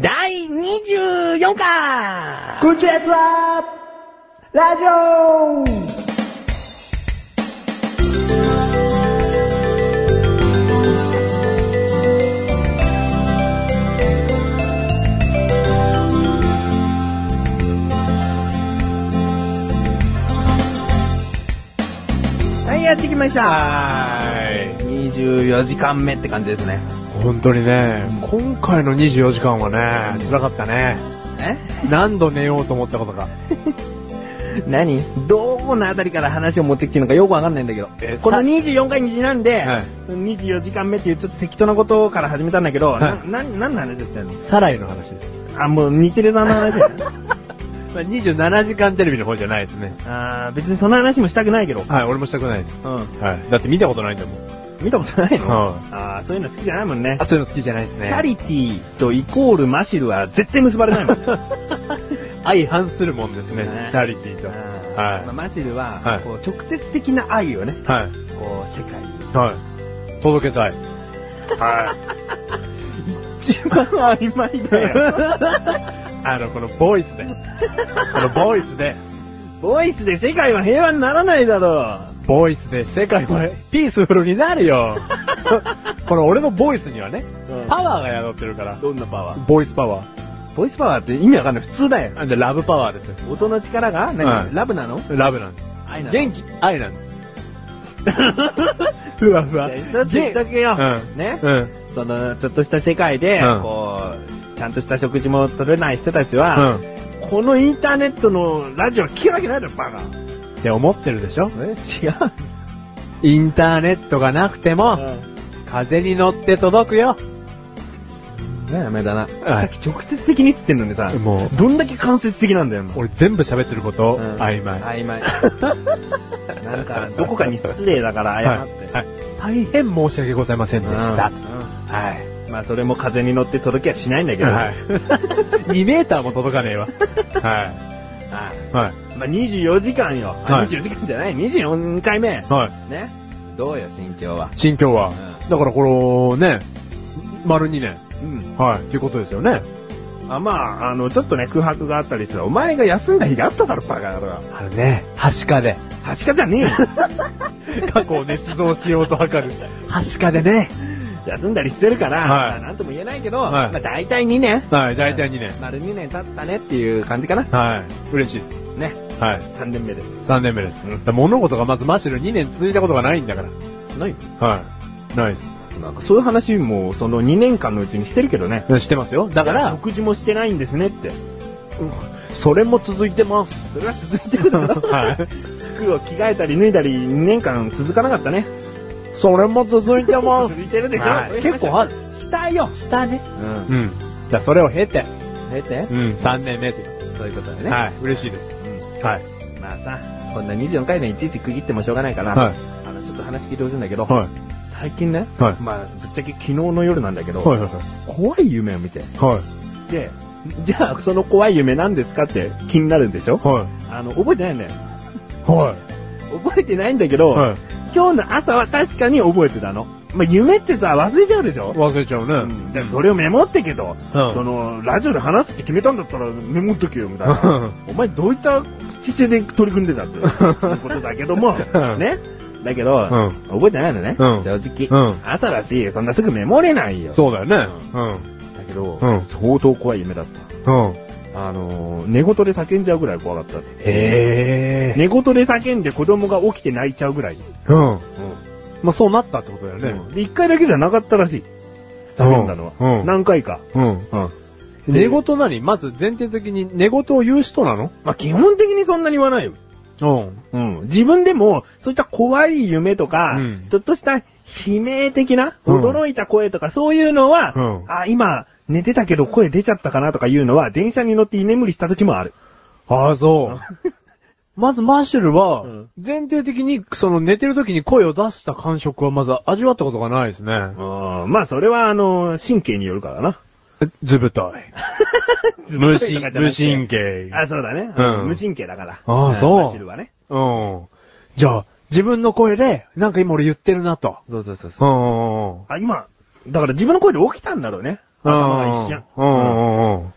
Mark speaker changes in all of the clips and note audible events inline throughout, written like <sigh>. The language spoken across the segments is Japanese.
Speaker 1: 第24回
Speaker 2: こんにちはラジオ
Speaker 1: はい、やってきました。
Speaker 3: は
Speaker 1: 24時間目って感じですね。
Speaker 3: い。本当にね、今回の24時間はね、辛かったね。
Speaker 1: え
Speaker 3: 何度寝ようと思ったことか。
Speaker 1: 何どこのあたりから話を持ってきてるのかよくわかんないんだけど
Speaker 3: え。
Speaker 1: この
Speaker 3: さ
Speaker 1: 24回にちなんで、
Speaker 3: はい
Speaker 1: 24時間目っていうちょっと適当なことから始めたんだけど、
Speaker 3: は
Speaker 1: な、な、何の話だったの
Speaker 3: サライの話です。
Speaker 1: あ、もう日テレさんの話だ
Speaker 3: <laughs>
Speaker 1: よね。
Speaker 3: まあ、27時間テレビの方じゃないですね。
Speaker 1: あー別にその話もしたくないけど。
Speaker 3: はい、俺もしたくないです。
Speaker 1: う
Speaker 3: はい。だって見たことないんだもん。
Speaker 1: ん。見たことないの
Speaker 3: はい
Speaker 1: あーそういうの好きじゃないもんね
Speaker 3: あ、。そういうの好きじゃないです
Speaker 1: チ
Speaker 3: ね。
Speaker 1: ャリティーとイコールマシルは絶対結ばれないもん。
Speaker 3: 相反するもんですね
Speaker 1: ね。
Speaker 3: チャリティーと。 <laughs>
Speaker 1: はいマシルは、
Speaker 3: はい
Speaker 1: こう直接的な愛をね、
Speaker 3: はい。
Speaker 1: こう世界に
Speaker 3: はい。届けたい。はい。
Speaker 1: 一番曖昧だよ。
Speaker 3: あの、このボイスで。このボイスで、
Speaker 1: <laughs> ボイスで世界は平和にならないだろ
Speaker 3: ボイスで世界はピースフルになるよ。 <laughs> この俺のボイスにはね、
Speaker 1: う。
Speaker 3: パワーが宿ってるから。
Speaker 1: どんなパワー
Speaker 3: ボイスパワー。
Speaker 1: ボイスパワーって意味わかんない。普通だよ。
Speaker 3: あで、ラブパワーですよ。
Speaker 1: 音の力が何、
Speaker 3: はい
Speaker 1: ラブなの
Speaker 3: ラブなんです。
Speaker 1: 愛なの
Speaker 3: 元気、愛なんです。 <laughs> ふわふわ。
Speaker 1: いやだって言っとけよ。
Speaker 3: う
Speaker 1: ね、
Speaker 3: うん。
Speaker 1: その、ちょっとした世界で、
Speaker 3: うん
Speaker 1: こう、ちゃんとした食事も取れない人たちは、
Speaker 3: うん。
Speaker 1: このインターネットのラジオ聞けるわけないだろ、バカ。
Speaker 3: って思ってるでしょ
Speaker 1: え違う。
Speaker 3: インターネットがなくても、風に乗って届くよ。
Speaker 1: ねダメだな。
Speaker 3: は
Speaker 1: さっき直接的にっつってんのにさ、
Speaker 3: もう、
Speaker 1: どんだけ間接的なんだよ、もう。
Speaker 3: 俺全部喋ってること、
Speaker 1: うん
Speaker 3: 曖昧。はい。<laughs>
Speaker 1: 曖昧。なんか、どこかに失礼だから謝って。
Speaker 3: はい大変申し訳ございませんでした
Speaker 1: う。
Speaker 3: はい。
Speaker 1: んまあ、それも風に乗って届きはしないんだけど。
Speaker 3: <laughs> はい。2メーターも届かねえわ。は
Speaker 1: はい
Speaker 3: い。はい。
Speaker 1: まあ、24時間よ。あ
Speaker 3: はい
Speaker 1: 24時間じゃない。24回目。
Speaker 3: はい。
Speaker 1: ね。どうよ、心境は。
Speaker 3: 心境は。だからこの、ね、丸2年。
Speaker 1: うん。
Speaker 3: はい。ということですよね。
Speaker 1: あ、まあ、あの、ちょっとね、空白があったりして、お前が休んだ日があっただろ、バカ野郎。
Speaker 3: あのね、はしかで。
Speaker 1: はしかじゃねえよ。
Speaker 3: <laughs> 過去を捏造しようと図
Speaker 1: <laughs>
Speaker 3: る。はしかでね。
Speaker 1: 休んだりしてるから、
Speaker 3: はい
Speaker 1: まあなんとも言えないけど、
Speaker 3: はい
Speaker 1: まあ、大体2年。
Speaker 3: はい、大体2年。
Speaker 1: 丸2年経ったねっていう感じかな。
Speaker 3: はい。嬉しいです。
Speaker 1: ね。
Speaker 3: はい。
Speaker 1: 3年目です。
Speaker 3: 3年目です。だから物事がまずマシュル2年続いたことがないんだか
Speaker 1: ない
Speaker 3: ら。はい。ないです。
Speaker 1: なんかそういう話も、その2年間のうちにしてるけどね。
Speaker 3: 知ってますよ。だ
Speaker 1: だ
Speaker 3: か
Speaker 1: から、
Speaker 3: ら、
Speaker 1: 食事もしてないんですねって。それも続いてます。それは続いてる <laughs>
Speaker 3: はい。
Speaker 1: 服を着替えたり脱いだり2年間続かなかったね。
Speaker 3: それも続いてま
Speaker 1: 続いてるでしょ、
Speaker 3: はい。結構
Speaker 1: あ
Speaker 3: あ、したよ、したね。
Speaker 1: うん。
Speaker 3: うん。じゃあそれを経て、
Speaker 1: 経て、
Speaker 3: うん、3年目という。
Speaker 1: そういうことだね。
Speaker 3: はい。嬉しいです。はい。
Speaker 1: まあさ、こんな24回のいちいち区切ってもしょうがないから、
Speaker 3: はい。
Speaker 1: あの、ちょっと話聞いてほしいんだけど、
Speaker 3: はい。
Speaker 1: 最近ね、
Speaker 3: はい
Speaker 1: まあ、ぶっちゃけ昨日の夜なんだけど、
Speaker 3: はい。はい。
Speaker 1: 怖い夢を見て。
Speaker 3: はい。
Speaker 1: で、じゃあその怖い夢何ですかって気になるんでしょ
Speaker 3: は
Speaker 1: あの、覚えてないんだよ。
Speaker 3: い。はい。
Speaker 1: 覚えてないんだけど、
Speaker 3: はい。
Speaker 1: 今日の朝は確かに覚えてたの。まあ、夢ってさ、忘れちゃうでしょ
Speaker 3: 忘れちゃうね。
Speaker 1: うん。だからそれをメモってけど、
Speaker 3: うん
Speaker 1: その、ラジオで話すって決めたんだったらメモっとけよ、
Speaker 3: <laughs>
Speaker 1: みたいな。お前どういった姿勢で取り組んでたっていうことだけども、
Speaker 3: ん
Speaker 1: ね。だけど、
Speaker 3: うん
Speaker 1: 覚えてないのね、
Speaker 3: うん
Speaker 1: 正直、
Speaker 3: うん
Speaker 1: 朝だし、そんなすぐメモれないよ。
Speaker 3: そうだよね。
Speaker 1: だけど、
Speaker 3: うん
Speaker 1: 相当怖い夢だっ
Speaker 3: うん。うん。
Speaker 1: た。あのー、寝言で叫んじゃうぐらい怖かった。
Speaker 3: へえ。
Speaker 1: 寝言で叫んで子供が起きて泣いちゃうぐらい。
Speaker 3: うん。
Speaker 1: うん
Speaker 3: まあそうなったってことだよね。
Speaker 1: で、一回だけじゃなかったらしい。叫んだのは。
Speaker 3: うんうん
Speaker 1: 何回か。
Speaker 3: うん。寝言なにまず前提的に寝言を言う人なの
Speaker 1: まあ、基本的にそんなに言わないよ。
Speaker 3: うん。
Speaker 1: うん。自分でも、そういった怖い夢とか、
Speaker 3: うん
Speaker 1: ちょっとした悲鳴的な、
Speaker 3: うん
Speaker 1: 驚いた声とか、そういうのは、
Speaker 3: うん
Speaker 1: あ、今、寝てたけど声出ちゃったかなとかいうのは、電車に乗って居眠りした時もある。
Speaker 3: ああ、そう。まずマッシュルは
Speaker 1: うん、
Speaker 3: 前提的にその寝てる時に声を出した感触はまず味わったことがないですね。
Speaker 1: うん。まあ、それは、あの、神経によるからな。
Speaker 3: ずぶとい。 <laughs> 無神、無神経。
Speaker 1: あ、そうだね。
Speaker 3: うん
Speaker 1: 無神経だから。
Speaker 3: あ
Speaker 1: ん
Speaker 3: そう
Speaker 1: 走るわね。
Speaker 3: うん。じゃあ、自分の声で、なんか今俺言ってるなと。
Speaker 1: そうそうそう
Speaker 3: うん。
Speaker 1: あ、今、だから自分の声で起きたんだろうね。頭が一瞬。
Speaker 3: うんうんうん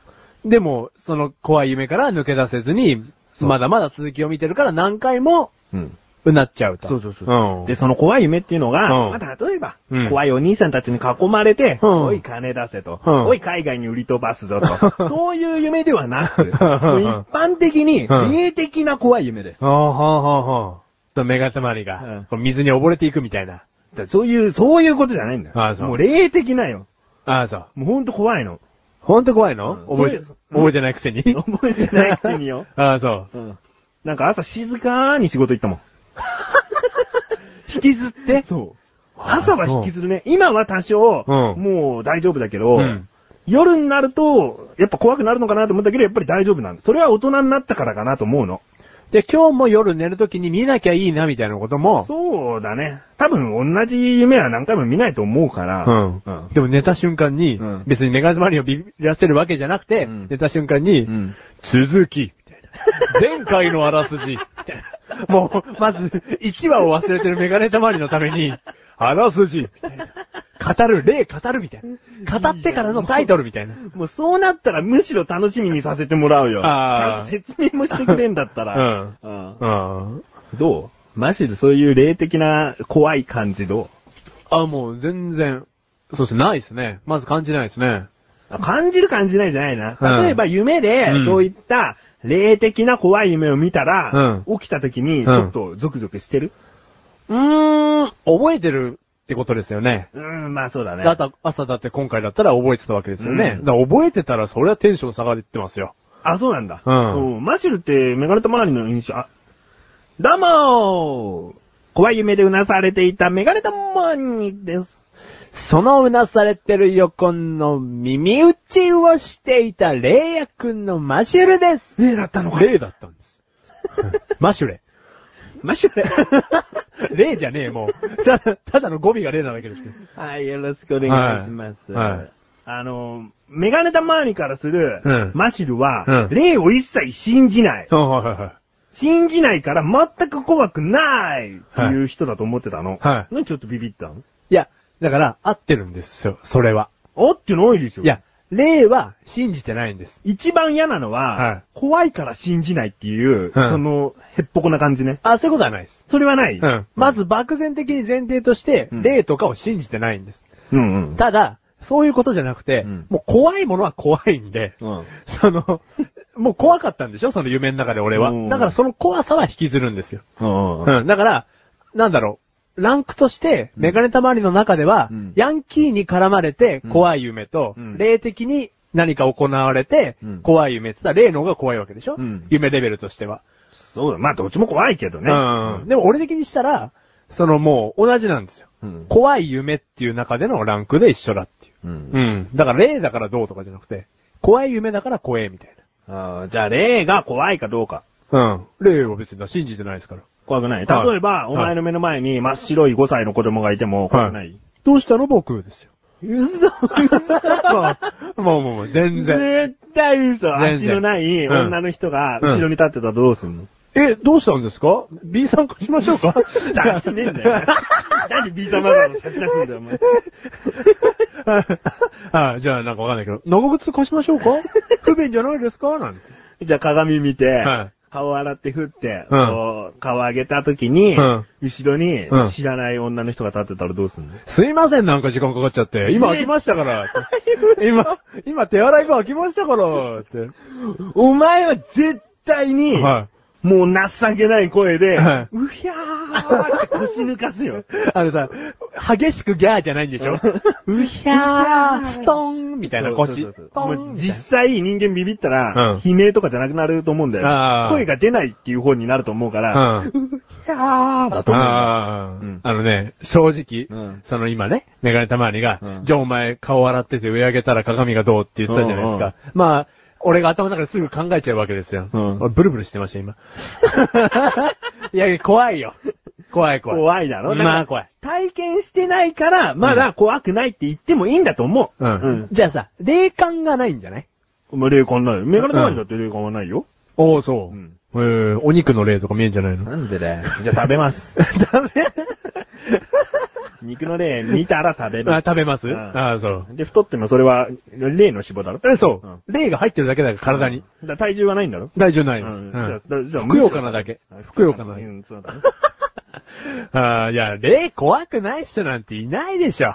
Speaker 3: でも、その怖い夢から抜け出せずに、
Speaker 1: そう
Speaker 3: まだまだ続きを見てるから何回も、
Speaker 1: うん。
Speaker 3: うなっちゃうと。
Speaker 1: そうそうそう。
Speaker 3: うん。
Speaker 1: で、その怖い夢っていうのが、
Speaker 3: うん
Speaker 1: まあ、例えば、
Speaker 3: うん
Speaker 1: 怖いお兄さんたちに囲まれて、
Speaker 3: うん
Speaker 1: おい金出せと、
Speaker 3: うん
Speaker 1: おい海外に売り飛ばすぞと、そういう夢ではな
Speaker 3: <laughs>
Speaker 1: く、
Speaker 3: ん
Speaker 1: もう一般的に、
Speaker 3: うん
Speaker 1: 霊的な怖い夢で
Speaker 3: あ
Speaker 1: す。
Speaker 3: あ、はあ、はあ、はあ。目がたまり
Speaker 1: う
Speaker 3: が
Speaker 1: ん、
Speaker 3: こう水に溺れていくみたいな。
Speaker 1: だからそういう、そういうことじゃないんだよ。
Speaker 3: ああそう
Speaker 1: もう霊的なよ。
Speaker 3: ああ、そう。
Speaker 1: もうほんと怖いの。
Speaker 3: ほんと怖いの
Speaker 1: うん
Speaker 3: 覚えて
Speaker 1: そうです、
Speaker 3: 覚えてないくせに。
Speaker 1: 覚えてないくせによ。
Speaker 3: <laughs> ああ、そう。
Speaker 1: うん。なんか朝静かに仕事行ったもん。
Speaker 3: 引きずって
Speaker 1: そう。朝は引きずるね。今は多少、
Speaker 3: うん
Speaker 1: もう大丈夫だけど、
Speaker 3: うん
Speaker 1: 夜になると、やっぱ怖くなるのかなと思ったけど、やっぱり大丈夫なんだ。それは大人になったからかなと思うの。
Speaker 3: で、今日も夜寝るときに見なきゃいいな、みたいなことも。
Speaker 1: そうだね。多分同じ夢は何回も見ないと思うから、
Speaker 3: うん
Speaker 1: うん。
Speaker 3: でも寝た瞬間に
Speaker 1: うん、
Speaker 3: 別に目がまりをビビらせるわけじゃなくて
Speaker 1: うん、
Speaker 3: 寝た瞬間に
Speaker 1: う、ん
Speaker 3: 続き、みたいな。前回のあらすじ、みたいな。もう、まず、1話を忘れてるメガネたまりのために、あらすじ、みたいな。語る、例語るみたいな。語ってからのタイトルみたいな。
Speaker 1: もうそうなったらむしろ楽しみにさせてもらうよ。ちゃん
Speaker 3: あー
Speaker 1: と説明もしてくれんだっ
Speaker 3: <laughs>
Speaker 1: たら。うん
Speaker 3: うん。
Speaker 1: どうマジでそういう霊的な怖い感じどう
Speaker 3: あ、もう全然、そうですね、ないですね。まず感じないですね。
Speaker 1: 感じる感じないじゃないな。
Speaker 3: うん
Speaker 1: 例えば夢で
Speaker 3: う、ん
Speaker 1: そういった霊的な怖い夢を見たら、起きた時に
Speaker 3: ん
Speaker 1: ちょっとゾクゾクしてる
Speaker 3: うーん、覚えてるってことですよね。
Speaker 1: うーん、まあそうだね。
Speaker 3: だって朝だって今回だったら覚えてたわけですよね。
Speaker 1: うん
Speaker 3: だから覚えてたらそれはテンション下がってますよ。
Speaker 1: あ、そうなんだ。
Speaker 3: うん
Speaker 1: マシルってメガネとマガリの印象、あ、どうもー怖い夢でうなされていたメガネとマニです。
Speaker 3: そのうなされてる横の耳打ちをしていたレイヤ君のマシュルです。
Speaker 1: 霊だったのか
Speaker 3: レイだったんです。 <laughs> マシュレ。
Speaker 1: マシュル
Speaker 3: <laughs> レイじゃねえ、もう。ただ、ただの語尾がレイなだけですけど。
Speaker 1: はい、よろしくお願いします。
Speaker 3: はいはい
Speaker 1: あの、メガネたまわりからする、
Speaker 3: うん
Speaker 1: マシルは、
Speaker 3: うん
Speaker 1: 霊を一切信じない。
Speaker 3: はいはいはい。
Speaker 1: 信じないから全く怖くないっていう人だと思ってたの。
Speaker 3: は
Speaker 1: なんでちょっとビビったの
Speaker 3: いや、だから合ってるんですよ、それは。
Speaker 1: あってないでしょ
Speaker 3: いや、、霊は信じてないんです。
Speaker 1: 一番嫌なのは、
Speaker 3: はい
Speaker 1: 怖いから信じないっていう、
Speaker 3: うん
Speaker 1: その、へっぽこな感じね。
Speaker 3: あ、そういうことはないです。
Speaker 1: それはない、
Speaker 3: うん。まず漠然的に前提として、
Speaker 1: うん
Speaker 3: 霊とかを信じてないんです。
Speaker 1: うんうん。
Speaker 3: ただ、そういうことじゃなくて、
Speaker 1: うん
Speaker 3: もう怖いものは怖いんで、
Speaker 1: うん。
Speaker 3: <laughs> その、もう怖かったんでしょその夢の中で俺は
Speaker 1: うん。
Speaker 3: だからその怖さは引きずるんですよ。
Speaker 1: うんうん。
Speaker 3: うん。だから、なんだろう。ランクとして、メガネたまりの中では、
Speaker 1: うん
Speaker 3: ヤンキーに絡まれて
Speaker 1: うん
Speaker 3: 怖い夢と、
Speaker 1: うん
Speaker 3: 霊的に何か行われて
Speaker 1: うん、
Speaker 3: 怖い夢って言ったら霊の方が怖いわけでしょ、
Speaker 1: うん
Speaker 3: 夢レベルとしては。
Speaker 1: そうだ。まあ、どっちも怖いけどね。
Speaker 3: うん。でも俺的にしたら、そのもう同じなんですよ。
Speaker 1: うん。
Speaker 3: 怖い夢っていう中でのランクで一緒だっていう。
Speaker 1: う。
Speaker 3: うんん。だから霊だからどうとかじゃなくて、怖い夢だから怖えみたい
Speaker 1: あーじゃあ、霊が怖いかどうか。
Speaker 3: な。うん。霊は別に信じてないですから。
Speaker 1: 怖くない。
Speaker 3: はい
Speaker 1: 例えば、お前の目の前に真っ白い5歳の子供がいても怖くない。
Speaker 3: どうしたの僕ですよ。 <laughs>
Speaker 1: 嘘
Speaker 3: もう、もう、もう、全然。
Speaker 1: 絶対嘘。
Speaker 3: 全然
Speaker 1: 足のない女の人が後ろに立ってたらどうすんの、
Speaker 3: え、どうしたんですか ?B 参加しましょうか
Speaker 1: だからしねえんだ <laughs> よ。なんでビーザマザーの差し出すんだよ、お前。
Speaker 3: <laughs> あじゃあ、なんかわかんないけど、長靴貸しましょうか不便じゃないですかなんて。
Speaker 1: じゃあ鏡見て、
Speaker 3: はい
Speaker 1: 顔洗って振って、
Speaker 3: うん
Speaker 1: こう顔上げた時に、
Speaker 3: うん
Speaker 1: 後ろに
Speaker 3: うん
Speaker 1: 知らない女の人が立ってたらどうすんの、
Speaker 3: すいません、なんか時間かかっちゃって。今開きましたから。今、今手洗い場開きましたから。って。
Speaker 1: お前は絶対に、
Speaker 3: は
Speaker 1: もう情けない声で、
Speaker 3: はいう
Speaker 1: ひゃーって腰抜かすよ。
Speaker 3: い。あのさ、激しくギャーじゃないんでしょうひゃー、ストンみたいな腰。
Speaker 1: そうそうそう
Speaker 3: ストン
Speaker 1: もう
Speaker 3: みたい
Speaker 1: 実
Speaker 3: な
Speaker 1: 際人間ビビった
Speaker 3: う
Speaker 1: ら、
Speaker 3: ん
Speaker 1: 悲鳴とかじゃなくなると思うんだ
Speaker 3: あ
Speaker 1: よ。
Speaker 3: ー
Speaker 1: 声が出ないっていう方になると思うから、
Speaker 3: うん
Speaker 1: ひゃーだと思うんだよ。
Speaker 3: あ
Speaker 1: うん
Speaker 3: あ、あのね、正直、
Speaker 1: うん
Speaker 3: その今ね、メガネたまわりが、
Speaker 1: うん
Speaker 3: じゃあお前顔洗ってて上上げたら鏡がどうって言ってたじゃないですか。
Speaker 1: うんうん
Speaker 3: まあ、俺が頭の中ですぐ考えちゃうわけですよ。
Speaker 1: うん
Speaker 3: 俺ブルブルしてました、
Speaker 1: <laughs>
Speaker 3: 今。いや、怖いよ。怖い怖い。い。
Speaker 1: 怖いだろだから
Speaker 3: まあ怖い。
Speaker 1: 体験してないから、まだ怖くないって言ってもいいんだと思う。
Speaker 3: うん。じゃあさ、霊感がないんじゃない
Speaker 1: お前霊感ないよ。メガネ玉にだって霊感はな
Speaker 3: <laughs>
Speaker 1: いよ。
Speaker 3: おお、そう。
Speaker 1: うん
Speaker 3: えー、
Speaker 1: <laughs>
Speaker 3: お肉の霊とか見えんじゃないの
Speaker 1: なんでだよ。じゃあ食べます。
Speaker 3: ダメ
Speaker 1: <laughs> 肉の例見たら食べ
Speaker 3: あ
Speaker 1: る。
Speaker 3: 食べます
Speaker 1: うん
Speaker 3: ああ、そう。
Speaker 1: で、太ってもそれは、例の脂肪だろ
Speaker 3: え、そう
Speaker 1: うん。
Speaker 3: 霊が入ってるだけだから、体に。。
Speaker 1: だ体重はないんだろ
Speaker 3: 大丈夫な
Speaker 1: う
Speaker 3: いです。うん
Speaker 1: じゃあだじゃあ
Speaker 3: ふくよかなだけ
Speaker 1: うん。
Speaker 3: ふくよかなだ
Speaker 1: う
Speaker 3: け。
Speaker 1: ん、そうだね。
Speaker 3: ああ、いや、霊怖くない人なんていないでしょ。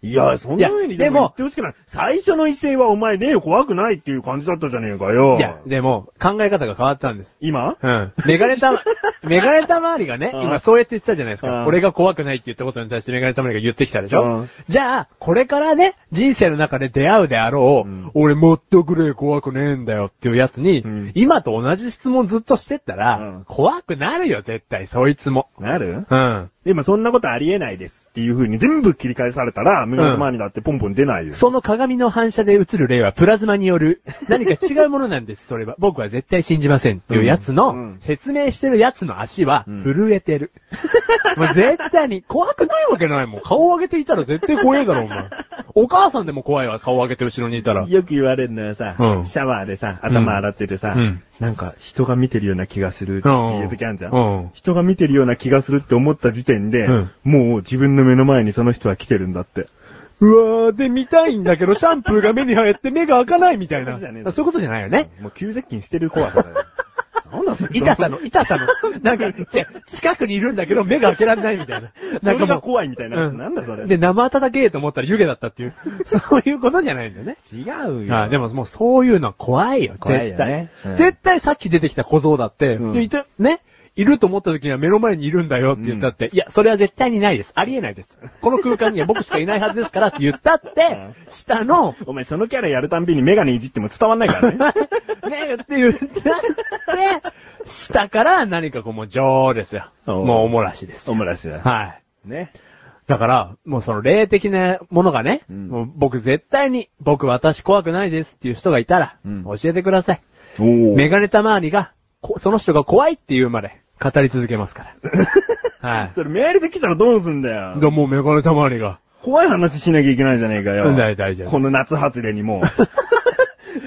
Speaker 1: いや、そんな風
Speaker 3: い
Speaker 1: に
Speaker 3: や
Speaker 1: で
Speaker 3: で
Speaker 1: も
Speaker 3: も
Speaker 1: 言ってほしくない。最初の一声はお前霊怖くないっていう感じだったじゃねえかよ。
Speaker 3: いや、でも、考え方が変わったんです。
Speaker 1: 今
Speaker 3: うん。メガネ
Speaker 1: <laughs>
Speaker 3: たま、メガネたまわりがね、
Speaker 1: うん
Speaker 3: 今そうやって言ってたじゃないです
Speaker 1: うん
Speaker 3: か。俺が怖くないって言ったことに対してメガネたまわりが言ってきたでしょ、
Speaker 1: うん
Speaker 3: じゃあ、これからね、人生の中で出会うであろう、
Speaker 1: うん
Speaker 3: 俺もっとくれ怖くねえんだよっていうやつに、
Speaker 1: うん
Speaker 3: 今と同じ質問ずっとしてったら、
Speaker 1: うん
Speaker 3: 怖くなるよ、絶対、そいつも。
Speaker 1: なる
Speaker 3: うん。
Speaker 1: 今そんなことありえないですっていう風に全部切り返されたら、目の前にだってポンポン出ないよ。
Speaker 3: その鏡の反射で映る例はプラズマによ <laughs> る、何か違うものなんです、それは。僕は絶対信じませんっていうやつの、
Speaker 1: うんうん
Speaker 3: 説明してるやつの足は
Speaker 1: うん
Speaker 3: 震え <laughs> てる。もう絶対に怖くないわけないもん。顔を上げていたら絶対怖いだろ、お前。お母さんでも怖いわ、顔を上げて後ろにいたら。
Speaker 1: よく言われるのはさ、
Speaker 3: うん
Speaker 1: シャワーでさ、頭洗っててさ、
Speaker 3: うん
Speaker 1: なんか人が見てるような気がするっていう時あるじゃん。
Speaker 3: うん
Speaker 1: 人が見てるような気がするって思った時点で、
Speaker 3: うん
Speaker 1: もう自分の目の前にその人は来てるんだって。
Speaker 3: うわー、で見たいんだけど、シャンプーが目に入って目が開かないみたいな。
Speaker 1: そういうことじゃねえ
Speaker 3: そういうことじゃないよね。
Speaker 1: もう急接近してる怖
Speaker 3: <laughs>
Speaker 1: さだよ。なんだそれ
Speaker 3: 痛さの、痛さの。なんか、違う近くにいるんだけど目が開けられないみたいな。
Speaker 1: <laughs> そ
Speaker 3: なん
Speaker 1: れ
Speaker 3: かも
Speaker 1: が
Speaker 3: う、
Speaker 1: 怖いみたいな。
Speaker 3: うん
Speaker 1: なんだそれ。
Speaker 3: で、生温けえと思ったら湯気だった
Speaker 1: <laughs>
Speaker 3: っていう、そういうことじゃないんだよね。
Speaker 1: 違うよ。
Speaker 3: ああでももうそういうのは怖いよ、絶
Speaker 1: 怖い
Speaker 3: 対。
Speaker 1: よねうん
Speaker 3: 絶対さっき出てきた小僧だって、
Speaker 1: うん
Speaker 3: でいたね、いると思った時には目の前にいるんだよって言ったって、いや、それは絶対にないです。ありえないです。この空間には僕しかいないはずですからって言ったって、下の、
Speaker 1: お前そのキャラやるたんびにメガネいじっても伝わんないからね。
Speaker 3: <laughs> ねって言ったって、 <laughs> 下から何かこうもう情ですよ。
Speaker 1: おう
Speaker 3: もうおもらしです
Speaker 1: オ
Speaker 3: よ。
Speaker 1: ムライスだ。
Speaker 3: はい。
Speaker 1: ね。
Speaker 3: だから、もうその霊的なものがね、
Speaker 1: うん
Speaker 3: もう僕絶対に、僕私怖くないですっていう人がいたら、
Speaker 1: うん
Speaker 3: 教えてください。
Speaker 1: おー
Speaker 3: メガネた周りが、こその人が怖いっていうまで語り続けますから。 <laughs> はい。
Speaker 1: <laughs> それメールで来たらどうすんだよ。
Speaker 3: もうメガネた周りが。
Speaker 1: 怖い話しなきゃいけないじゃねえかよ。
Speaker 3: 大大丈夫
Speaker 1: この夏発令にも
Speaker 3: <laughs>
Speaker 1: う。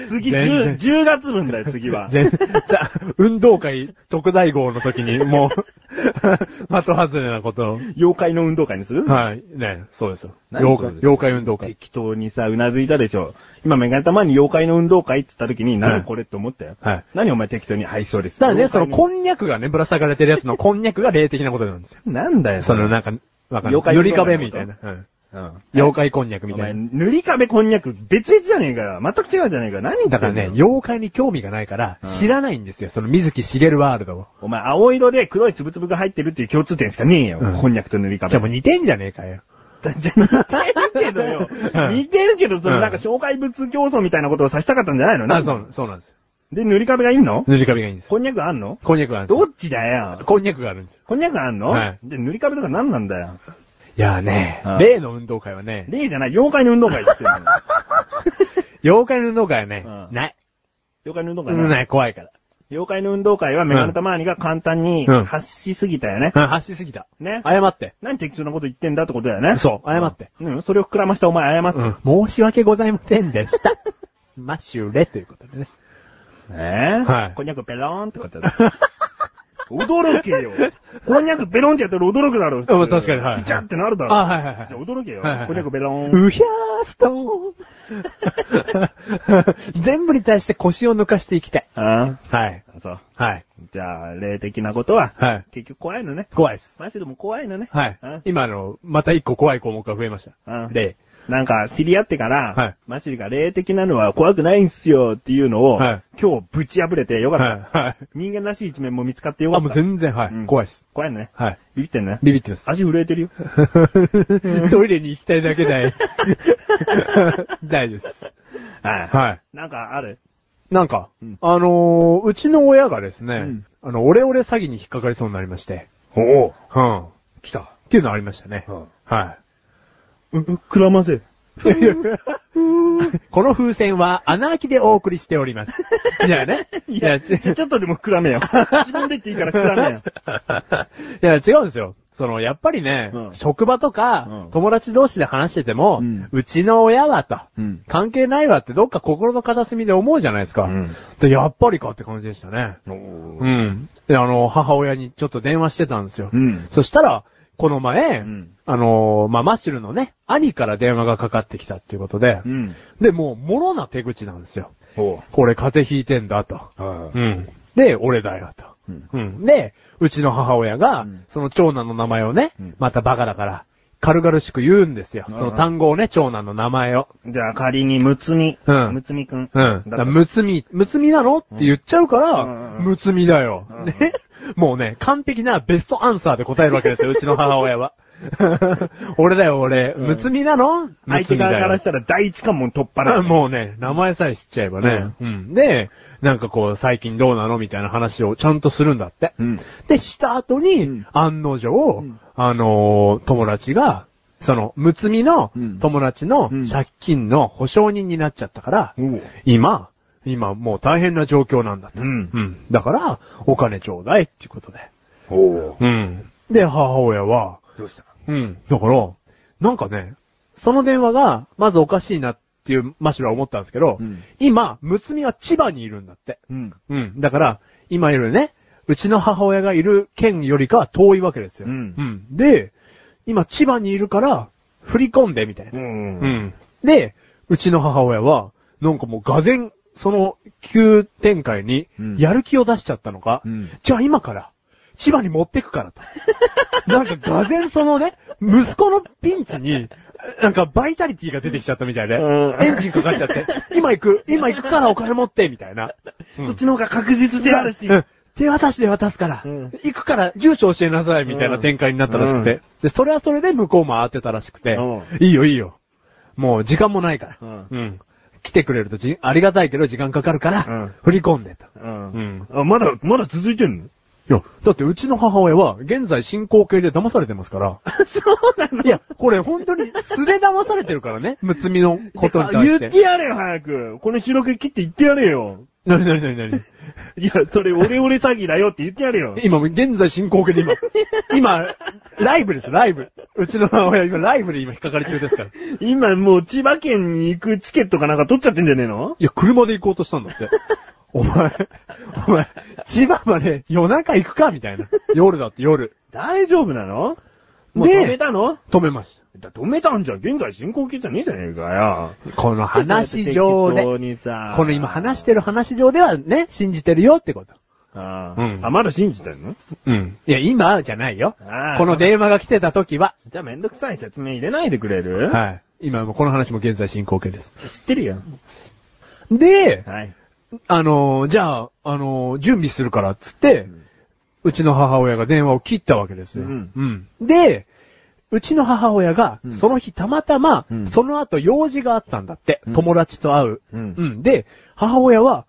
Speaker 1: 次10、
Speaker 3: 全然
Speaker 1: 10月分だよ、次は。
Speaker 3: 全、 <laughs> ざ運動会特大号の時に、もう、 <laughs> 的外れなことを。
Speaker 1: 妖怪の運動会にする
Speaker 3: はい。ね、そうですよ。
Speaker 1: 何
Speaker 3: 妖怪、妖怪運動会。
Speaker 1: 適当にさ、うなずいたでしょ。今、メガネたまに妖怪の運動会って言った時に、
Speaker 3: はい
Speaker 1: 何これって思ったよ。
Speaker 3: はい
Speaker 1: 何お前適当に、はい、そうです。
Speaker 3: ただね、その、こ
Speaker 1: 妖
Speaker 3: んにゃくがね、ぶら下がれてるやつのこんにゃくが霊的なことなんですよ。
Speaker 1: 怪なんだよ、
Speaker 3: その、なんか、わかんな
Speaker 1: 妖怪
Speaker 3: い。より壁みたいな。うん
Speaker 1: うん。
Speaker 3: 妖怪こんにゃくみ
Speaker 1: お
Speaker 3: た
Speaker 1: 前、
Speaker 3: いな。
Speaker 1: 塗り壁こんにゃく、別々じゃねえかよ。全く違うじゃねえかよ。何言ってんの
Speaker 3: だからね、妖怪に興味がないから
Speaker 1: うん、
Speaker 3: 知らないんですよ。その水木しげるワールドを。
Speaker 1: お前、青色で黒いつぶつぶが入ってるっていう共通点しかねえよ。
Speaker 3: うん
Speaker 1: こんにゃくと塗り壁。
Speaker 3: じゃあもう似てんじゃねえかよ。
Speaker 1: じゃ、似てるけどよ
Speaker 3: う。ん
Speaker 1: 似てるけど、そうの
Speaker 3: ん
Speaker 1: なんか障害物競争みたいなことをさしたかったんじゃないの
Speaker 3: あ、そう、そうなんですよ。
Speaker 1: で、塗り壁がいんの
Speaker 3: 塗り壁がいいんですよ。
Speaker 1: こんにゃくあんの
Speaker 3: こんにゃくがあるんです
Speaker 1: ど
Speaker 3: よ。
Speaker 1: っちだよ。
Speaker 3: こんにゃくがあるんですよ。
Speaker 1: こんにゃくあんの、
Speaker 3: はい
Speaker 1: で、塗り壁とか何なんだよ。
Speaker 3: いやーね
Speaker 1: うん、
Speaker 3: 例の運動会はね、
Speaker 1: 例じゃない、妖怪の運動会って言ってるの
Speaker 3: <laughs> 妖怪の運動会はね
Speaker 1: うん、
Speaker 3: ない。
Speaker 1: 妖怪の運動
Speaker 3: う、
Speaker 1: 会なん
Speaker 3: ない、怖いから。
Speaker 1: 妖怪の運動会はメガネタマーニが簡単に
Speaker 3: うん
Speaker 1: 発しすぎたよね。
Speaker 3: うん、走りすぎた。
Speaker 1: ね。
Speaker 3: 謝って。
Speaker 1: 何適当なこと言ってんだってことだよね。
Speaker 3: そう、謝って。
Speaker 1: うん、それを膨らましたお前謝って。
Speaker 3: うん。申し訳ございませんで <laughs> した。マシュレということでね。
Speaker 1: ええ
Speaker 3: はい
Speaker 1: こんにゃくペローンってことだ。驚けよ。こんにゃくペロンってやったら驚くだろ。普通
Speaker 3: うん確かにはい
Speaker 1: ビチャってなるだろ。
Speaker 3: あはいはいはい
Speaker 1: じゃあ驚けよ。
Speaker 3: はいはい
Speaker 1: こんにゃくペローン。
Speaker 3: うひゃーストーン <laughs> 全部に対して腰を抜かしていきたい。
Speaker 1: あ
Speaker 3: はい。
Speaker 1: あ、そう。
Speaker 3: はい。
Speaker 1: じゃあ、霊的なことは、
Speaker 3: はい。
Speaker 1: 結局怖いのね。
Speaker 3: 怖いです。
Speaker 1: マジでも怖いのね。
Speaker 3: はい
Speaker 1: うん。
Speaker 3: 今の、また一個怖い項目が増えまし
Speaker 1: う
Speaker 3: た。
Speaker 1: ん
Speaker 3: で、
Speaker 1: なんか、知り合ってから、
Speaker 3: はい
Speaker 1: マシルが霊的なのは怖くないんすよっていうのを、
Speaker 3: はい
Speaker 1: 今日ぶち破れてよか
Speaker 3: は
Speaker 1: った、
Speaker 3: い。はい。
Speaker 1: 人間らしい一面も見つかってよか
Speaker 3: あ、
Speaker 1: った。
Speaker 3: もう全然、は
Speaker 1: うん
Speaker 3: い。怖いです。
Speaker 1: 怖いのね。
Speaker 3: はい。
Speaker 1: ビビってんね。
Speaker 3: ビビって
Speaker 1: <laughs>
Speaker 3: ます。
Speaker 1: 足震えてるよ。
Speaker 3: トイレに行きたいだけだ
Speaker 1: <laughs>
Speaker 3: い。大丈夫です。
Speaker 1: はい。
Speaker 3: はい。
Speaker 1: なんかある
Speaker 3: なんか、
Speaker 1: うん
Speaker 3: あのー、うちの親がですね、
Speaker 1: ん
Speaker 3: あの、オレオレ詐欺に引っかかりそうになりまして、
Speaker 1: おお。
Speaker 3: うん。っ
Speaker 1: 来た。
Speaker 3: ていうのありましたね。
Speaker 1: うん
Speaker 3: は
Speaker 1: う、うくらませ。
Speaker 3: い。 <laughs> この風船は穴開きでお送りしており
Speaker 1: <laughs>
Speaker 3: ます。いやね。いや、ち
Speaker 1: ちょっとでもくら <laughs> めよ。自分でっていいからくらめよ。
Speaker 3: いや、違うんですよ。その、やっぱりね、
Speaker 1: うん
Speaker 3: 職場とか、
Speaker 1: うん
Speaker 3: 友達同士で話してても、
Speaker 1: う
Speaker 3: うんちの親はと、
Speaker 1: うん
Speaker 3: 関係ないわってどっか心の片隅で思うじゃないですか。
Speaker 1: うん
Speaker 3: で、やっぱりかって感じでしたね。
Speaker 1: <laughs> お
Speaker 3: うん。で、あの、母親にちょっと電話してたんですよ。
Speaker 1: うん
Speaker 3: そしたら、この前、
Speaker 1: うん
Speaker 3: あのーまあ、マッシュルのね、兄から電話がかかってきたっていうことで、
Speaker 1: うん。
Speaker 3: で、もう、もろな手口なんですよ。
Speaker 1: ほ
Speaker 3: これ風邪ひいてんだと。
Speaker 1: う。は
Speaker 3: う
Speaker 1: い。
Speaker 3: ん。で、俺だよと。
Speaker 1: うん
Speaker 3: うん。で、うちの母親が、
Speaker 1: うん
Speaker 3: その長男の名前をね、
Speaker 1: うん
Speaker 3: またバカだから、軽々しく言うんですよ。
Speaker 1: うん
Speaker 3: その単語をね、長男の名前を。
Speaker 1: じゃあ仮に、むつみ。
Speaker 3: うん
Speaker 1: むつみくん。
Speaker 3: うん。だ
Speaker 1: だ
Speaker 3: から
Speaker 1: む、
Speaker 3: むつみ、むつみなのって言っちゃうから、
Speaker 1: うんうん
Speaker 3: むつみだよ。
Speaker 1: うん
Speaker 3: ね。 <laughs> もうね、完璧なベストアンサーで答えるわけですよ、
Speaker 1: <laughs>
Speaker 3: うちの母親は。 <laughs> 俺だよ、俺。
Speaker 1: ん
Speaker 3: むつみなの
Speaker 1: 相手側から
Speaker 3: む
Speaker 1: し
Speaker 3: つみだよ
Speaker 1: たら第一関門突破だ
Speaker 3: あ
Speaker 1: よ。
Speaker 3: もうね、名前さえ知っちゃえばね。うん。で、なんかこう、最近どうなのみたいな話をちゃんとするんだって。
Speaker 1: うん。
Speaker 3: で、した後に、
Speaker 1: うん
Speaker 3: 案の定、
Speaker 1: ん
Speaker 3: あのー友達が、その、むつみの
Speaker 1: うん
Speaker 3: 友達の
Speaker 1: うん
Speaker 3: 借金の保証人になっちゃったから、
Speaker 1: おう
Speaker 3: 今、今もう大変な状況なんだと。
Speaker 1: うん
Speaker 3: だから、お金ちょうだいっていうことで。
Speaker 1: ほ
Speaker 3: うん。で、母親は、
Speaker 1: う。どうした
Speaker 3: うん。だから、なんかね、その電話が、まずおかしいなっていう、マシュは思ったんですけど、
Speaker 1: うん
Speaker 3: 今、むつみは千葉にいるんだって。
Speaker 1: うん。
Speaker 3: うん。だから、今いるね、うちの母親がいる県よりかは遠いわけですよ。
Speaker 1: うん
Speaker 3: で、今千葉にいるから、振り込んで、みたいな。
Speaker 1: ん
Speaker 3: う。ん。で、うちの母親は、なんかもう俄然、その急展開に
Speaker 1: うん、
Speaker 3: やる気を出しちゃったのか、
Speaker 1: うん
Speaker 3: じゃあ今から、千葉に持ってくから
Speaker 1: <laughs>
Speaker 3: と。なんか俄然そのね、息子のピンチに、なんかバイタリティが出てきちゃったみたいで、
Speaker 1: うん
Speaker 3: エンジンかかっちゃって、今行く、今行くからお金持って、みたいな。うん
Speaker 1: そっちの方が確実性あるし。
Speaker 3: うん手渡しで渡すから、
Speaker 1: うん
Speaker 3: 行くから住所教えなさいみたいな展開になったらしくて、
Speaker 1: うん
Speaker 3: で、それはそれで向こうも慌てたらしくて、
Speaker 1: う
Speaker 3: いいよいいよ。もう時間もないから、
Speaker 1: うん
Speaker 3: うん来てくれるとじありがたいけど時間かかるから、
Speaker 1: うん
Speaker 3: 振り込んでと。
Speaker 1: うん
Speaker 3: ん。
Speaker 1: あ、まだ、まだ続いてんの
Speaker 3: いや、だってうちの母親は現在進行形で騙されてます
Speaker 1: <laughs>
Speaker 3: から。そうなのいや、これ本当に素で騙されてるから
Speaker 1: <laughs>
Speaker 3: ね、むつみのことに対し。
Speaker 1: 言っててやれよ、早く。この収録切って言ってやれよ。
Speaker 3: なになになになに
Speaker 1: いや、それ、オレオレ詐欺だよって言ってや
Speaker 3: <laughs>
Speaker 1: れよ。
Speaker 3: 今、現在進行形で今、今、ライブです、ライブ。うちの母親今、ライブで今引っかかり中ですから。い
Speaker 1: 今、もう千葉県に行くチケットかなんか取っちゃってんじゃねえの
Speaker 3: や、車で行こうとしたんだって。お前、お前、千葉まで夜中行くかみたいな。夜だって夜。
Speaker 1: 大丈夫なのもう
Speaker 3: ねえ
Speaker 1: 止めたの
Speaker 3: 止めまし
Speaker 1: だ止めたんじゃん。現在進行形じゃねえじゃねえかよ。
Speaker 3: た。この話上で、
Speaker 1: 適当
Speaker 3: こ
Speaker 1: にさ
Speaker 3: の今話してる話上ではね、信じてるよってこと。
Speaker 1: あ,、
Speaker 3: うん
Speaker 1: あ、まだ信じてんの
Speaker 3: うん。いや、今じゃないよ
Speaker 1: あ。ー
Speaker 3: この電話が来てた時は。
Speaker 1: じゃあめんどくさい説明入れないでくれる
Speaker 3: はい。今もうこの話も現在進行形です。
Speaker 1: い。知ってるよ。
Speaker 3: で、
Speaker 1: はい。
Speaker 3: あのーじゃあ、あのー準備するからっつって、
Speaker 1: ん
Speaker 3: うちの母親が電話を切ったわけですよ。
Speaker 1: うん
Speaker 3: で、うちの母親が
Speaker 1: う、ん
Speaker 3: その日たまたま、
Speaker 1: うん
Speaker 3: その後用事があったんだって、
Speaker 1: うん
Speaker 3: 友達と会う、
Speaker 1: うん
Speaker 3: で、母親は、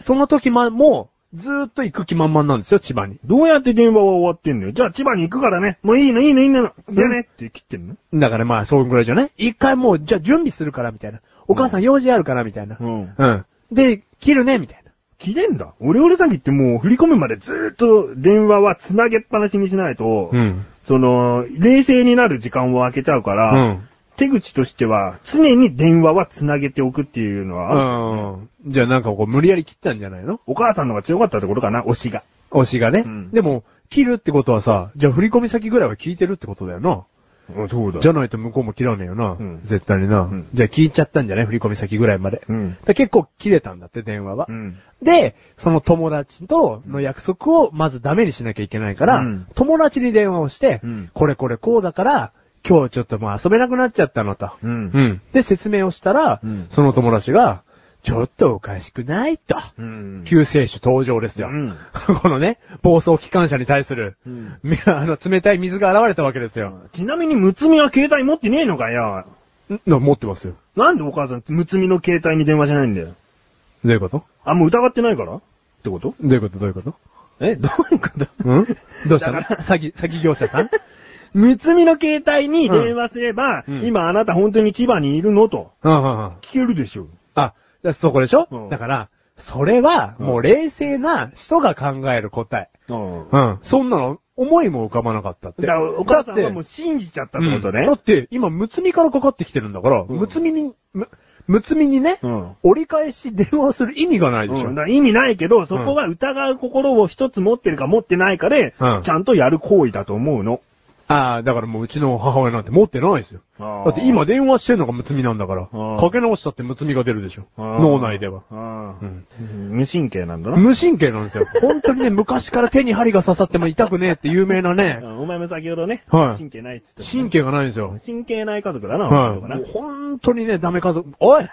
Speaker 3: その時ま、もう、ずーっと行く気満々なんですよ、千葉に。
Speaker 1: どうやって電話は終わってんのよ。じゃあ千葉に行くからね。もういいのいいのいいの。じゃあねって切ってんの
Speaker 3: だからまあ、そんぐらいじゃない一回もう、じゃあ準備するから、みたいな。お母さん用事あるから、みたいな。
Speaker 1: ん。
Speaker 3: うん。で、切るね、みたいな。
Speaker 1: 切れんだ。オレオレ詐欺ってもう振り込むまでずーっと電話は繋げっぱなしにしないと、
Speaker 3: ん。
Speaker 1: その、冷静になる時間を空けちゃうから、
Speaker 3: うん。
Speaker 1: 手口としては常に電話は繋げておくっていうのはある、
Speaker 3: うん。じゃあなんかこう無理やり切ったんじゃないの
Speaker 1: お母さんの方が強かったってことかな、推しが。
Speaker 3: 推しがね。
Speaker 1: うん
Speaker 3: でも、切るってことはさ、じゃあ振り込み先ぐらいは聞いてるってことだよな。
Speaker 1: そうだ
Speaker 3: じ
Speaker 1: じ
Speaker 3: ゃ
Speaker 1: ゃ、
Speaker 3: ないと向こうも切らねえよな。
Speaker 1: うん
Speaker 3: 絶対にな、
Speaker 1: うん
Speaker 3: じゃあ聞いちゃったんじゃない振り込み先ぐらいまで。
Speaker 1: うん。
Speaker 3: だから結構切れたんだって、電話は、
Speaker 1: うん。
Speaker 3: で、その友達との約束をまずダメにしなきゃいけないから、
Speaker 1: うん
Speaker 3: 友達に電話をして、
Speaker 1: うん
Speaker 3: これこれこうだから、今日ちょっともう遊べなくなっちゃったのと。
Speaker 1: うん
Speaker 3: うん。で、説明をしたら、
Speaker 1: うん
Speaker 3: その友達が、ちょっとおかしくないと。
Speaker 1: うん
Speaker 3: 救世主登場ですよ。
Speaker 1: うん
Speaker 3: <laughs> このね、暴走機関車に対する、
Speaker 1: うん
Speaker 3: み <laughs> あの、冷たい水が現れたわけですよ。
Speaker 1: ちなみに、むつみは携帯持ってねえのかよ。
Speaker 3: んな持ってますよ。
Speaker 1: なんでお母さん、むつみの携帯に電話じゃないんだよ。
Speaker 3: どういうこと
Speaker 1: あ、もう疑ってないからってこと
Speaker 3: どういうことどういうこと
Speaker 1: え、どういうこと <laughs>
Speaker 3: んどうしたの
Speaker 1: だか
Speaker 3: 詐欺、詐欺業者
Speaker 1: <laughs>
Speaker 3: さん
Speaker 1: むつみの携帯に電話すれば、
Speaker 3: うんうん
Speaker 1: 今あなた本当に千葉にいるのと
Speaker 3: うんうんうん。
Speaker 1: 聞けるでしょ。
Speaker 3: あ、だそこでしょ、
Speaker 1: うん
Speaker 3: だから、それは、
Speaker 1: うん
Speaker 3: もう冷静な人が考える答え。
Speaker 1: うん。
Speaker 3: うん。そんなの、思いも浮かばなかったって。
Speaker 1: だからお母さん
Speaker 3: だ
Speaker 1: は
Speaker 3: って
Speaker 1: もう信じちゃったってこと
Speaker 3: うん
Speaker 1: ね
Speaker 3: だ。って、今、むつみからかかってきてるんだから、
Speaker 1: うん
Speaker 3: むつみに、む、むつみにね、
Speaker 1: うん
Speaker 3: 折り返し電話する意味がないでしょ。
Speaker 1: うんだから意味ないけど、そこは疑う心を一つ持ってるか持ってないかで、
Speaker 3: うん
Speaker 1: ちゃんとやる行為だと思うの。
Speaker 3: ああ、だからもううちの母親なんて持ってないですよ。
Speaker 1: あー
Speaker 3: だって今電話してんのがむつみなんだから、
Speaker 1: あー
Speaker 3: かけ直したってむつみが出るでしょ。脳内では。
Speaker 1: あー
Speaker 3: うん
Speaker 1: 無神経なんだな。
Speaker 3: 無神経なんです
Speaker 1: <laughs>
Speaker 3: よ。本当にね、昔から手に針が刺さっても痛くねえって有名なね、
Speaker 1: お前も先ほどね、
Speaker 3: はい
Speaker 1: 神経ないっつってたね
Speaker 3: 神経がないんですよ。
Speaker 1: 神経ない家族だな、
Speaker 3: はい。
Speaker 1: お
Speaker 3: も
Speaker 1: 前の
Speaker 3: う
Speaker 1: とこ
Speaker 3: 本当にね、ダメ家族。おい <laughs>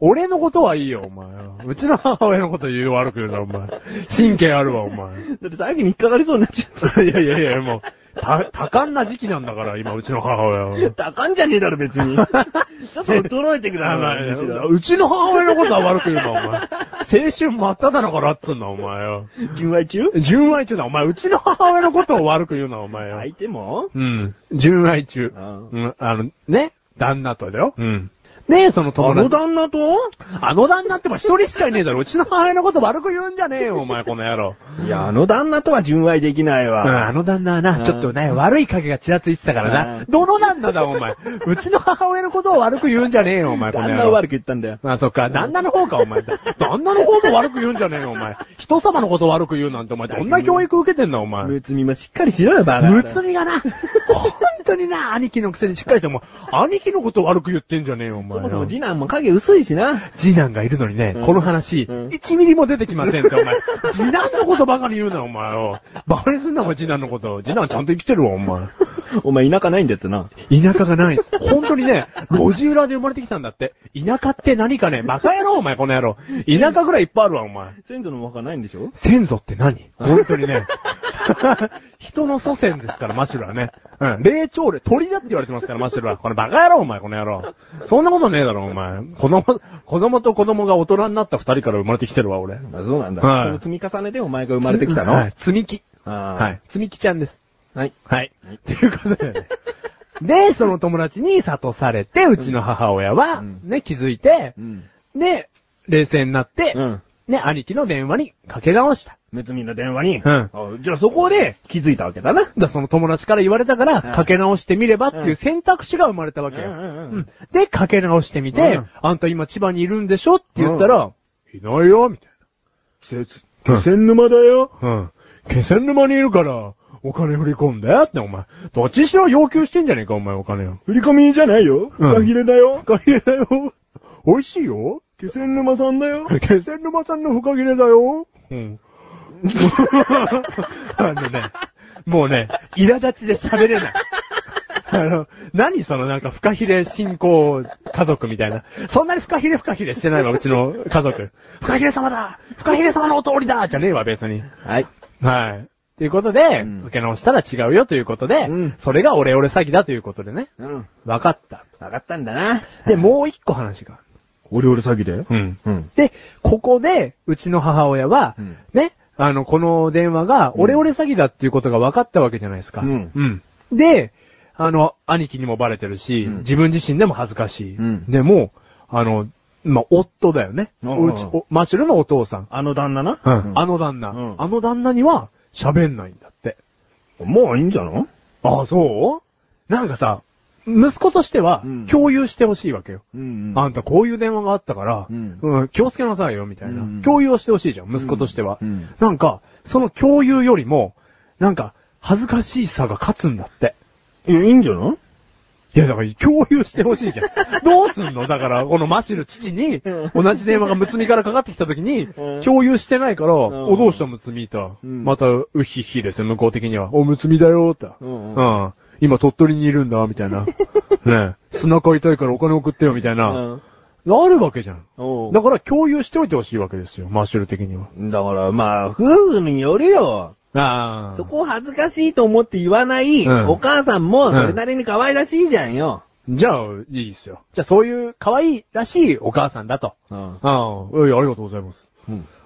Speaker 3: 俺のことはいいよ、お前。うちの母親のこと言う悪く言うな、お前。神経あるわ、お前。
Speaker 1: なだって最後に引っかかりそうになっちゃった。
Speaker 3: いやいやいや、もう、た、多感な時期なんだから、今、うちの母親は。
Speaker 1: <laughs> 高んじゃねえだろ、別
Speaker 3: <laughs>
Speaker 1: に。ちょっと衰えてください。
Speaker 3: うちの母親のことは悪く言うな、お前。青春真っ只中だっつうんだ、お前よ。
Speaker 1: 純愛中
Speaker 3: 純愛中だ、お前。うちの母親のことを悪く言うな、お前よ。
Speaker 1: 相手も
Speaker 3: うん。純愛中。う
Speaker 1: あ
Speaker 3: ん。あの、ね。旦那とだよ。うん。ねえ、その友達。
Speaker 1: 旦那と
Speaker 3: あの旦那っても一人しかいねえだろ。うちの母親のこと悪く言うんじゃねえよ、お前、この野郎。
Speaker 1: いや、あの旦那とは純愛できない
Speaker 3: うん、あ
Speaker 1: わ。
Speaker 3: の旦那は
Speaker 1: う
Speaker 3: な、
Speaker 1: ん
Speaker 3: ちょっとね、悪い影がちらついてたから
Speaker 1: う
Speaker 3: な。
Speaker 1: ん
Speaker 3: どの旦那だ、お前。うちの母親のことを悪く言うんじゃねえよ、お前、この野
Speaker 1: 旦那を
Speaker 3: 郎。
Speaker 1: 悪く言ったんだよ。
Speaker 3: あ、そっか。旦那の方か、お前。だ旦那の方も悪く言うんじゃねえよ、お前。人様のこと悪く言うなんて、お前、どんな教育受けてんだ、お前。
Speaker 1: むつみもしっかりしろよ、バカ。
Speaker 3: むつみ
Speaker 1: <laughs>
Speaker 3: がな、本当にな、兄貴のくせにしっかりして、もう兄貴のこと悪く言ってんじゃねえよ、お前
Speaker 1: そ
Speaker 3: な。
Speaker 1: もそも次男も影薄いし <laughs> な。
Speaker 3: 次男がいるのにね、
Speaker 1: うん
Speaker 3: この話、
Speaker 1: うん
Speaker 3: 1ミリも出てきませ
Speaker 1: <laughs>
Speaker 3: んって、お前。次男のことばかり言うな、お前を。バカにすんな、お前、次男のこと。次男ちゃんと生きてるわ、お前。
Speaker 1: お前田舎ないんだってな。
Speaker 3: 田舎がないんです。本当にね、路地裏で生まれてきたんだって。田舎って何かね、バカ野郎、お前、この野郎。田舎ぐらいいっぱいあるわ、お前。
Speaker 1: 先祖のお墓ないんでしょ
Speaker 3: 先祖って何 <laughs> 本当にね。人の祖先ですから、マシュルはね。うん。霊長類、鳥だって言われてますから、マシュルは。これバカ野郎、お前、この野郎。そんなことねえだろ、お前。子供、子供と子供が大人になった二人から生まれてきてるわ、俺。
Speaker 1: あそうなんだ。
Speaker 3: はい
Speaker 1: その積み重ねでお前が生まれてきたの
Speaker 3: はい。積み木。は。
Speaker 1: はい
Speaker 3: 積み木ちゃんです。
Speaker 1: はい。
Speaker 3: はい。っていうことでね。で、 <laughs> その友達に諭されて、うちの母親は、
Speaker 1: うん
Speaker 3: ね、気づいて
Speaker 1: う、ん。
Speaker 3: で、冷静になって、
Speaker 1: うん。
Speaker 3: ね、兄貴の電話にかけ直した。
Speaker 1: むつみの電話に。
Speaker 3: うん
Speaker 1: あじゃあそこで気づいたわけだな。
Speaker 3: だ、その友達から言われたから、
Speaker 1: うん
Speaker 3: かけ直してみればっていううん選択肢が生まれたわけよ。
Speaker 1: うんうんうん
Speaker 3: うんで、かけ直してみて、
Speaker 1: うん
Speaker 3: あんた今千葉にいるんでしょって言ったら、いないよ、みたい
Speaker 1: せつ気仙沼だよ。
Speaker 3: な。うん。気仙沼にいるから、お金振り込んでって、お前。どっちにしろ要求してんじゃねえか、お前、お金を。
Speaker 1: 振り込みじゃ <laughs> ない
Speaker 3: う
Speaker 1: よ。
Speaker 3: ん
Speaker 1: フカヒレだよ。
Speaker 3: フカヒレだよ。美味しいよ。
Speaker 1: 気仙沼さんだよ。
Speaker 3: 気仙沼さんのフカヒレだよ。うん。 <laughs> あのね、もうね、苛立ちで喋れない。 <laughs> あの、何そのなんかフカヒレ信仰家族みたいな。そんなにフカヒレフカヒレしてないわ、うちの家族。フカヒレ様だフカヒレ様のお通りだじゃねえわ、別に。
Speaker 1: はい。
Speaker 3: はい。ということで、
Speaker 1: うん
Speaker 3: 受け直したら違うよということで、
Speaker 1: うん
Speaker 3: それがオレオレ詐欺だということでね。
Speaker 1: うん。
Speaker 3: 分かった。
Speaker 1: わかったんだな。
Speaker 3: で、もう一個話があ
Speaker 1: オレオレ詐欺だよ。
Speaker 3: る。うん。
Speaker 1: うん。
Speaker 3: で、ここで、うちの母親は、
Speaker 1: うん
Speaker 3: ね、あの、この電話が、
Speaker 1: うん
Speaker 3: オレオレ詐欺だっていうことが分かったわけじゃないですか。
Speaker 1: うん
Speaker 3: で、あの、兄貴にもバレてるし、
Speaker 1: うん
Speaker 3: 自分自身でも恥ずかしい。
Speaker 1: うん
Speaker 3: でも、あの、まあ、夫だよね。
Speaker 1: う
Speaker 3: う
Speaker 1: ん
Speaker 3: ち、おマシュルのお父さん。
Speaker 1: あの旦那な。
Speaker 3: あの旦那、
Speaker 1: うん
Speaker 3: あの旦那には、喋んないんだって。
Speaker 1: の、もういいんじゃの
Speaker 3: ああ、そうなんかさ、息子としては
Speaker 1: うん、
Speaker 3: 共有してほしいわけよ。
Speaker 1: うん
Speaker 3: あんたこういう電話があったから、
Speaker 1: うん
Speaker 3: うん気をつけなさいよ、みたいな、
Speaker 1: うん
Speaker 3: 共有をしてほしいじゃん、息子としては。
Speaker 1: うんうん
Speaker 3: なんか、その共有よりも、なんか、恥ずかしさが勝つんだって。
Speaker 1: いや、いいんじゃの
Speaker 3: いや、だから共有してほしいじゃん。
Speaker 1: <laughs>
Speaker 3: どうすんのだから、このマシル父に、
Speaker 1: う
Speaker 3: 同じ電話がムツミからかかってきた時に
Speaker 1: う、ん
Speaker 3: 共有してないから、
Speaker 1: ん
Speaker 3: お、どうしたムツミと。
Speaker 1: うん
Speaker 3: また、ウヒヒですよ、向こう的には。お、ムツミだよ、と。
Speaker 1: うんう
Speaker 3: うん。今鳥取にいるんだ、みたい
Speaker 1: <laughs>
Speaker 3: な。ねえ砂買いたいからお金送ってよ、みたいな。
Speaker 1: うん。
Speaker 3: あるわけじゃん。
Speaker 1: お
Speaker 3: だから共有しておいてほしいわけですよ、マッシュル的には。
Speaker 1: だから、まあ、夫婦によるよ。
Speaker 3: あ
Speaker 1: そこを恥ずかしいと思って言わない、
Speaker 3: うん
Speaker 1: お母さんも、それなりに可愛らしいじゃんよ。
Speaker 3: じゃあ、いいっすよ。じゃあ、そういう可愛いらしいお母さんだと。
Speaker 1: うん。
Speaker 3: ああ、いやありがとうございます。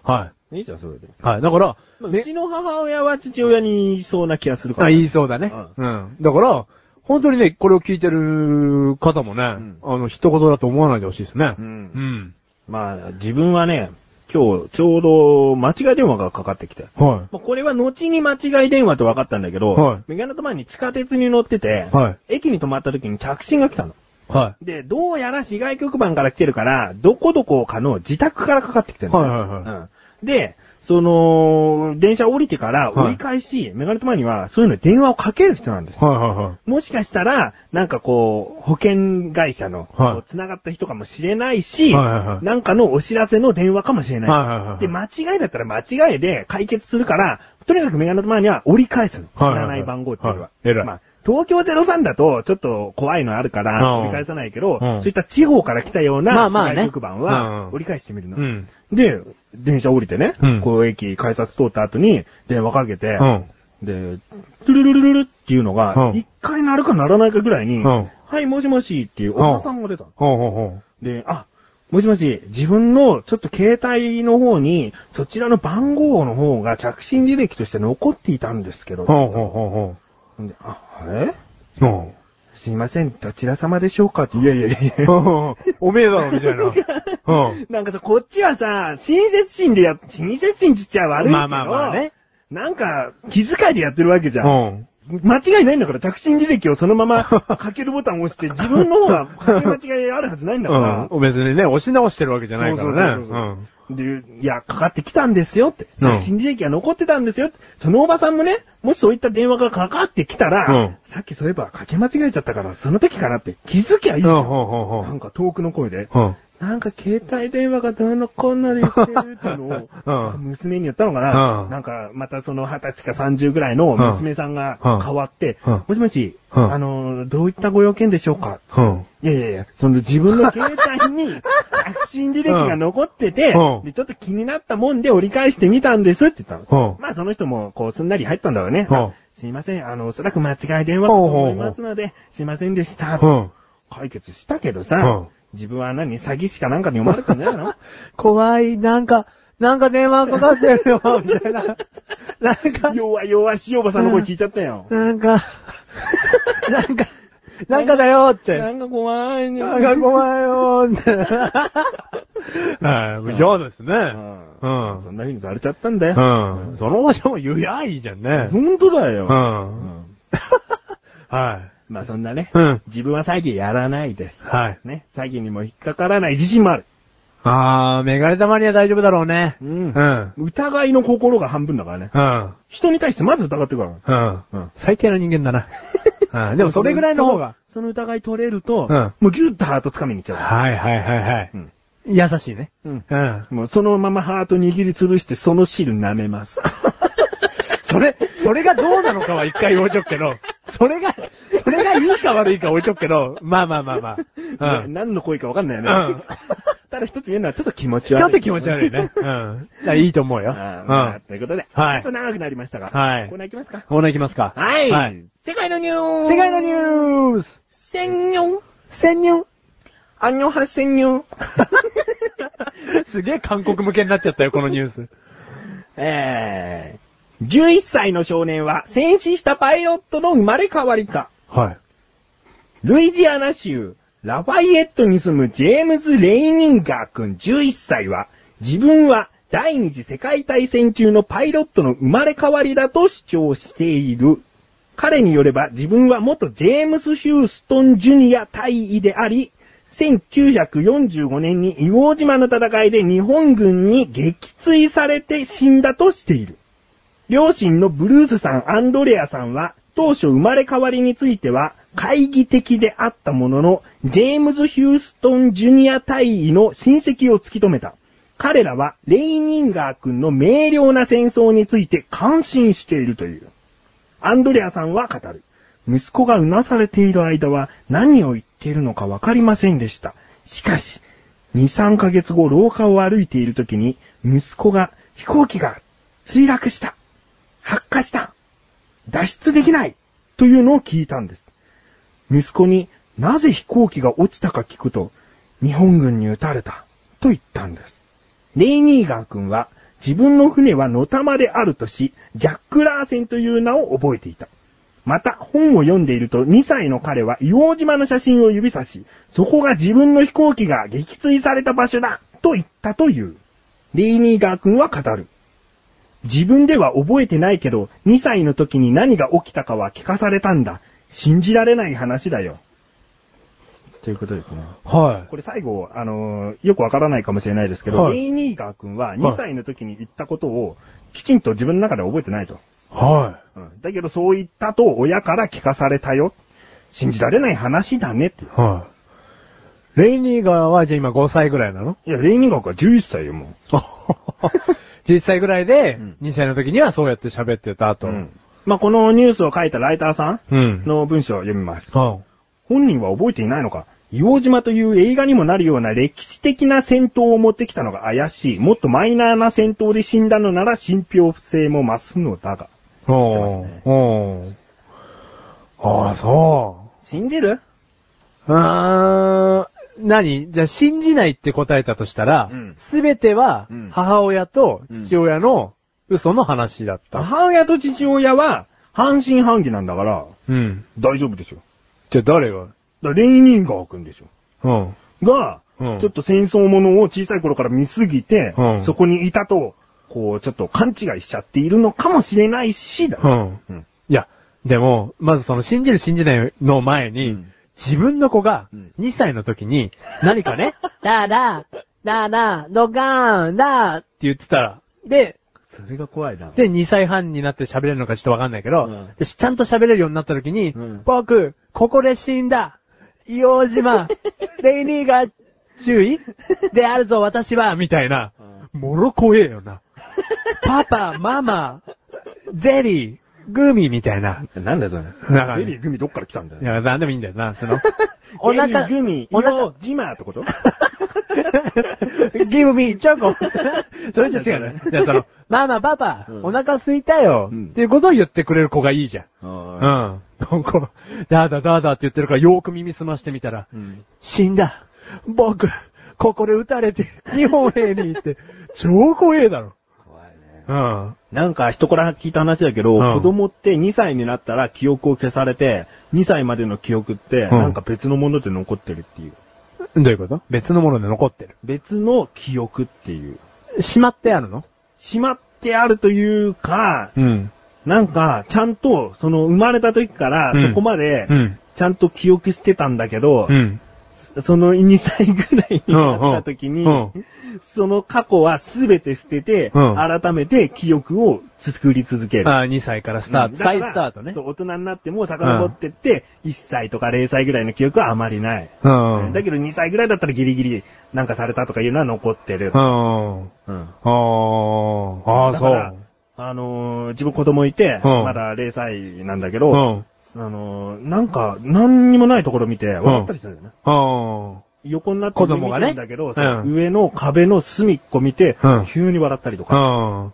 Speaker 3: はい
Speaker 1: いじゃん、それで。
Speaker 3: い。はい。だから、
Speaker 1: まあう
Speaker 3: ね、
Speaker 1: ちの母親は父親に言いそうな気がするから。
Speaker 3: あ、言いそうだね。う。
Speaker 1: うん
Speaker 3: だから、本当にね、これを聞いてる方もね、
Speaker 1: ん
Speaker 3: あの、一言だと思わないでほしいですね。
Speaker 1: うん
Speaker 3: うん。
Speaker 1: まあ、自分はね、今日、ちょうど、間違い電話がかかってきて。
Speaker 3: は
Speaker 1: まあこれは後に間違い電話と分かったんだけど、
Speaker 3: はい
Speaker 1: メガネと前に地下鉄に乗ってて、
Speaker 3: は
Speaker 1: 駅に止まった時に着信が来たの。
Speaker 3: い。は
Speaker 1: で、どうやら市外局番から来てるから、どこどこかの自宅からかかってきてる
Speaker 3: はいはいはい
Speaker 1: うん。で、その、電車降りてから
Speaker 3: はい
Speaker 1: 折り返し、メガネと前には、そういうのに電話をかける人なんです。
Speaker 3: はいはいはい。
Speaker 1: もしかしたら、なんかこう、保険会社の、
Speaker 3: はい
Speaker 1: こう繋がった人かもしれないし、
Speaker 3: はいはいはい
Speaker 1: なんかのお知らせの電話かもしれない。
Speaker 3: はいはいはい
Speaker 1: で、間違いだったら間違いで解決するから、とにかくメガネの前には折り返すの。知
Speaker 3: はいはいはい
Speaker 1: らない番号っていうのは。
Speaker 3: はい偉い
Speaker 1: まあ東京03だと、ちょっと怖いのあるから、
Speaker 3: うん
Speaker 1: 折り返さないけど、
Speaker 3: うん
Speaker 1: そういった地方から来たよう
Speaker 3: ま
Speaker 1: な、
Speaker 3: あまあね
Speaker 1: 特番
Speaker 3: う
Speaker 1: は
Speaker 3: ん、
Speaker 1: 折り返してみるの。
Speaker 3: うん。
Speaker 1: で、電車降りてね、
Speaker 3: うん
Speaker 1: こう駅改札通った後に電話かけて、
Speaker 3: うん。
Speaker 1: で、トゥルルルルルっていうのが
Speaker 3: う、ん
Speaker 1: 一回鳴るか鳴らないかぐらいに、
Speaker 3: うん
Speaker 1: はい、もしもしっていうおばさんが出たの。
Speaker 3: ほうほうほう。
Speaker 1: で、あ、もしもし、自分のちょっと携帯の方に、そちらの番号の方が着信履歴として残っていたんですけど、
Speaker 3: ほうほうほうほ
Speaker 1: であ、え
Speaker 3: う。 <laughs> ほ
Speaker 1: すいません、どちら様でしょうかっていやいやいやいうや。
Speaker 3: ほうおめえだろ、みたいな。うん。
Speaker 1: なんかさ、こっちはさ、親切心でや、親切心ちっちゃ悪いけど、
Speaker 3: まあまあまあね。
Speaker 1: なんか、気遣いでやってるわけじゃ。
Speaker 3: うんん。
Speaker 1: 間違いないんだから、着信履歴をそのまま、かけるボタンを
Speaker 3: <laughs>
Speaker 1: 押して、自分の方が、かけ間違いあるはずないんだ
Speaker 3: う
Speaker 1: から
Speaker 3: ん。。別にね、押し直してるわけじゃないから
Speaker 1: そう
Speaker 3: ね。
Speaker 1: そう
Speaker 3: う
Speaker 1: そ
Speaker 3: ん。
Speaker 1: うそうで、いや、かかってきたんですよって。
Speaker 3: うん
Speaker 1: 着信履歴が残ってたんですよって。そのおばさんもね、もしそういった電話がかかってきたら、
Speaker 3: うん
Speaker 1: さっきそういえばかけ間違えちゃったから、その時かなって気づきゃいいじゃ
Speaker 3: うん、
Speaker 1: ん。
Speaker 3: ほうほうほ
Speaker 1: な
Speaker 3: うん
Speaker 1: か遠くの声で。。
Speaker 3: うん。
Speaker 1: なんか携帯電話がどうのこんなで言ってるっていうのを、
Speaker 3: <laughs> うん
Speaker 1: 娘に言ったのかな、
Speaker 3: うん
Speaker 1: なんかまたその20歳か30ぐらいの娘さんが
Speaker 3: うん
Speaker 1: 変わって、
Speaker 3: うん
Speaker 1: もしもし、
Speaker 3: うん
Speaker 1: あの、どういったご用件でしょうか
Speaker 3: うん。
Speaker 1: いやいやいや、その自分の携帯
Speaker 3: <laughs>
Speaker 1: に着信履歴が残ってて、
Speaker 3: うん
Speaker 1: で、ちょっと気になったもんで折り返してみたんですって言ったの。
Speaker 3: うん
Speaker 1: まあその人もこうすんなり入ったんだろうね。
Speaker 3: うん
Speaker 1: あすいません、あの、おそらく間違い電話だと思いますので、すいませんでした。
Speaker 3: うん。
Speaker 1: 解決したけどさ、
Speaker 3: うん
Speaker 1: 自分は何詐欺師かなんかに思われたんじゃな
Speaker 3: <laughs>
Speaker 1: いの
Speaker 3: 怖い、なんか、なんか電話かかって
Speaker 1: <laughs>
Speaker 3: るよ、みたいな。なんか、
Speaker 1: 弱々しいおばさんの声聞いちゃ <laughs> ったよ。
Speaker 3: なんか、なんか、なんかだよって。
Speaker 1: なんか怖いね。
Speaker 3: なんか怖いよーって。はい、嫌ですね。
Speaker 1: う
Speaker 3: うんん。
Speaker 1: そんな風にされちゃったんだよ。
Speaker 3: うん。その場所も言うやいいじゃんね。
Speaker 1: 本当だよ。
Speaker 3: うん
Speaker 1: うん
Speaker 3: はい。
Speaker 1: まあそんなね、
Speaker 3: うん。
Speaker 1: 自分は詐欺やらないです。
Speaker 3: はい。
Speaker 1: ね、詐欺にも引っかからない自信もある。
Speaker 3: あー、メガネ玉には大丈夫だろうね。
Speaker 1: う
Speaker 3: うんん。
Speaker 1: 疑いの心が半分だからね。
Speaker 3: うん。
Speaker 1: 人に対してまず疑ってから。
Speaker 3: うん。
Speaker 1: うん。
Speaker 3: 最低な人間だ <laughs> な。うん。でもそれぐらいの方が。
Speaker 1: その。その疑い取れると、
Speaker 3: うん
Speaker 1: もうギュッとハート掴みに行っちゃ
Speaker 3: はいはいはいはい。
Speaker 1: うん
Speaker 3: 優しいね。
Speaker 1: う。うん。
Speaker 3: うん。
Speaker 1: もうそのままハート握りつぶして、その汁舐めます。
Speaker 3: それ、それがどうなのかは一回置いとくけど、それが、それがいいか悪いか置いとくけど、まあまあまあまあ。うん。
Speaker 1: 何の声かわかんないよね。
Speaker 3: うん
Speaker 1: ただ一つ言えるのはちょっと気持ち
Speaker 3: ち
Speaker 1: 悪い。
Speaker 3: ょっと気持ち悪いね。うん。だからいいと思うよ。う
Speaker 1: あーまあ
Speaker 3: ん。
Speaker 1: ということで、
Speaker 3: はい
Speaker 1: ちょっと長くなりましたが、
Speaker 3: はい
Speaker 1: コーナーいきますか。
Speaker 3: コーナーいきますか。
Speaker 1: はい。
Speaker 3: はい。
Speaker 1: 世界のニュース
Speaker 3: 世界のニュース
Speaker 1: 潜入
Speaker 3: 潜入
Speaker 1: アンニョハ潜入
Speaker 3: <laughs> すげえ韓国向けになっちゃったよ、このニュース。
Speaker 1: えー、11歳の少年は戦死したパイロットの生まれ変わりか。
Speaker 3: はい。
Speaker 1: ルイジアナ州ラファイエットに住むジェームズ・レイニンガー君11歳は、自分は第二次世界大戦中のパイロットの生まれ変わりだと主張している。彼によれば自分は元ジェームス・ヒューストン・ジュニア大尉であり、1945年に硫黄島の戦いで日本軍に撃墜されて死んだとしている。両親のブルースさん、アンドレアさんは、当初生まれ変わりについては、懐疑的であったものの、ジェームズ・ヒューストン・ジュニア大尉の親戚を突き止めた。彼らは、レイニンガー君の明瞭な戦争について感心しているという。アンドレアさんは語る。息子がうなされている間は何を言っているのかわかりませんでした。しかし、2、3ヶ月後廊下を歩いている時に、息子が飛行機が墜落した。発火した。脱出できない。というのを聞いたんです。息子になぜ飛行機が落ちたか聞くと、日本軍に撃たれた。と言ったんです。レイニーガー君は自分の船は野玉であるとし、ジャック・ラーセンという名を覚えていた。また、本を読んでいると2歳の彼は硫黄島の写真を指さし、そこが自分の飛行機が撃墜された場所だと言ったという。レイニーガー君は語る。自分では覚えてないけど、2歳の時に何が起きたかは聞かされたんだ。信じられない話だよ。ということですね。
Speaker 3: はい。
Speaker 1: これ最後、あのーよくわからないかもしれないですけど、
Speaker 3: はい
Speaker 1: レイニーガー君はい2歳の時に言ったことを、きちんと自分の中で覚えてないと。
Speaker 3: は
Speaker 1: うん、だけどそう言ったと親から聞かされたよ。信じられない話だねって。
Speaker 3: い。はい。レイニーガーはじゃあ今5歳ぐらいな
Speaker 1: <laughs>
Speaker 3: の
Speaker 1: いや、レイニーガー君は11歳よ、も
Speaker 3: 10歳ぐらいで
Speaker 1: うん、
Speaker 3: 2歳の時にはそうやって喋ってた
Speaker 1: う。
Speaker 3: と。
Speaker 1: う。ん。まあ、このニュースを書いたライターさ
Speaker 3: うん
Speaker 1: ん。の文章を読みます。
Speaker 3: うん。
Speaker 1: 本人は覚えていないのか硫黄島という映画にもなるような歴史的な戦闘を持ってきたのが怪しい。もっとマイナーな戦闘で死んだのなら信憑性も増すのだが。
Speaker 3: お
Speaker 1: 知ってますね
Speaker 3: ー。おー。ああ、そ
Speaker 1: 信じる
Speaker 3: う。うーん。何じゃあ信じないって答えたとしたら
Speaker 1: うん、
Speaker 3: すべ、ては
Speaker 1: うん
Speaker 3: 母親と父親の嘘の話だった。
Speaker 1: 母親と父親は半信半疑なんだから
Speaker 3: うん。
Speaker 1: 大丈夫でしょ。
Speaker 3: じゃあ誰が
Speaker 1: だからレイニンガー君でしょ。
Speaker 3: うん。
Speaker 1: が、
Speaker 3: うん
Speaker 1: ちょっと戦争ものを小さい頃から見すぎて、
Speaker 3: うん
Speaker 1: そこにいたと、こう、ちょっと勘違いしちゃっているのかもしれないし、だ
Speaker 3: う
Speaker 1: よ、
Speaker 3: ん。
Speaker 1: うん。
Speaker 3: いや、でも、まずその信じる信じないの前に、
Speaker 1: うん
Speaker 3: 自分の子が
Speaker 1: うん
Speaker 3: 2歳の時に何かね、だーだー、だーだー、ドカーン、だーって言ってたら、で、
Speaker 1: それが怖いな。
Speaker 3: で、2歳半になって喋れるのかちょっとわかんないけど、
Speaker 1: うん
Speaker 3: でちゃんと喋れるようになった時に、
Speaker 1: うん
Speaker 3: 僕、ここで死んだ硫黄島、レイニーが注意であるぞ、私はみたいな、もろ怖えよな。パパ、ママ、ゼリー、グミみたいな。
Speaker 1: なんだよ、それ。
Speaker 3: からね
Speaker 1: ベリーグミどっから来たんだ
Speaker 3: い
Speaker 1: よ。
Speaker 3: や、なんでもいいんだよな、その。
Speaker 1: お腹、グミ、
Speaker 3: <laughs> お腹 <laughs>
Speaker 1: 色、、ジマーってこと
Speaker 3: give me, チ <laughs> ョコ。それじゃ違うね。じゃあ <laughs> その、ママ、パパ、
Speaker 1: うん
Speaker 3: お腹空いたよ、
Speaker 1: うん
Speaker 3: っていうことを言ってくれる子がいいじゃん。う。
Speaker 1: うん
Speaker 3: こうだーだだーだって言ってるからよーく耳澄ましてみたら、
Speaker 1: ん。
Speaker 3: 死んだ。僕、ここで撃たれて、日本兵に行って、超怖えだろ。
Speaker 1: 怖いね。
Speaker 3: うん。
Speaker 1: なんか人から聞いた話だけど、
Speaker 3: うん
Speaker 1: 子供って2歳になったら記憶を消されて、2歳までの記憶って、
Speaker 3: うん
Speaker 1: なんか別のもので残ってるっていう。
Speaker 3: どういうこと別のもので残ってる。
Speaker 1: 別の記憶っていう。
Speaker 3: しまってあるの
Speaker 1: しまってあるというか、
Speaker 3: うん。
Speaker 1: なんか、ちゃんと、その、生まれた時から、
Speaker 3: うん
Speaker 1: そこまで
Speaker 3: う、ん。
Speaker 1: ちゃんと記憶してたんだけど、
Speaker 3: うん。
Speaker 1: その2歳ぐらいになった時に、
Speaker 3: うんうん
Speaker 1: その過去は全て捨てて、
Speaker 3: うん
Speaker 1: 改めて記憶を作り続ける。
Speaker 3: ああ、2歳からスター
Speaker 1: うん
Speaker 3: ト。
Speaker 1: だか
Speaker 3: 再
Speaker 1: ら
Speaker 3: スタートね
Speaker 1: そ。う、大人になっても遡ってって、1歳とか0歳ぐらいの記憶はあまりない。
Speaker 3: うん。
Speaker 1: だけど2歳ぐらいだったらギリギリなんかされたとかいうのは残ってる。
Speaker 3: うん。
Speaker 1: うん
Speaker 3: あーあー、
Speaker 1: だ
Speaker 3: そ
Speaker 1: から
Speaker 3: う。
Speaker 1: あのー自分子供いて、
Speaker 3: うん
Speaker 1: まだ0歳なんだけ
Speaker 3: う
Speaker 1: ど、
Speaker 3: ん。
Speaker 1: あのーなんか、何にもないところ見て、笑ったりするよね。
Speaker 3: うん。
Speaker 1: 横になって
Speaker 3: 子供がね
Speaker 1: 上見てんだけど、
Speaker 3: うん
Speaker 1: 上の壁の隅っこ見て、
Speaker 3: うん
Speaker 1: 急に笑ったりと
Speaker 3: う
Speaker 1: か、
Speaker 3: ん。うん。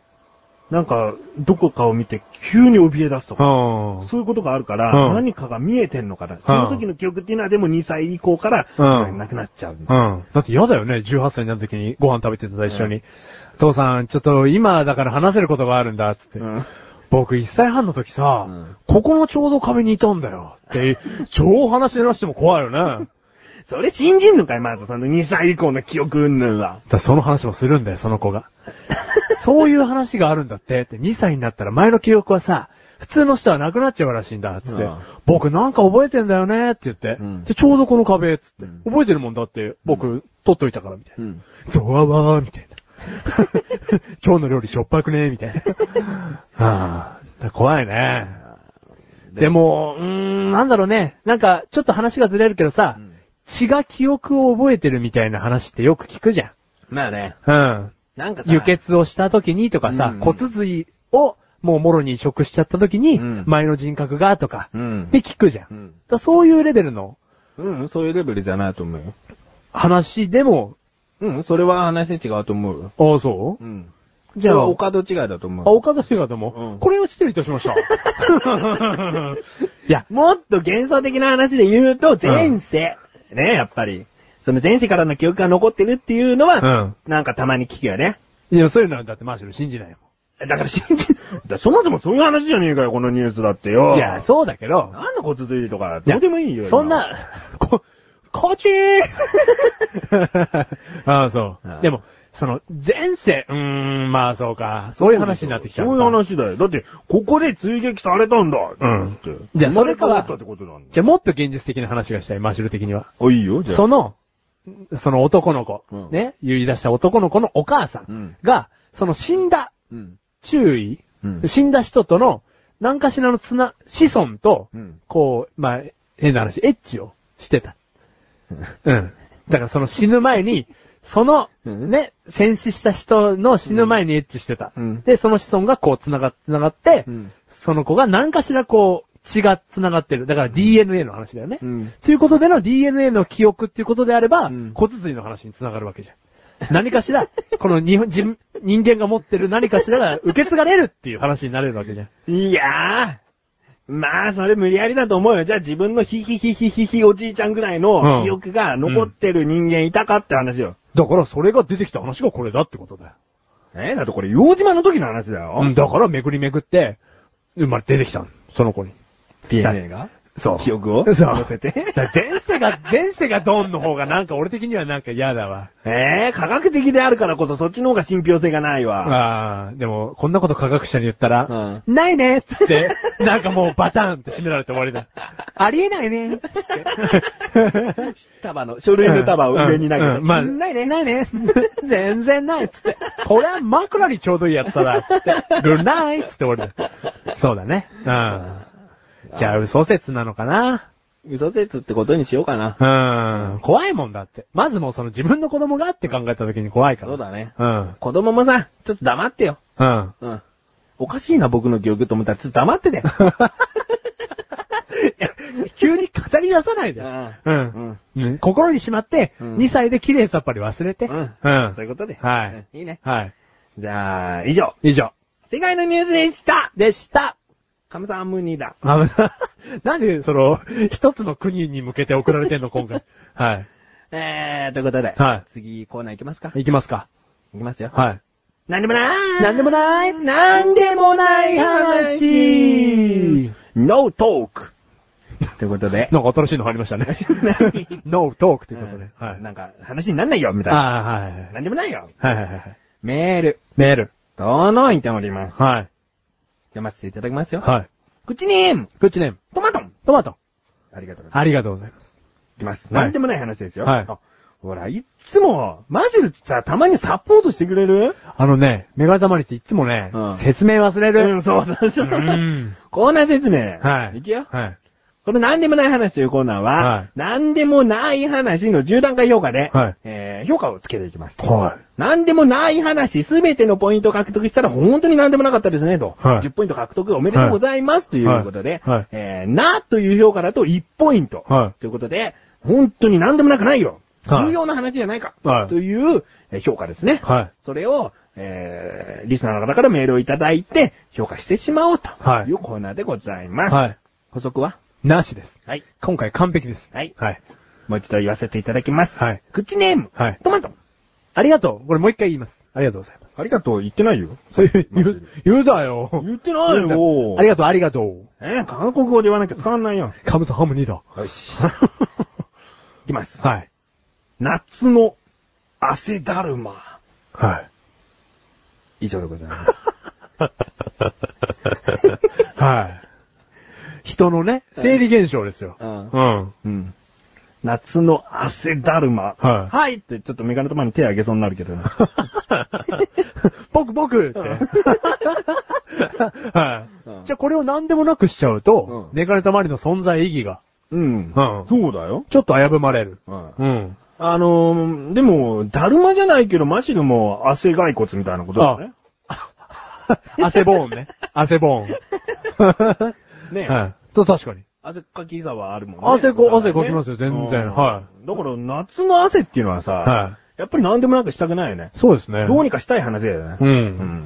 Speaker 1: なんか、どこかを見て、急に怯え出すとか、
Speaker 3: うん
Speaker 1: そういうことがあるから、
Speaker 3: うん
Speaker 1: 何かが見えてんのかな。その時の記憶っていうのは、でも2歳以降から、
Speaker 3: うん
Speaker 1: なくなっちゃう。
Speaker 3: うん。だって嫌だよね、18歳になる時にご飯食べてた一緒に。父さん、ちょっと今だから話せることがあるんだ、つって。
Speaker 1: うん
Speaker 3: 僕1歳半の時さ、
Speaker 1: うん
Speaker 3: ここのちょうど壁にいたんだよ。
Speaker 1: <laughs>
Speaker 3: って、超話し出しても怖いよね。
Speaker 1: それ信じんのかい、まず、その2歳以降の記憶云々は。
Speaker 3: だからその話もするんだよ、その子が。そういう話があるんだって、って2歳になったら前の記憶はさ、普通の人はなくなっちゃうらしいんだ、つって。
Speaker 1: うん
Speaker 3: 僕なんか覚えてんだよね、って言って。
Speaker 1: うん
Speaker 3: で、ちょうどこの壁、つって、
Speaker 1: うん
Speaker 3: 覚えてるもんだって、僕、取っといたから、みたい
Speaker 1: うん。
Speaker 3: な。ゾワワー、みたいな。 <laughs> 今日の料理しょっぱくね、みたい
Speaker 1: <laughs>
Speaker 3: な。ああ、だから怖いね。でも、うーん、なんだろうね。なんか、ちょっと話がずれるけどさ、
Speaker 1: うん
Speaker 3: 血が記憶を覚えてるみたいな話ってよく聞くじゃん。
Speaker 1: まあね、
Speaker 3: うん。
Speaker 1: なんかさ、
Speaker 3: 輸血をした時にとかさ、
Speaker 1: うんうん
Speaker 3: 骨髄をもうもろに移植しちゃった時に、
Speaker 1: うん
Speaker 3: 前の人格がとか、
Speaker 1: うん
Speaker 3: で聞くじゃん。
Speaker 1: う
Speaker 3: だか
Speaker 1: ん。
Speaker 3: らそういうレベルの
Speaker 1: うん、そういうレベルじゃないと思うよ。
Speaker 3: 話でも、
Speaker 1: うん、それは話違うと思うよ。
Speaker 3: ああ、そう
Speaker 1: うん。
Speaker 3: じゃあ、
Speaker 1: お門違いだと思
Speaker 3: あ、
Speaker 1: う。
Speaker 3: 岡田氏がでも、
Speaker 1: うん
Speaker 3: これを失礼いたしま
Speaker 1: <laughs>
Speaker 3: した。いや、
Speaker 1: もっと幻想的な話で言うと、前世。ね、やっぱり。その前世からの記憶が残ってるっていうのは、
Speaker 3: うん。
Speaker 1: なんかたまに聞くよね。
Speaker 3: いや、そういうのだってマーシャル信じない
Speaker 1: だから信じ、 <laughs> だそもそもそういう話じゃねえかよ、このニュースだって
Speaker 3: も
Speaker 1: よ。
Speaker 3: ん。いや、そうだけど、
Speaker 1: なんだ骨髄とか、どうでもいいよ。
Speaker 3: やそん
Speaker 1: 今。 <laughs>
Speaker 3: な、こ、こちーああ、そう
Speaker 1: うん。
Speaker 3: でも、その、前世、うーん、まあそうか、そういう話になってきちゃう
Speaker 1: そう
Speaker 3: の
Speaker 1: いう
Speaker 3: か。
Speaker 1: 話だよ。だって、ここで追撃されたんだ。
Speaker 3: うん
Speaker 1: だって
Speaker 3: じゃあそれか
Speaker 1: 生
Speaker 3: ら
Speaker 1: ま変わったってことなんだ。
Speaker 3: じゃあもっと現実的な話がしたい、マシュル的には。
Speaker 1: あ、いいよ、じゃあ。
Speaker 3: その、その男の子、
Speaker 1: うん
Speaker 3: ね、言い出した男の子のお母さ
Speaker 1: うんん
Speaker 3: が、その死んだ
Speaker 1: うん。
Speaker 3: 注意、
Speaker 1: うん
Speaker 3: 死んだ人との、何かしらのつな、子孫と、
Speaker 1: うん
Speaker 3: こう、まあ、変な話、エッチをしてた。うん。だからその死ぬ前に、その、
Speaker 1: うん
Speaker 3: ね、戦死した人の死ぬ前にエッチしてた。
Speaker 1: うん
Speaker 3: で、その子孫がこう繋がっ、繋がって、
Speaker 1: うん
Speaker 3: その子が何かしらこう、血が繋がってる。だから DNA の話だよね。
Speaker 1: うん
Speaker 3: ということでの DNA の記憶っていうことであれば、
Speaker 1: うん
Speaker 3: 骨髄の話に繋がるわけじゃん。何かしら、 <laughs> この日本人、人間が持ってる何かしらが受け継がれるっていう話になれるわけじゃん。
Speaker 1: いやー。まあ、それ無理やりだと思うよ。じゃあ自分のヒヒヒヒヒヒおじいちゃんぐらい
Speaker 3: うん
Speaker 1: の記憶が残ってる人間いたかって話よ。
Speaker 3: だからそれが出てきた話がこれだってことだよ。
Speaker 1: えだってこれ、洋島の時の話だよ。
Speaker 3: うん、だからめぐりめぐって、生まれ出てきたのその子に。
Speaker 1: DNA が
Speaker 3: そう。
Speaker 1: 記憶を
Speaker 3: そう。
Speaker 1: 乗せて
Speaker 3: だから前世が、前世がドンの方がなんか俺的にはなんか嫌だわ。
Speaker 1: ええ科学的であるからこそそっちの方が信憑性がないわ。
Speaker 3: ああ、でも、こんなこと科学者に言ったら、
Speaker 1: う
Speaker 3: ないねっつ <laughs> って、なんかもうバタンって閉められて終わりだ。 <laughs> ありえないねっつ <laughs> って。
Speaker 1: 束の、書類の束を上に投げて。
Speaker 3: うんうんまあ、ないね、ないね。 <laughs> 全然ないっつって。これは枕にちょうどいいやつだなっつって。グッナイっつって終わりだ。そうだね。うん。じゃあ、嘘説なのかな
Speaker 1: 嘘説ってことにしようかな。
Speaker 3: うん。怖いもんだって。まずもうその自分の子供がって考えた時に怖いから。
Speaker 1: そうだね
Speaker 3: うん。
Speaker 1: 子供もさ、ちょっと黙ってよ。
Speaker 3: うん。
Speaker 1: うん。おかしいな、僕の記憶と思ったら、ちょっと黙って
Speaker 3: <laughs>
Speaker 1: て。
Speaker 3: いや急に語り出さないで。う
Speaker 1: うん
Speaker 3: ん。うん。心にしまって、
Speaker 1: うん
Speaker 3: 2歳で綺麗さっぱり忘れて。
Speaker 1: うん
Speaker 3: うん
Speaker 1: そういうことで。
Speaker 3: はい
Speaker 1: うんいいね。
Speaker 3: はい。
Speaker 1: じゃあ、以上。
Speaker 3: 以上。 <laughs>
Speaker 1: 世界のニュースでした
Speaker 3: でした。
Speaker 1: カムサハムニだ。
Speaker 3: あのさ、なんで、その、一つの国に向けて送られてんの、今
Speaker 1: <laughs>
Speaker 3: 回。はい。
Speaker 1: えー、ということで。
Speaker 3: はい
Speaker 1: 次、コーナー行きますか
Speaker 3: いきますか。
Speaker 1: 行きますよ。
Speaker 3: はい。
Speaker 1: なんでもなー
Speaker 3: なんでもない
Speaker 1: なんでもない話 !No talk! ということ
Speaker 3: <laughs>
Speaker 1: で。
Speaker 3: なんか新しいの入りました
Speaker 1: <laughs>
Speaker 3: ね。ノートークということで。はい。
Speaker 1: なんか、話になんないよ、みたいな。
Speaker 3: ああ、はいはいはい。
Speaker 1: なんでもないよ。
Speaker 3: はいはいはい。
Speaker 1: メール、
Speaker 3: メール。
Speaker 1: 届いております。
Speaker 3: はい。
Speaker 1: 読ませていただきますよ。
Speaker 3: はい。
Speaker 1: 口に、
Speaker 3: グッチネーム、
Speaker 1: トマト
Speaker 3: トマト。
Speaker 1: ありがとうございます。
Speaker 3: ありがとうございます。
Speaker 1: いきます。
Speaker 3: はい
Speaker 1: なんでもない話ですよ。
Speaker 3: はい
Speaker 1: あほら、いつも、マジでさ、たまにサポートしてくれる
Speaker 3: あのね、メガネたまりっていつもね、
Speaker 1: うん
Speaker 3: 説明忘れ
Speaker 1: う
Speaker 3: る。
Speaker 1: ん、そうそうそうう。
Speaker 3: ん。
Speaker 1: コーナー説明。
Speaker 3: はい。
Speaker 1: いくよ。
Speaker 3: はい。
Speaker 1: このなんでもない話というコーナーは、
Speaker 3: はい
Speaker 1: なんでもない話の10段階評価で、
Speaker 3: はい
Speaker 1: えー評価をつけていきます。
Speaker 3: は
Speaker 1: なんでもない話、すべてのポイントを獲得したら本当になんでもなかったですね、と。
Speaker 3: はい
Speaker 1: 10ポイント獲得おめでとうございます、ということで、
Speaker 3: はいはい
Speaker 1: えー、なという評価だと1ポイント。
Speaker 3: はい
Speaker 1: ということで、本当になんでもなくないよ。
Speaker 3: はい
Speaker 1: 重要な話じゃないか。
Speaker 3: はい
Speaker 1: というえー評価ですね。
Speaker 3: はい
Speaker 1: それを、えー、リスナーの方からメールをいただいて、評価してしまおうと
Speaker 3: はい
Speaker 1: いうコーナーでござい
Speaker 3: い。
Speaker 1: ます。
Speaker 3: はい。
Speaker 1: 補足は
Speaker 3: なしです。
Speaker 1: はい。
Speaker 3: 今回完璧です。
Speaker 1: はい
Speaker 3: はい。
Speaker 1: もう一度言わせていただきます。
Speaker 3: はい
Speaker 1: 口ネーム。
Speaker 3: はい
Speaker 1: トマト。
Speaker 3: ありがとう。これもう一回言います。ありがとうございます。
Speaker 1: ありがとう言ってないよ。
Speaker 3: そういう、
Speaker 1: マ
Speaker 3: 言
Speaker 1: ジ
Speaker 3: う、言うだよ。
Speaker 1: 言ってない
Speaker 3: 言う
Speaker 1: よ
Speaker 3: だありがとう、ありがとう。
Speaker 1: えー、韓国語で言わなきゃ使わないよ。
Speaker 3: カムとハム
Speaker 1: <laughs>
Speaker 3: ニーだ。
Speaker 1: よ
Speaker 3: <laughs>
Speaker 1: し。いきます。
Speaker 3: はい。
Speaker 1: 夏の汗だるま。
Speaker 3: はい。
Speaker 1: 以上でござい <laughs> ます。
Speaker 3: はい。人のね、生理現象ですよ。
Speaker 1: うん
Speaker 3: うん。
Speaker 1: うん。夏の汗だるま。
Speaker 3: はい
Speaker 1: はいって、ちょっとメガネとまに手あげそうになるけどな。
Speaker 3: <laughs> 僕、僕って。は
Speaker 1: う
Speaker 3: い。
Speaker 1: ん
Speaker 3: じゃあこれを何でもなくしちゃうと、
Speaker 1: うん
Speaker 3: メガネたまりの存在意義が、
Speaker 1: うん。
Speaker 3: うん
Speaker 1: そうだよ。
Speaker 3: ちょっと危ぶまれる。
Speaker 1: うん <laughs>
Speaker 3: うん。
Speaker 1: あのー、でも、だるまじゃないけど、マシルも汗骸骨みたいなことだよね。
Speaker 3: 汗ボーンね。汗ボーン。
Speaker 1: ねえ
Speaker 3: はい。と、確かに。
Speaker 1: 汗かきさはあるもんね。
Speaker 3: 汗こ
Speaker 1: お互いね
Speaker 3: 汗かきますよ全然
Speaker 1: うん
Speaker 3: は
Speaker 1: だから夏の汗っていうのはさ、
Speaker 3: は
Speaker 1: やっぱり何でもなんかしたくないよね。
Speaker 3: そうですね。
Speaker 1: どうにかしたい話だよね。
Speaker 3: う
Speaker 1: うん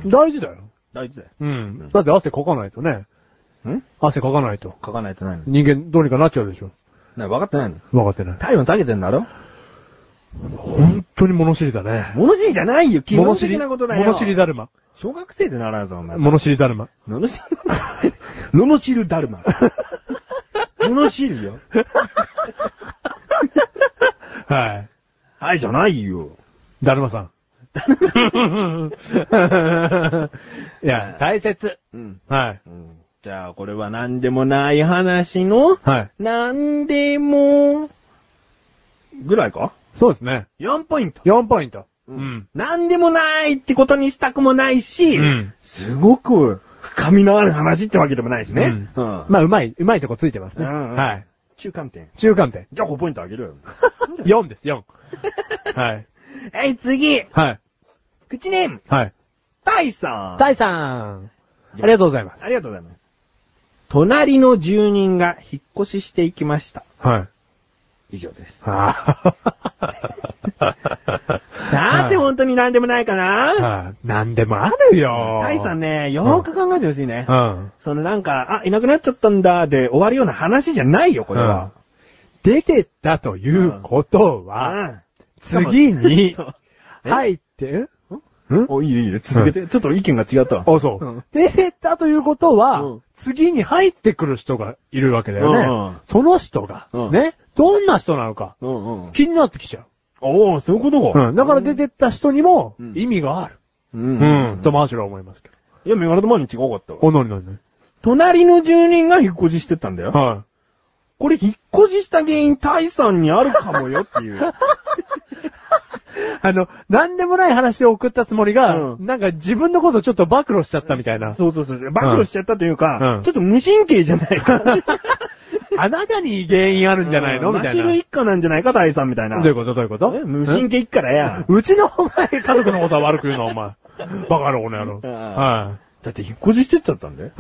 Speaker 3: ん。大事だよ。
Speaker 1: 大事だよ。
Speaker 3: うん。だって汗かかないとね。
Speaker 1: ん
Speaker 3: 汗かかないと。
Speaker 1: 書かないとないの。
Speaker 3: 人間どうにかなっちゃうでしょ。
Speaker 1: ね、分かってないの
Speaker 3: わかってない。
Speaker 1: 体温下げてんだろ
Speaker 3: 本当に物知りだね。
Speaker 1: 物知りじゃないよ、基本
Speaker 3: 物知り、
Speaker 1: 的なことだよ。
Speaker 3: 物知りだるま。
Speaker 1: 小学生で習うぞ、お前。
Speaker 3: 物知りだるま。
Speaker 1: ののしる、ののしるだるま。ののしるよ。
Speaker 3: はい。
Speaker 1: はい、じゃないよ。
Speaker 3: だるまさん。 <laughs> いや、大切。
Speaker 1: うん。
Speaker 3: はい。
Speaker 1: うんじゃあ、これは何でもない話の、
Speaker 3: はい。
Speaker 1: 何でも、ぐらいか
Speaker 3: そうですね。
Speaker 1: ?4 ポイント。
Speaker 3: 4ポイント。うん。
Speaker 1: 何でもないってことにしたくもないし、
Speaker 3: うん
Speaker 1: すごく深みのある話ってわけでもないですね。
Speaker 3: うん
Speaker 1: うん
Speaker 3: まあ、うまい、うまいとこついてますね。
Speaker 1: うんうん
Speaker 3: はい。
Speaker 1: 中間点。
Speaker 3: 中間点。
Speaker 1: じゃあ5ポイントあげるよ。
Speaker 3: 4です、4。はい。
Speaker 1: はい、次
Speaker 3: はい。
Speaker 1: 口ネーム、
Speaker 3: はい。
Speaker 1: タイさん。
Speaker 3: 第3。ありがとうございます。
Speaker 1: ありがとうございます。隣の住人が引っ越ししていきました。 <laughs>
Speaker 3: はい。
Speaker 1: 以上です。
Speaker 3: あ
Speaker 1: さーて、本当に何でもないかな
Speaker 3: はい。なんでもあるよ。
Speaker 1: タイさんね、よーく考えてほしいね
Speaker 3: う。ん。
Speaker 1: そのなんか、あ、いなくなっちゃったんだ、で終わるような話じゃないよ、これは。
Speaker 3: 出てったということは、
Speaker 1: あ
Speaker 3: 次に
Speaker 1: そう、え
Speaker 3: 入って、んん
Speaker 1: お、いいよいいよ、続けて。ちょっと意見が違ったわ。
Speaker 3: あ、そう。
Speaker 1: うん
Speaker 3: 出てったということは、
Speaker 1: うん
Speaker 3: 次に入ってくる人がいるわけだよね。
Speaker 1: うんうん
Speaker 3: その人が、
Speaker 1: うん
Speaker 3: ね、どんな人なのか、
Speaker 1: うんうん。
Speaker 3: 気になってきちゃ
Speaker 1: おー、そういうこと
Speaker 3: う。
Speaker 1: か。
Speaker 3: うん。だから出てった人にも
Speaker 1: うん、
Speaker 3: 意味がある。
Speaker 1: う
Speaker 3: うんん。と、マーシュルは思いますけど。
Speaker 1: いや、メガネと前に違うかったわ。
Speaker 3: おのりのりのり。
Speaker 1: 隣の住人が引っ越ししてったんだよ。
Speaker 3: は
Speaker 1: これ引っ越しした原因、タイさんにあるかもよって
Speaker 3: <laughs>
Speaker 1: いう。
Speaker 3: い。あの、なんでもない話を送ったつもりが、
Speaker 1: うん
Speaker 3: なんか自分のことちょっと暴露しちゃったみたいな。
Speaker 1: そうそうそう。暴露しちゃったというか、
Speaker 3: うん
Speaker 1: ちょっと無神経じゃないか。
Speaker 3: あなたに原因あるんじゃないのみたいな。
Speaker 1: マシル
Speaker 3: ど
Speaker 1: 一家なんじゃないか、タイさんみたいな。
Speaker 3: ういうことどういうこと
Speaker 1: え無神経一家だよ。
Speaker 3: うちのお前、家族のことは悪く言うな、お前。バカなこの野郎。
Speaker 1: うん
Speaker 3: は
Speaker 1: だって引っ越ししてっちゃったんだよ。
Speaker 3: い。うん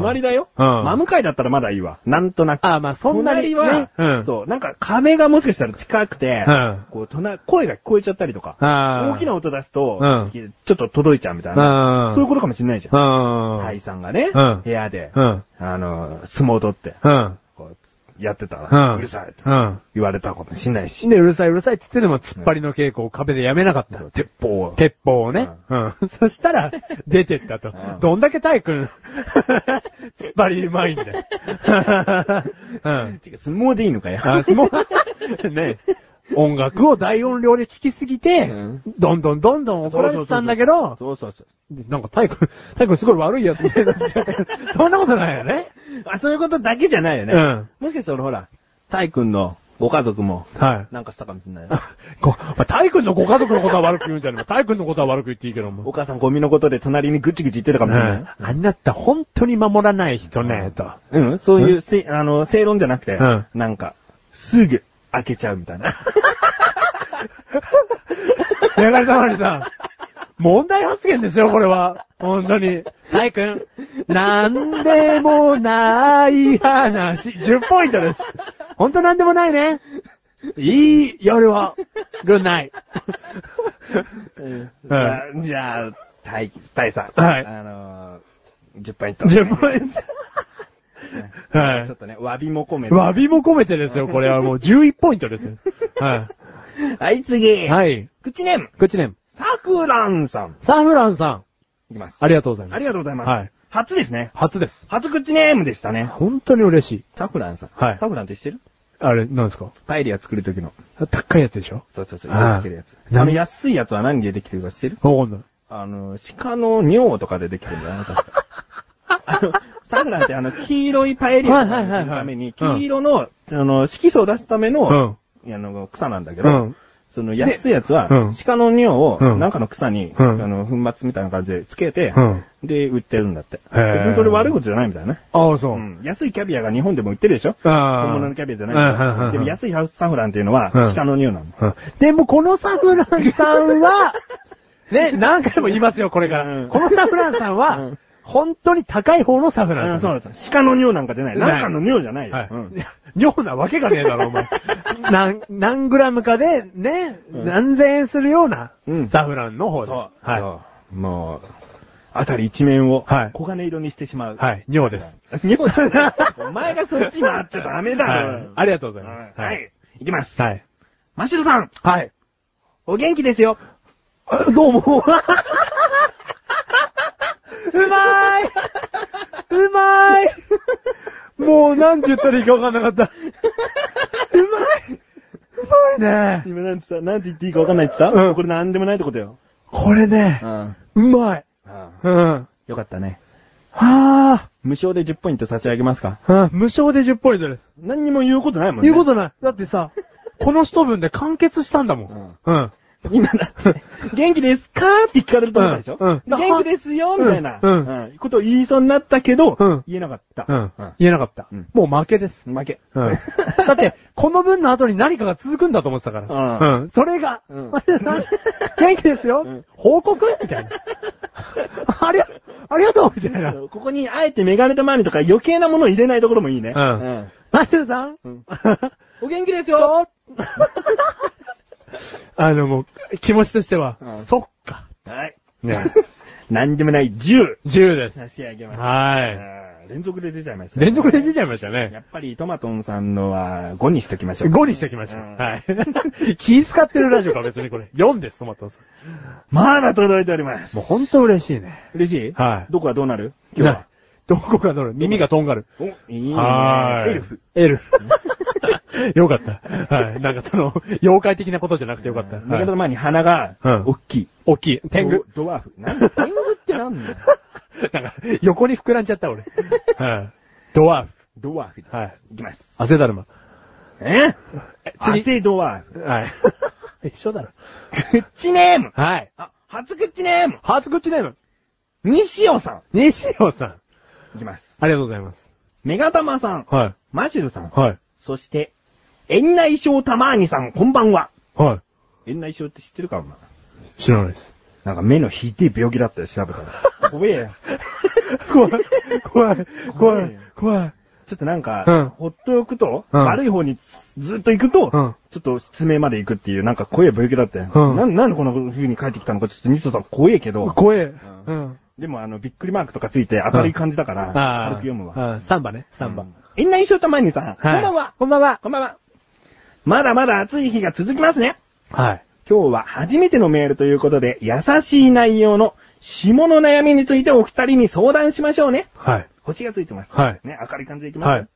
Speaker 1: 隣だよ。
Speaker 3: うん
Speaker 1: 真向かいだったらまだいいわ。なんとなく。
Speaker 3: あ、まあそんなに、
Speaker 1: 隣
Speaker 3: ね。
Speaker 1: は、
Speaker 3: うん。
Speaker 1: そう、なんか壁がもしかしたら近くて、
Speaker 3: うん
Speaker 1: こう隣、声が聞こえちゃったりとか、
Speaker 3: あー
Speaker 1: 大きな音出すと、
Speaker 3: うん
Speaker 1: ちょっと届いちゃうみたいな
Speaker 3: う、ん
Speaker 1: そういうことかもしれないじゃん。
Speaker 3: うん。
Speaker 1: タイさんがね、
Speaker 3: うん
Speaker 1: 部屋で、
Speaker 3: うん。
Speaker 1: あの、相撲取って、
Speaker 3: うん。
Speaker 1: こうやってた
Speaker 3: う
Speaker 1: ら、
Speaker 3: ん。
Speaker 1: うるさいって
Speaker 3: うん。
Speaker 1: 言われたかもしれないし、
Speaker 3: で、うるさいうるさいって言ってでも、突っ張りの稽古を壁でやめなかった。
Speaker 1: 鉄砲を。
Speaker 3: 鉄砲をね。うん。 <laughs> そしたら、出てったと
Speaker 1: うん。
Speaker 3: どんだけタイ君、突っ張りうまいんだよ。うん。
Speaker 1: てか相撲でいいのかよ。
Speaker 3: あ、相 <laughs> 撲、ね。音楽を大音量で聴きすぎて
Speaker 1: うん、
Speaker 3: どんどんどんどん怒られてたんだけど、
Speaker 1: そうそうそう。
Speaker 3: なんか、タイ <laughs> 君、タイ君すごい悪いやつみたいになっちゃう <laughs> けどそんなことないよね。
Speaker 1: あ、そういうことだけじゃないよね。
Speaker 3: うん
Speaker 1: もしかしたらほら、タイ君のご家族も、
Speaker 3: はい。
Speaker 1: なんかしたかもしれないよ。
Speaker 3: こまあ、タイ君のご家族のことは悪く言うんじゃねえ。タイ君のことは悪く言っていいけども。
Speaker 1: お母さんゴミのことで隣にぐちぐち言ってたかもしれない。
Speaker 3: あなた本当に守らない人ね、と。
Speaker 1: うん、そういうせ、あの、正論じゃなくて、
Speaker 3: うん
Speaker 1: なんか、すぐ開けちゃうみたいな。
Speaker 3: やられたまりさん。問題発言ですよ、これは。本当に。タイ君、なんでもない話。10ポイントです。本当なんでもないね。いい夜を、グッナイ。
Speaker 1: うんじゃあ、タイ、タイさん。
Speaker 3: はい
Speaker 1: あのー、10ポイント。
Speaker 3: <laughs> 10ポイント。は
Speaker 1: ちょ
Speaker 3: い
Speaker 1: っ。とね、詫びも込めて。
Speaker 3: 詫びも込めてですよ、これはもう11ポイントです。は
Speaker 1: はい、次。
Speaker 3: い。はい。
Speaker 1: 口ネーム、
Speaker 3: こっちね、
Speaker 1: サクランさん。
Speaker 3: サフランさん、
Speaker 1: いきます。
Speaker 3: ありがとうござい
Speaker 1: あ
Speaker 3: ます。
Speaker 1: りがとうございます。
Speaker 3: はい
Speaker 1: 初ですね。
Speaker 3: 初です。
Speaker 1: 初口ネームでしたね。
Speaker 3: 本当に嬉しい。
Speaker 1: サクランさん。
Speaker 3: はい
Speaker 1: サクランって知ってる
Speaker 3: あれ、なんですか
Speaker 1: パエリア作る時の。
Speaker 3: 高いやつでしょ
Speaker 1: そうそうそう。
Speaker 3: あー
Speaker 1: 色つけるやつ。
Speaker 3: な
Speaker 1: あの、安いやつは何でできてるか知ってる
Speaker 3: わかんない。
Speaker 1: あの、鹿の尿とかでできてるんだよ、あなた。あの、サクランってあの、黄色いパエリアのために、
Speaker 3: はいはいはいはいうん
Speaker 1: 黄色の、あの、色素を出すための、あの、草なんだけど、
Speaker 3: うん
Speaker 1: その安いやつは、
Speaker 3: うん
Speaker 1: 鹿の尿を、
Speaker 3: うん
Speaker 1: なんかの草に、
Speaker 3: うん
Speaker 1: あの、粉末みたいな感じでつけて、
Speaker 3: うん
Speaker 1: で、売ってるんだって。
Speaker 3: へー
Speaker 1: 別にそれ悪いことじゃないみたいなね。
Speaker 3: ああ、そうう。
Speaker 1: ん。安いキャビアが日本でも売ってるでしょ
Speaker 3: ああ
Speaker 1: 本物のキャビアじゃない
Speaker 3: うんうんうん
Speaker 1: か
Speaker 3: う
Speaker 1: ら。
Speaker 3: ん
Speaker 1: でも安いハウスサフランっていうのは
Speaker 3: うん、
Speaker 1: 鹿の匂いなの。
Speaker 3: うんでもこのサフランさん
Speaker 1: <laughs>
Speaker 3: は、ね、何回も言いますよ、これか
Speaker 1: う
Speaker 3: ら。
Speaker 1: ん
Speaker 3: このサフランさん
Speaker 1: う
Speaker 3: は
Speaker 1: ん、
Speaker 3: 本当に高い方のサフラ
Speaker 1: う
Speaker 3: ン
Speaker 1: ん
Speaker 3: さん。
Speaker 1: そうです。鹿の尿なんかじゃない。
Speaker 3: ない
Speaker 1: なんかの尿じゃないよ。
Speaker 3: はい
Speaker 1: うん。。
Speaker 3: 妙なわけがねえだろ、
Speaker 1: <laughs>
Speaker 3: お前。何、何グラムかで、ね、
Speaker 1: うん
Speaker 3: 何千円するような
Speaker 1: うん、
Speaker 3: サフランの方です。
Speaker 1: そう。
Speaker 3: はい。
Speaker 1: そう。もう、あたり一面を、
Speaker 3: はい
Speaker 1: 黄金色にしてしまう。
Speaker 3: はい、尿です。
Speaker 1: 尿じ
Speaker 3: <laughs>
Speaker 1: ゃない。お前がそっち回っちゃダメだ
Speaker 3: は
Speaker 1: ろ
Speaker 3: い。。ありがとうございます。
Speaker 1: は。い。いきます。
Speaker 3: はい。
Speaker 1: マシロさん、
Speaker 3: はい。
Speaker 1: お元気ですよ。
Speaker 3: あ <laughs> どうも。うまい。うまい。もう、なんて言ったらいいかわかんなかった。うまい。うまいね。
Speaker 1: 今なんてさ、なんて言っていいかわかんないってさ、
Speaker 3: うん
Speaker 1: これなんでもないってことよ。
Speaker 3: これね
Speaker 1: う、ん。
Speaker 3: うまい。うん。
Speaker 1: よかったね。
Speaker 3: は
Speaker 1: 無償で10ポイント差し上げますか
Speaker 3: ぁ、うん、無償で10ポイントです。
Speaker 1: 何にも言うことないもんね。
Speaker 3: 言うことない。だって
Speaker 1: <laughs>
Speaker 3: さ、この人分で完結したんだもん。うん。
Speaker 1: 今だって、 <laughs> 元気ですかって聞かれると思ったでしょ
Speaker 3: うんうん
Speaker 1: 元気ですよみたいな、
Speaker 3: うん
Speaker 1: うんことを言いそうになったけど、
Speaker 3: うん
Speaker 1: 言えなかった。
Speaker 3: うん。言えなかった
Speaker 1: うん。
Speaker 3: もう負けです。
Speaker 1: うん負け。
Speaker 3: うん。だって、この分の後に何かが続くんだと思ってたから。
Speaker 1: うん
Speaker 3: うん。それが、
Speaker 1: うん <laughs>
Speaker 3: 元気ですよ、
Speaker 1: うん
Speaker 3: 報告み
Speaker 1: <laughs>
Speaker 3: たいな。ありゃ、ありがとうみたいな。
Speaker 1: ここにあえてメガネたまにとか余計なものを入れないところもいいね。
Speaker 3: うんマシュさん、
Speaker 1: うんお元気ですよ
Speaker 3: <laughs> あのもう、気持ちとしては、
Speaker 1: うん
Speaker 3: そっか。
Speaker 1: はい。
Speaker 3: ね。
Speaker 1: <laughs> 何でもない10
Speaker 3: 10です。
Speaker 1: 差し上げます。
Speaker 3: は
Speaker 1: うん連続で出ちゃいまし
Speaker 3: い。
Speaker 1: たね、
Speaker 3: 連続で出ちゃいましたね。
Speaker 1: やっぱりトマトンさんのは5にしときましょう。
Speaker 3: 5にしてきました。
Speaker 1: うん
Speaker 3: はい。 <laughs> 気使ってるラジオか別にこれ。4です、トマトさん。
Speaker 1: まだ届いております。
Speaker 3: もうほんと嬉しいね。
Speaker 1: 嬉しい
Speaker 3: はい
Speaker 1: どこはどうなる今日は。
Speaker 3: どこか乗る耳がとんがる。
Speaker 1: お、いいね。
Speaker 3: はい。
Speaker 1: エルフ。。
Speaker 3: エルフ。 <laughs> よかった。はい。なんかその、妖怪的なことじゃなくてよかった。
Speaker 1: 味方の
Speaker 3: はい
Speaker 1: 前に鼻が、
Speaker 3: うん
Speaker 1: 大きい。
Speaker 3: 大きい。天狗。
Speaker 1: ド。ドワーフ。なんだ天狗ってなんだよ
Speaker 3: なんか、横に膨らんじゃった俺。はい。ドワーフ。
Speaker 1: ドワーフだ。
Speaker 3: はい。
Speaker 1: いきます。
Speaker 3: 汗だるま。
Speaker 1: え
Speaker 3: 次
Speaker 1: 汗ドワーフ。
Speaker 3: はい。 <laughs> 一緒だろ。
Speaker 1: クッチネーム
Speaker 3: はい。
Speaker 1: あ、初クッチネーム
Speaker 3: ハーツ口ネーム。
Speaker 1: 西尾さ
Speaker 3: 西尾さん。
Speaker 1: ん。いきます。
Speaker 3: ありがとうございます。
Speaker 1: メガタマさん。
Speaker 3: は
Speaker 1: マシルさん。
Speaker 3: い。はい。
Speaker 1: そして、園内省たまーにさん、こんばんは。
Speaker 3: は
Speaker 1: 園内省って知ってるかお前。
Speaker 3: い。知らないです。
Speaker 1: なんか目のひいてえ病気だったよ、調べ <laughs> たら。怖えよ。
Speaker 3: 怖い。怖い。怖
Speaker 1: 怖い
Speaker 3: い。怖い。
Speaker 1: ちょっとなんか、
Speaker 3: うん
Speaker 1: ほっとくと、
Speaker 3: うん
Speaker 1: 悪い方にずっと行くと、
Speaker 3: うん
Speaker 1: ちょっと失明まで行くっていう、なんか怖え病気だったよ。
Speaker 3: うん
Speaker 1: なん、なんでこんな風に帰ってきたのか、ちょっとニソさん怖えけど、
Speaker 3: 怖い。うんん。
Speaker 1: でもあの、びっくりマークとかついて明るい感じだから、
Speaker 3: あ
Speaker 1: 軽く読むわ。
Speaker 3: わ。3番ね、3番。
Speaker 1: 園内省たまーにさん、こんばんは。
Speaker 3: こんばんは。
Speaker 1: こんばんは。まだまだ暑い日が続きますね。
Speaker 3: はい。
Speaker 1: 今日は初めてのメールということで、優しい内容の下の悩みについてお二人に相談しましょうね。
Speaker 3: はい。
Speaker 1: 星がついてます。
Speaker 3: はい
Speaker 1: ね、明るい感じでいきます。
Speaker 3: はい。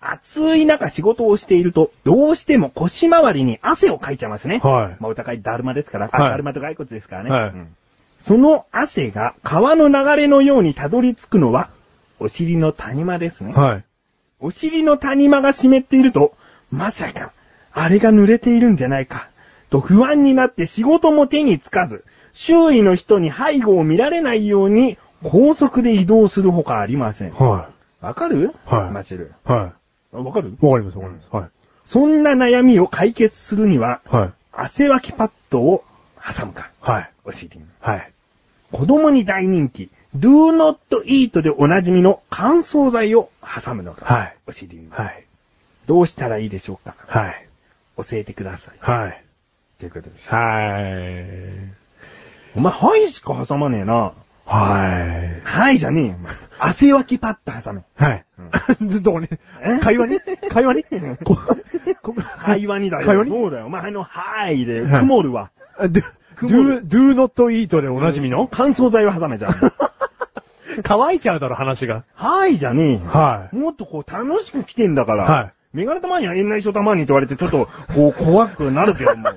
Speaker 1: 暑い中仕事をしていると、どうしても腰回りに汗をかいちゃいますね。
Speaker 3: はい
Speaker 1: まあお互いだるまですから、
Speaker 3: はい
Speaker 1: あだるまと骸骨ですからね。
Speaker 3: はい
Speaker 1: うんその汗が川の流れのようにたどり着くのは、お尻の谷間ですね。
Speaker 3: はい。
Speaker 1: お尻の谷間が湿っていると、まさか、あれが濡れているんじゃないか、と不安になって仕事も手につかず、周囲の人に背後を見られないように、高速で移動するほかありません。
Speaker 3: は
Speaker 1: わかる
Speaker 3: はい
Speaker 1: マシル。
Speaker 3: い。は
Speaker 1: あわかる
Speaker 3: い。わかります、わかります。はい。
Speaker 1: そんな悩みを解決するには、
Speaker 3: はい。
Speaker 1: 汗わきパッドを挟むか、
Speaker 3: はい。
Speaker 1: お尻に。
Speaker 3: はい。
Speaker 1: 子供に大人気、do not eat でおなじみの乾燥剤を挟むのか、
Speaker 3: はい。
Speaker 1: お尻に。
Speaker 3: はい。
Speaker 1: どうしたらいいでしょうか
Speaker 3: はい。
Speaker 1: 教えてください。
Speaker 3: はい。
Speaker 1: ということです。
Speaker 3: はい。
Speaker 1: お前、はいしか挟まねえな。
Speaker 3: はい。
Speaker 1: はいじゃねえよ、お前汗わきパッと挟め。
Speaker 3: はい。 <laughs> どこに
Speaker 1: え
Speaker 3: 会話に会話にこ
Speaker 1: <laughs>
Speaker 3: こ
Speaker 1: 会話にだよ。
Speaker 3: 会話に
Speaker 1: そうだよ。お前のはいで、
Speaker 3: はい
Speaker 1: 曇るわ。
Speaker 3: do, do, do not eat でおなじみの
Speaker 1: 乾燥剤を挟めじゃん。
Speaker 3: <laughs> 乾いちゃうだろ、話が。
Speaker 1: はいじゃねえよ。
Speaker 3: はい。
Speaker 1: もっとこう楽しく来てんだから。
Speaker 3: はい
Speaker 1: メガネたまには園内緒たまにって言われてちょっと、こう <laughs> 怖くなるけども。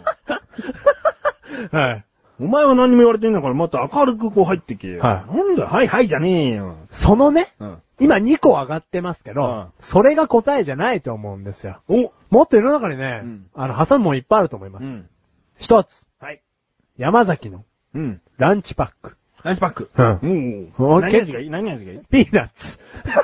Speaker 3: はい。
Speaker 1: お前は何も言われてんだからもっと明るくこう入ってけよ。
Speaker 3: はい
Speaker 1: なんだよ、はいはいじゃねえよ。
Speaker 3: そのね、
Speaker 1: うん。
Speaker 3: 今2個上がってますけど、
Speaker 1: うん
Speaker 3: それが答えじゃないと思うんですよ。
Speaker 1: お
Speaker 3: もっと世の中にね、
Speaker 1: うん
Speaker 3: あの、挟むもんいっぱいあると思います。
Speaker 1: ん。
Speaker 3: 一つ、
Speaker 1: はい。
Speaker 3: 山崎の
Speaker 1: うん。
Speaker 3: ランチパック。
Speaker 1: アイスパック。
Speaker 3: うん
Speaker 1: ん。
Speaker 3: お
Speaker 1: お
Speaker 3: ー
Speaker 1: ー何味がいい何味がいい
Speaker 3: ピーナッツ。 <laughs>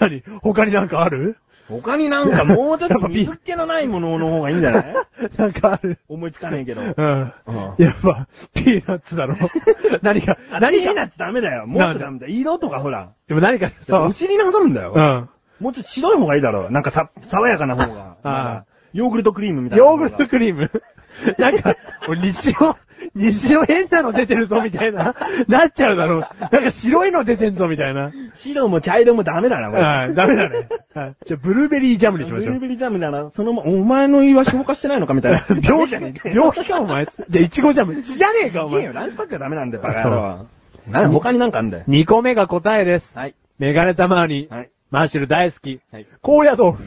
Speaker 3: 何他になんかある
Speaker 1: 他になんかもうちょっ
Speaker 3: <laughs>
Speaker 1: と水っ気のないものの方がいいんじゃない
Speaker 3: なんかある
Speaker 1: 思いつかねえけど。
Speaker 3: うん。
Speaker 1: うん
Speaker 3: やっぱ、ピーナッツ
Speaker 1: <laughs>
Speaker 3: だろ。何か、何
Speaker 1: 何
Speaker 3: か
Speaker 1: にな、ってダメだよ。もっとダメだ。色とかほら。
Speaker 3: でも何か、そ
Speaker 1: お
Speaker 3: う。
Speaker 1: 尻に挟むんだよ。
Speaker 3: うん。
Speaker 1: もうちょっと白い方がいいだろう。なんかさ、爽やかな方が。
Speaker 3: ああ
Speaker 1: ヨーグルトクリームみたいな
Speaker 3: ヨー
Speaker 1: 方が。
Speaker 3: グルトクリームなんか、俺日曜、日曜変なの出てるぞみたいな、なっちゃうだろう。なんか白いの出てんぞみたいな。
Speaker 1: 白も茶色もダメだな、これ。
Speaker 3: はい、ダメだね。はいじゃあ、ブルーベリージャムにしま
Speaker 1: ブ
Speaker 3: し
Speaker 1: ル
Speaker 3: ょ
Speaker 1: ー
Speaker 3: う。。
Speaker 1: ベリージャムなら、そのま、お前の胃は消化してないのかみたいな
Speaker 3: <laughs> 病気
Speaker 1: じゃねえかよ。
Speaker 3: 病気かお前。じゃあ、いちごジャム。血じゃねえかお
Speaker 1: いい
Speaker 3: 前。
Speaker 1: よランチパックはダメなんだよ、バカ野郎。な他になんかあんだよ。
Speaker 3: 2個目が答えです。
Speaker 1: はい。
Speaker 3: メガネたまわに、
Speaker 1: はい。
Speaker 3: マーシュル大好き、
Speaker 1: はい。
Speaker 3: 高野豆腐、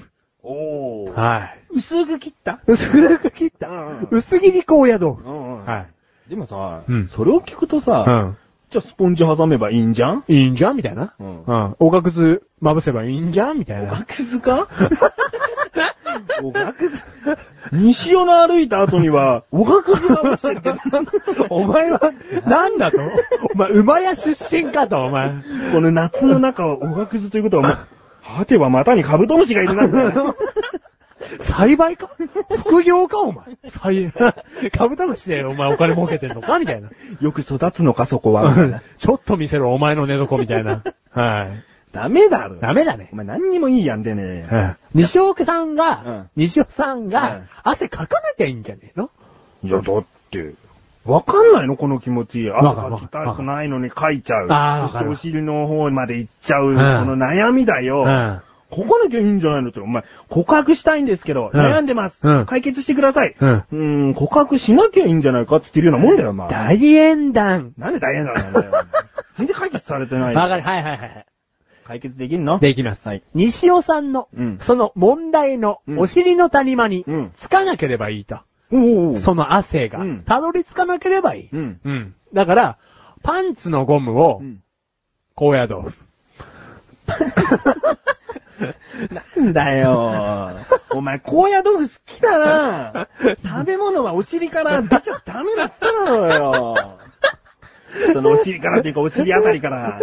Speaker 1: おー。
Speaker 3: はい。
Speaker 1: 薄く切った
Speaker 3: 薄く切った
Speaker 1: うん
Speaker 3: 薄切り高野丼。
Speaker 1: んうん。
Speaker 3: はい。
Speaker 1: でもさ、
Speaker 3: うん
Speaker 1: それを聞くとさ、
Speaker 3: うん。
Speaker 1: じゃあスポンジ挟めばいいんじゃん
Speaker 3: いいんじゃんみたいな。
Speaker 1: う
Speaker 3: うんん。おがくずまぶせばいいんじゃんみたい
Speaker 1: おが
Speaker 3: な。
Speaker 1: くずか <laughs> おがくず。西尾の歩いた後に <laughs> は、おがくずが落ち <laughs> てるけど、
Speaker 3: <laughs> お前は、なんだとお前、馬屋出身かと、お前。
Speaker 1: この夏の中はおがくずということはもう、果 <laughs> ては股にカブトムシがいるなみたいな。
Speaker 3: 栽培か副業かお前。栽、カブトムシでお前お金儲けてんのかみたいな。
Speaker 1: <laughs> よく育つのか、そこは。
Speaker 3: ちょっと見せろ、お前の寝床みたいな。はい。
Speaker 1: ダメだろ。
Speaker 3: ダメだね
Speaker 1: お。前何にもいいやんでね。
Speaker 3: うん西岡さん
Speaker 1: うん
Speaker 3: が、西尾さん
Speaker 1: う
Speaker 3: が
Speaker 1: ん、
Speaker 3: 汗かかなきゃいいんじゃねえの
Speaker 1: いや、だって、わかんないのこの気持ち。
Speaker 3: わか
Speaker 1: 汗
Speaker 3: る
Speaker 1: が
Speaker 3: わ
Speaker 1: き
Speaker 3: かる
Speaker 1: たくないのに書いちゃう。
Speaker 3: あー
Speaker 1: そしてお
Speaker 3: わかる
Speaker 1: 尻の方まで行っちゃう。
Speaker 3: ん
Speaker 1: この悩みだよ。
Speaker 3: うん
Speaker 1: ここなきゃいいんじゃないのって、お前、告白したいんですけど、
Speaker 3: うん
Speaker 1: 悩んでます、
Speaker 3: うん
Speaker 1: 解決してください。
Speaker 3: うん
Speaker 1: ーん、告白しなきゃいいんじゃないかって言ってるようなもんだよ、お前。
Speaker 3: 大演談。
Speaker 1: なんで大変なんだよ。全然解決されてない。
Speaker 3: わかる、はいはいはい。
Speaker 1: 解決できんの
Speaker 3: できます。
Speaker 1: はい
Speaker 3: 西尾さんの、
Speaker 1: うん
Speaker 3: その問題の
Speaker 1: うん
Speaker 3: お尻の谷間に
Speaker 1: うん、
Speaker 3: つかなければいいと。
Speaker 1: おー
Speaker 3: その汗が
Speaker 1: うん、
Speaker 3: たどり着かなければいい。
Speaker 1: うん
Speaker 3: だから、パンツのゴムを
Speaker 1: う、ん。
Speaker 3: 高野豆腐。
Speaker 1: なんだよ。お前、高野豆腐好きだな。食べ物はお尻から出ちゃダメだっつっただろうよ。そのお尻からっていうか、お尻あたりから。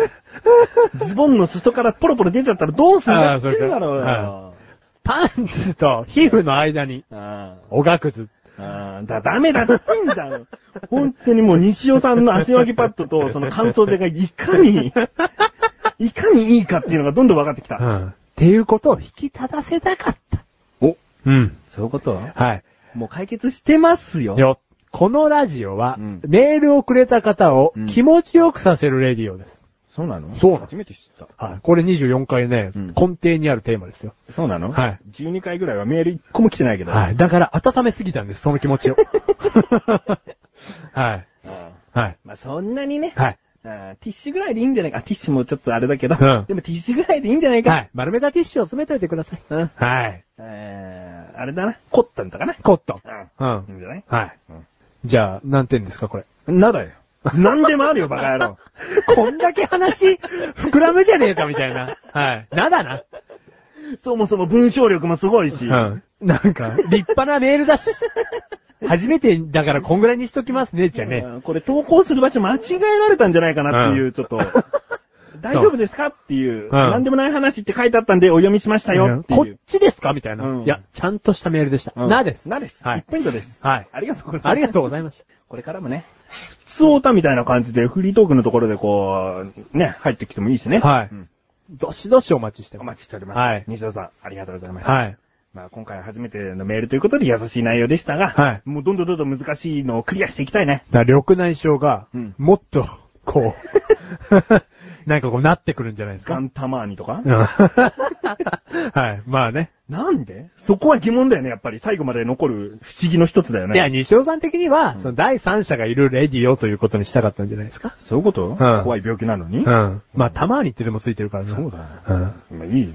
Speaker 1: ズボンの裾からポロポロ出ちゃったらどうするんだっつってんだろうよ。
Speaker 3: パンツと皮膚の間に、
Speaker 1: あ
Speaker 3: おがくず。
Speaker 1: あ、だ、ダメだって言うんだよ。本当にもう西尾さんの足脇パッドと、その乾燥剤がいかに、いかにいいかっていうのがどんどん分かってきた。
Speaker 3: っていうことを引き立たせたかった。
Speaker 1: お、
Speaker 3: うん。
Speaker 1: そういうことは
Speaker 3: はい。
Speaker 1: もう解決してますよ。
Speaker 3: よ、このラジオは、
Speaker 1: うん
Speaker 3: メールをくれた方を
Speaker 1: うん
Speaker 3: 気持ちよくさせるレディオです。
Speaker 1: そうなの
Speaker 3: そうなの
Speaker 1: 初めて知った。
Speaker 3: はい。これ24回ね、
Speaker 1: うん
Speaker 3: 根底にあるテーマですよ。
Speaker 1: そうなの
Speaker 3: はい。
Speaker 1: 12回ぐらいはメール1個も来てないけど。
Speaker 3: はい。だから温めすぎたんです、その気持ちを。 <laughs> はい。
Speaker 1: うん
Speaker 3: はい。
Speaker 1: まあそんなにね、
Speaker 3: はい。
Speaker 1: あーティッシュぐらいでいいんじゃないか。あティッシュもちょっとあれだけど、
Speaker 3: うん
Speaker 1: でもティッシュぐらいでいいんじゃないか。
Speaker 3: はい。丸めたティッシュを詰めといてください。
Speaker 1: うん。
Speaker 3: はい。
Speaker 1: えー、あれだな。コットンとかな。
Speaker 3: コットン。
Speaker 1: う。
Speaker 3: うん
Speaker 1: いいん
Speaker 3: ん。
Speaker 1: じゃない
Speaker 3: はい
Speaker 1: うん。
Speaker 3: じゃあ、何点ですか、これ。
Speaker 1: なだよ。何でもあるよ、バカ野郎。
Speaker 3: <laughs> こんだけ話、膨らむじゃねえか、みたいな。はい。なだな。
Speaker 1: <laughs> そもそも文章力もすごいし。
Speaker 3: うん。なんか、立派なメールだし。初めて、だからこんぐらいにしときますね、じゃね。
Speaker 1: うんこれ投稿する場所間違えられたんじゃないかなっていう、
Speaker 3: うん
Speaker 1: ちょっ <laughs> と。大丈夫ですかっていう、
Speaker 3: ん
Speaker 1: なんでもない話って書いてあったんでお読みしましたよっていう。
Speaker 3: こっちですかみたいな、
Speaker 1: うん
Speaker 3: いや、ちゃんとしたメールでした。なです。
Speaker 1: なです。
Speaker 3: は
Speaker 1: 1
Speaker 3: い。
Speaker 1: ポイントです。
Speaker 3: はい
Speaker 1: ありがとうございます。
Speaker 3: ありがとうございました。
Speaker 1: これからもね、普通オタみたいな感じでフリートークのところでこう、ね、入ってきてもいいしね。
Speaker 3: はい
Speaker 1: うん
Speaker 3: どしどしお待ちして
Speaker 1: お
Speaker 3: ます。
Speaker 1: 待ちしております。
Speaker 3: はい
Speaker 1: 西尾さん、ありがとうございました。
Speaker 3: はい。
Speaker 1: まあ今回は初めてのメールということで優しい内容でしたが、
Speaker 3: はい
Speaker 1: もうどんどんどんどん難しいのをクリアしていきたいね。
Speaker 3: だから緑内障が
Speaker 1: うん、
Speaker 3: もっと、こ
Speaker 1: <laughs>
Speaker 3: う、なんかこうなってくるんじゃないです
Speaker 1: ガ
Speaker 3: か。
Speaker 1: ンタマーニとか、
Speaker 3: うん <laughs> はい。まあね。
Speaker 1: なんでそこは疑問だよね、やっぱり。最後まで残る不思議の一つだよね。
Speaker 3: いや、西尾さん的には、その第三者がいるレディオということにしたかったんじゃないですか。
Speaker 1: そういうこと、
Speaker 3: ん
Speaker 1: 怖い病気なのに、
Speaker 3: うん。まあ、たまにってでもついてるからね。
Speaker 1: そうだよ。
Speaker 3: うん。
Speaker 1: まあいいよ。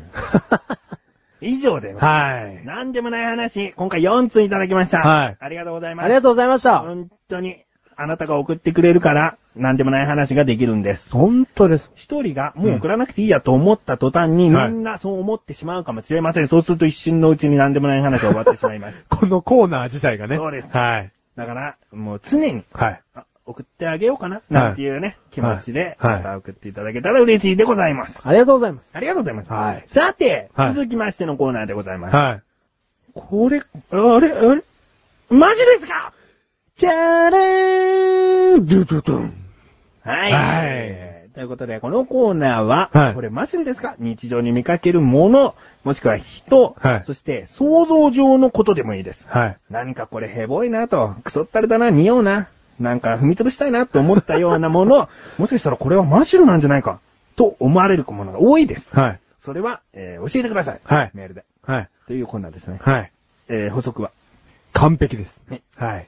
Speaker 1: 以上でございます
Speaker 3: <laughs> はい。
Speaker 1: なんでもない話、今回4通いただきました。
Speaker 3: はい
Speaker 1: ありがとうございます。
Speaker 3: ありがとうございました。
Speaker 1: 本当に、あなたが送ってくれるから、なんでもない話ができるんです。
Speaker 3: 本当です。
Speaker 1: 一人がもう送らなくていいやと思った途端に、
Speaker 3: はい
Speaker 1: みんなそう思ってしまうかもしれません。そうすると一瞬のうちに何でもない話が終わってしま
Speaker 3: <laughs>
Speaker 1: います。
Speaker 3: このコーナー自体がね。
Speaker 1: そうです
Speaker 3: はい。
Speaker 1: だから、もう常に、
Speaker 3: はい。
Speaker 1: あ送ってあげようかな、なんていうね、気持ちで、
Speaker 3: はい
Speaker 1: また送っていただけたら嬉しいでございます。
Speaker 3: ありがとうございます。
Speaker 1: ありがとうございます。
Speaker 3: はい
Speaker 1: さて、
Speaker 3: はい
Speaker 1: 続きましてのコーナーでございます。
Speaker 3: はい。
Speaker 1: これ、あれ、あれマジですか
Speaker 3: じゃーれーんドゥドゥドゥン。
Speaker 1: はい。
Speaker 3: はい
Speaker 1: ということで、このコーナーは、
Speaker 3: はい
Speaker 1: これマジでですか日常に見かけるもの、もしくは人、
Speaker 3: はい
Speaker 1: そして想像上のことでもいいです。
Speaker 3: はい。
Speaker 1: 何かこれヘボいなと、クソったれだな、匂うな、なんか踏み潰したいなと思ったような
Speaker 3: <laughs>
Speaker 1: もの、もしかしたらこれはマジルなんじゃないか、と思われるものが多いです。
Speaker 3: はい。
Speaker 1: それは、えー教えてください。
Speaker 3: はい
Speaker 1: メールで。
Speaker 3: はい。
Speaker 1: というコーナーですね。
Speaker 3: はい。
Speaker 1: えー補足は。
Speaker 3: 完璧です
Speaker 1: ね。
Speaker 3: はい。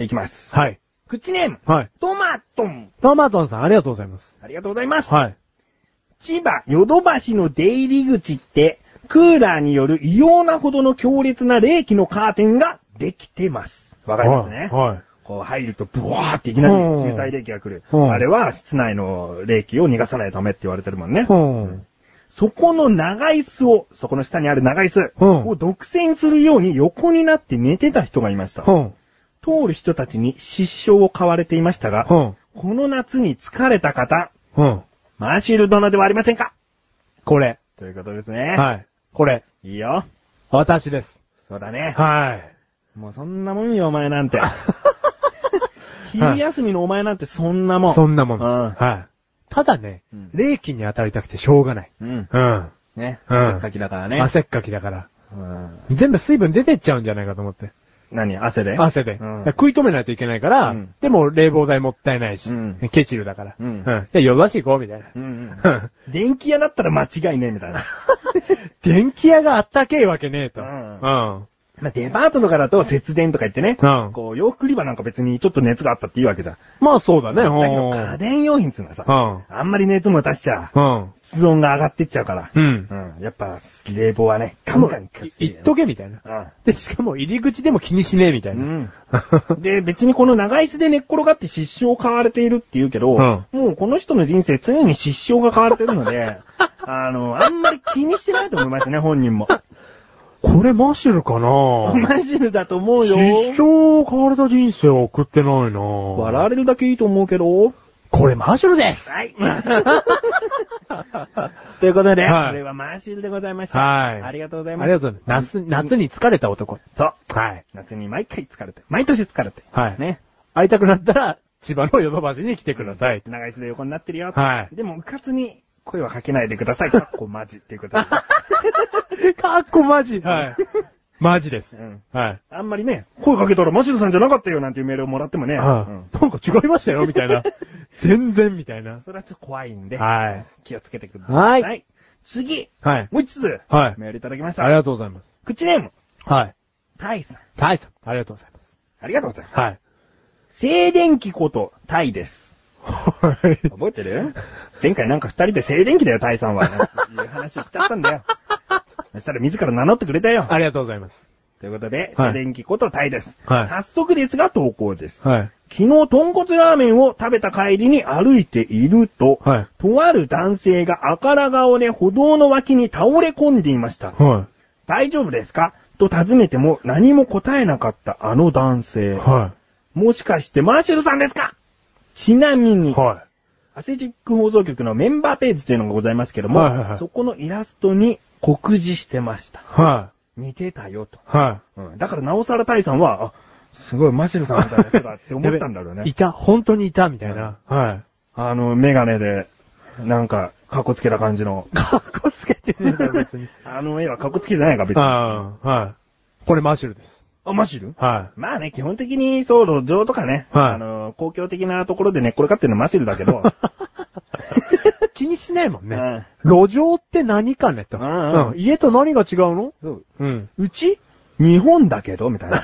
Speaker 1: いきます。
Speaker 3: はい。
Speaker 1: 口ネーム、
Speaker 3: はい。
Speaker 1: トマトン。
Speaker 3: トマトンさん、ありがとうございます。
Speaker 1: ありがとうございます。
Speaker 3: はい。
Speaker 1: 千葉、ヨドバシの出入り口って、クーラーによる異様なほどの強烈な冷気のカーテンができてます。わかりますね。
Speaker 3: はいはい
Speaker 1: こう入ると、ブワーっていきなり冷たい冷気が来る。
Speaker 3: うん
Speaker 1: あれは室内の冷気を逃がさないためって言われてるもんね。
Speaker 3: うん。
Speaker 1: そこの長椅子を、そこの下にある長椅子
Speaker 3: うん
Speaker 1: を独占するように横になって寝てた人がいました。
Speaker 3: うん。
Speaker 1: 通る人たちに失笑を買われていましたが、
Speaker 3: うん。
Speaker 1: この夏に疲れた方、
Speaker 3: うん。
Speaker 1: マシルドナではありませんか
Speaker 3: これ。
Speaker 1: ということですね。
Speaker 3: はい。これ。
Speaker 1: い。いいよ。
Speaker 3: 私です。
Speaker 1: そうだね。
Speaker 3: はい。
Speaker 1: もうそんなもんよ、お前な
Speaker 3: <laughs>
Speaker 1: んて。昼休みのお前なんてそんなもん。
Speaker 3: そんなもんです。
Speaker 1: う
Speaker 3: はい。ただね
Speaker 1: うん、
Speaker 3: 冷気に当たりたくてしょうがない。
Speaker 1: うん。
Speaker 3: うん。
Speaker 1: ね。
Speaker 3: うん
Speaker 1: 汗っかきだからね。
Speaker 3: 汗っかきだから。
Speaker 1: うん。
Speaker 3: 全部水分出てっちゃうんじゃないかと思って。
Speaker 1: 何汗で
Speaker 3: 汗で。だ
Speaker 1: う
Speaker 3: から
Speaker 1: ん。
Speaker 3: 食い止めないといけないから、
Speaker 1: うん
Speaker 3: でも冷房代もったいないし、
Speaker 1: うん
Speaker 3: ケチルだから。
Speaker 1: うん
Speaker 3: じゃあ夜出し行こう、みたいな。
Speaker 1: うん
Speaker 3: う
Speaker 1: うんん。電気屋だったら間違いねえみたいな。
Speaker 3: <laughs> 電気屋があったけえわけねえと。
Speaker 1: うん
Speaker 3: うん。
Speaker 1: まあデパートとかだと節電とか言ってね。
Speaker 3: うん
Speaker 1: こう、洋服売り場なんか別にちょっと熱があったっていいわけじゃん。
Speaker 3: まあそうだね、
Speaker 1: だけど家電用品っていうのはさ、
Speaker 3: う
Speaker 1: あんまり熱も出しちゃ、
Speaker 3: うん。
Speaker 1: 室温が上がってっちゃうから。
Speaker 3: うん。
Speaker 1: うん。やっぱ、冷房はね、ガンガン
Speaker 3: い
Speaker 1: 稼い
Speaker 3: 言っとけ、みたいな。で、しかも入り口でも気にしねえ、みた
Speaker 1: う
Speaker 3: いな。
Speaker 1: ん。うん。 <laughs> で、別にこの長椅子で寝っ転がって失笑を買われているって言うけど、
Speaker 3: うん
Speaker 1: もうこの人の人生常に失笑が買われてる
Speaker 3: <laughs>
Speaker 1: ので、あの、あんまり気にしてないと思いますね、本人も。
Speaker 3: <laughs> これマシュルかな
Speaker 1: マジでだと思うよ。
Speaker 3: 失笑変われた人生を送ってないな
Speaker 1: 笑われるだけいいと思うけど。
Speaker 3: これマシュルです
Speaker 1: はい。 <laughs> ということで、
Speaker 3: はい
Speaker 1: これはマーシールでございました。
Speaker 3: はい。
Speaker 1: ありがとうございます。
Speaker 3: ありがとうございます。夏、夏に疲れた男。
Speaker 1: そう。
Speaker 3: はい。
Speaker 1: 夏に毎回疲れて、毎年疲れて。
Speaker 3: はい
Speaker 1: ね。
Speaker 3: 会いたくなったら、千葉のヨドバシに来てくだ
Speaker 1: <laughs>
Speaker 3: さい。
Speaker 1: 長椅子で横になってるよ。
Speaker 3: はい
Speaker 1: でも、うかつに声はかけないでください。かっこマジっていうことで。
Speaker 3: かっこマジ。はい。マジです
Speaker 1: うん。
Speaker 3: はい。
Speaker 1: あんまりね、声かけたらマシルさんじゃなかったよなんていうメールをもらってもね。
Speaker 3: あ
Speaker 1: うん
Speaker 3: なんか違いましたよ、みたい
Speaker 1: <laughs>
Speaker 3: な。全然、みたいな。
Speaker 1: それはちょっと怖いんで、
Speaker 3: はい。
Speaker 1: 気をつけてください。
Speaker 3: はい
Speaker 1: 次、
Speaker 3: はい。
Speaker 1: もう一つ、
Speaker 3: はい。
Speaker 1: メールいただきました。
Speaker 3: ありがとうございます。
Speaker 1: 口ネーム、
Speaker 3: はい。
Speaker 1: タイさん。
Speaker 3: タイさん、ありがとうございます。
Speaker 1: ありがとうございます。
Speaker 3: はい。
Speaker 1: 静電気こと、タイです。
Speaker 3: はい。
Speaker 1: 覚え
Speaker 3: <laughs>
Speaker 1: てる前回なんか二人で静電気だよ、タイさんは。いう話をしちゃったんだよ。そしたら自ら名乗ってくれたよ。
Speaker 3: ありがとうございます。
Speaker 1: ということで、
Speaker 3: はい
Speaker 1: 静電気ことタイです。
Speaker 3: はい
Speaker 1: 早速ですが投稿です。
Speaker 3: はい。
Speaker 1: 昨日、豚骨ラーメンを食べた帰りに歩いていると、
Speaker 3: はい
Speaker 1: とある男性があから顔で歩道の脇に倒れ込んでいました。
Speaker 3: は
Speaker 1: 大丈夫ですかと尋ねても何も答えなかったあの男性
Speaker 3: い。。は
Speaker 1: もしかしてマーシュルさんですかちなみ
Speaker 3: い。
Speaker 1: に、
Speaker 3: は
Speaker 1: アセチック放送局のメンバーページというのがございますけども、
Speaker 3: はいはいはい
Speaker 1: そこのイラストに告示してました
Speaker 3: い。。は
Speaker 1: 似てたよと。
Speaker 3: い。は
Speaker 1: うんだからなおさらタイさんは、あ、すごいマシルさんみたいな人だって
Speaker 3: い。
Speaker 1: 思ったんだろう
Speaker 3: <laughs> やべい
Speaker 1: ね。
Speaker 3: た、本当にいた、みたいな。はい。
Speaker 1: あの、メガネで、なんか、かっこつけた感じの。
Speaker 3: かっこつけてねえだろ、別に。
Speaker 1: あの絵はかっこつけてないか、別に。
Speaker 3: ああ、はい。これマシュルです。
Speaker 1: あ、マシル
Speaker 3: は
Speaker 1: まあね、基本的に、そう、路上とかね、
Speaker 3: はい
Speaker 1: あの、公共的なところでね、これかってるのはマシルだ
Speaker 3: <laughs>
Speaker 1: けど、
Speaker 3: い。 <laughs> 気にしないもんね。
Speaker 1: うん
Speaker 3: 路上って何かねと。
Speaker 1: うんうん
Speaker 3: うん家と何が違うの
Speaker 1: そう
Speaker 3: うん。
Speaker 1: うち日本だけどみた
Speaker 3: <laughs>
Speaker 1: いな。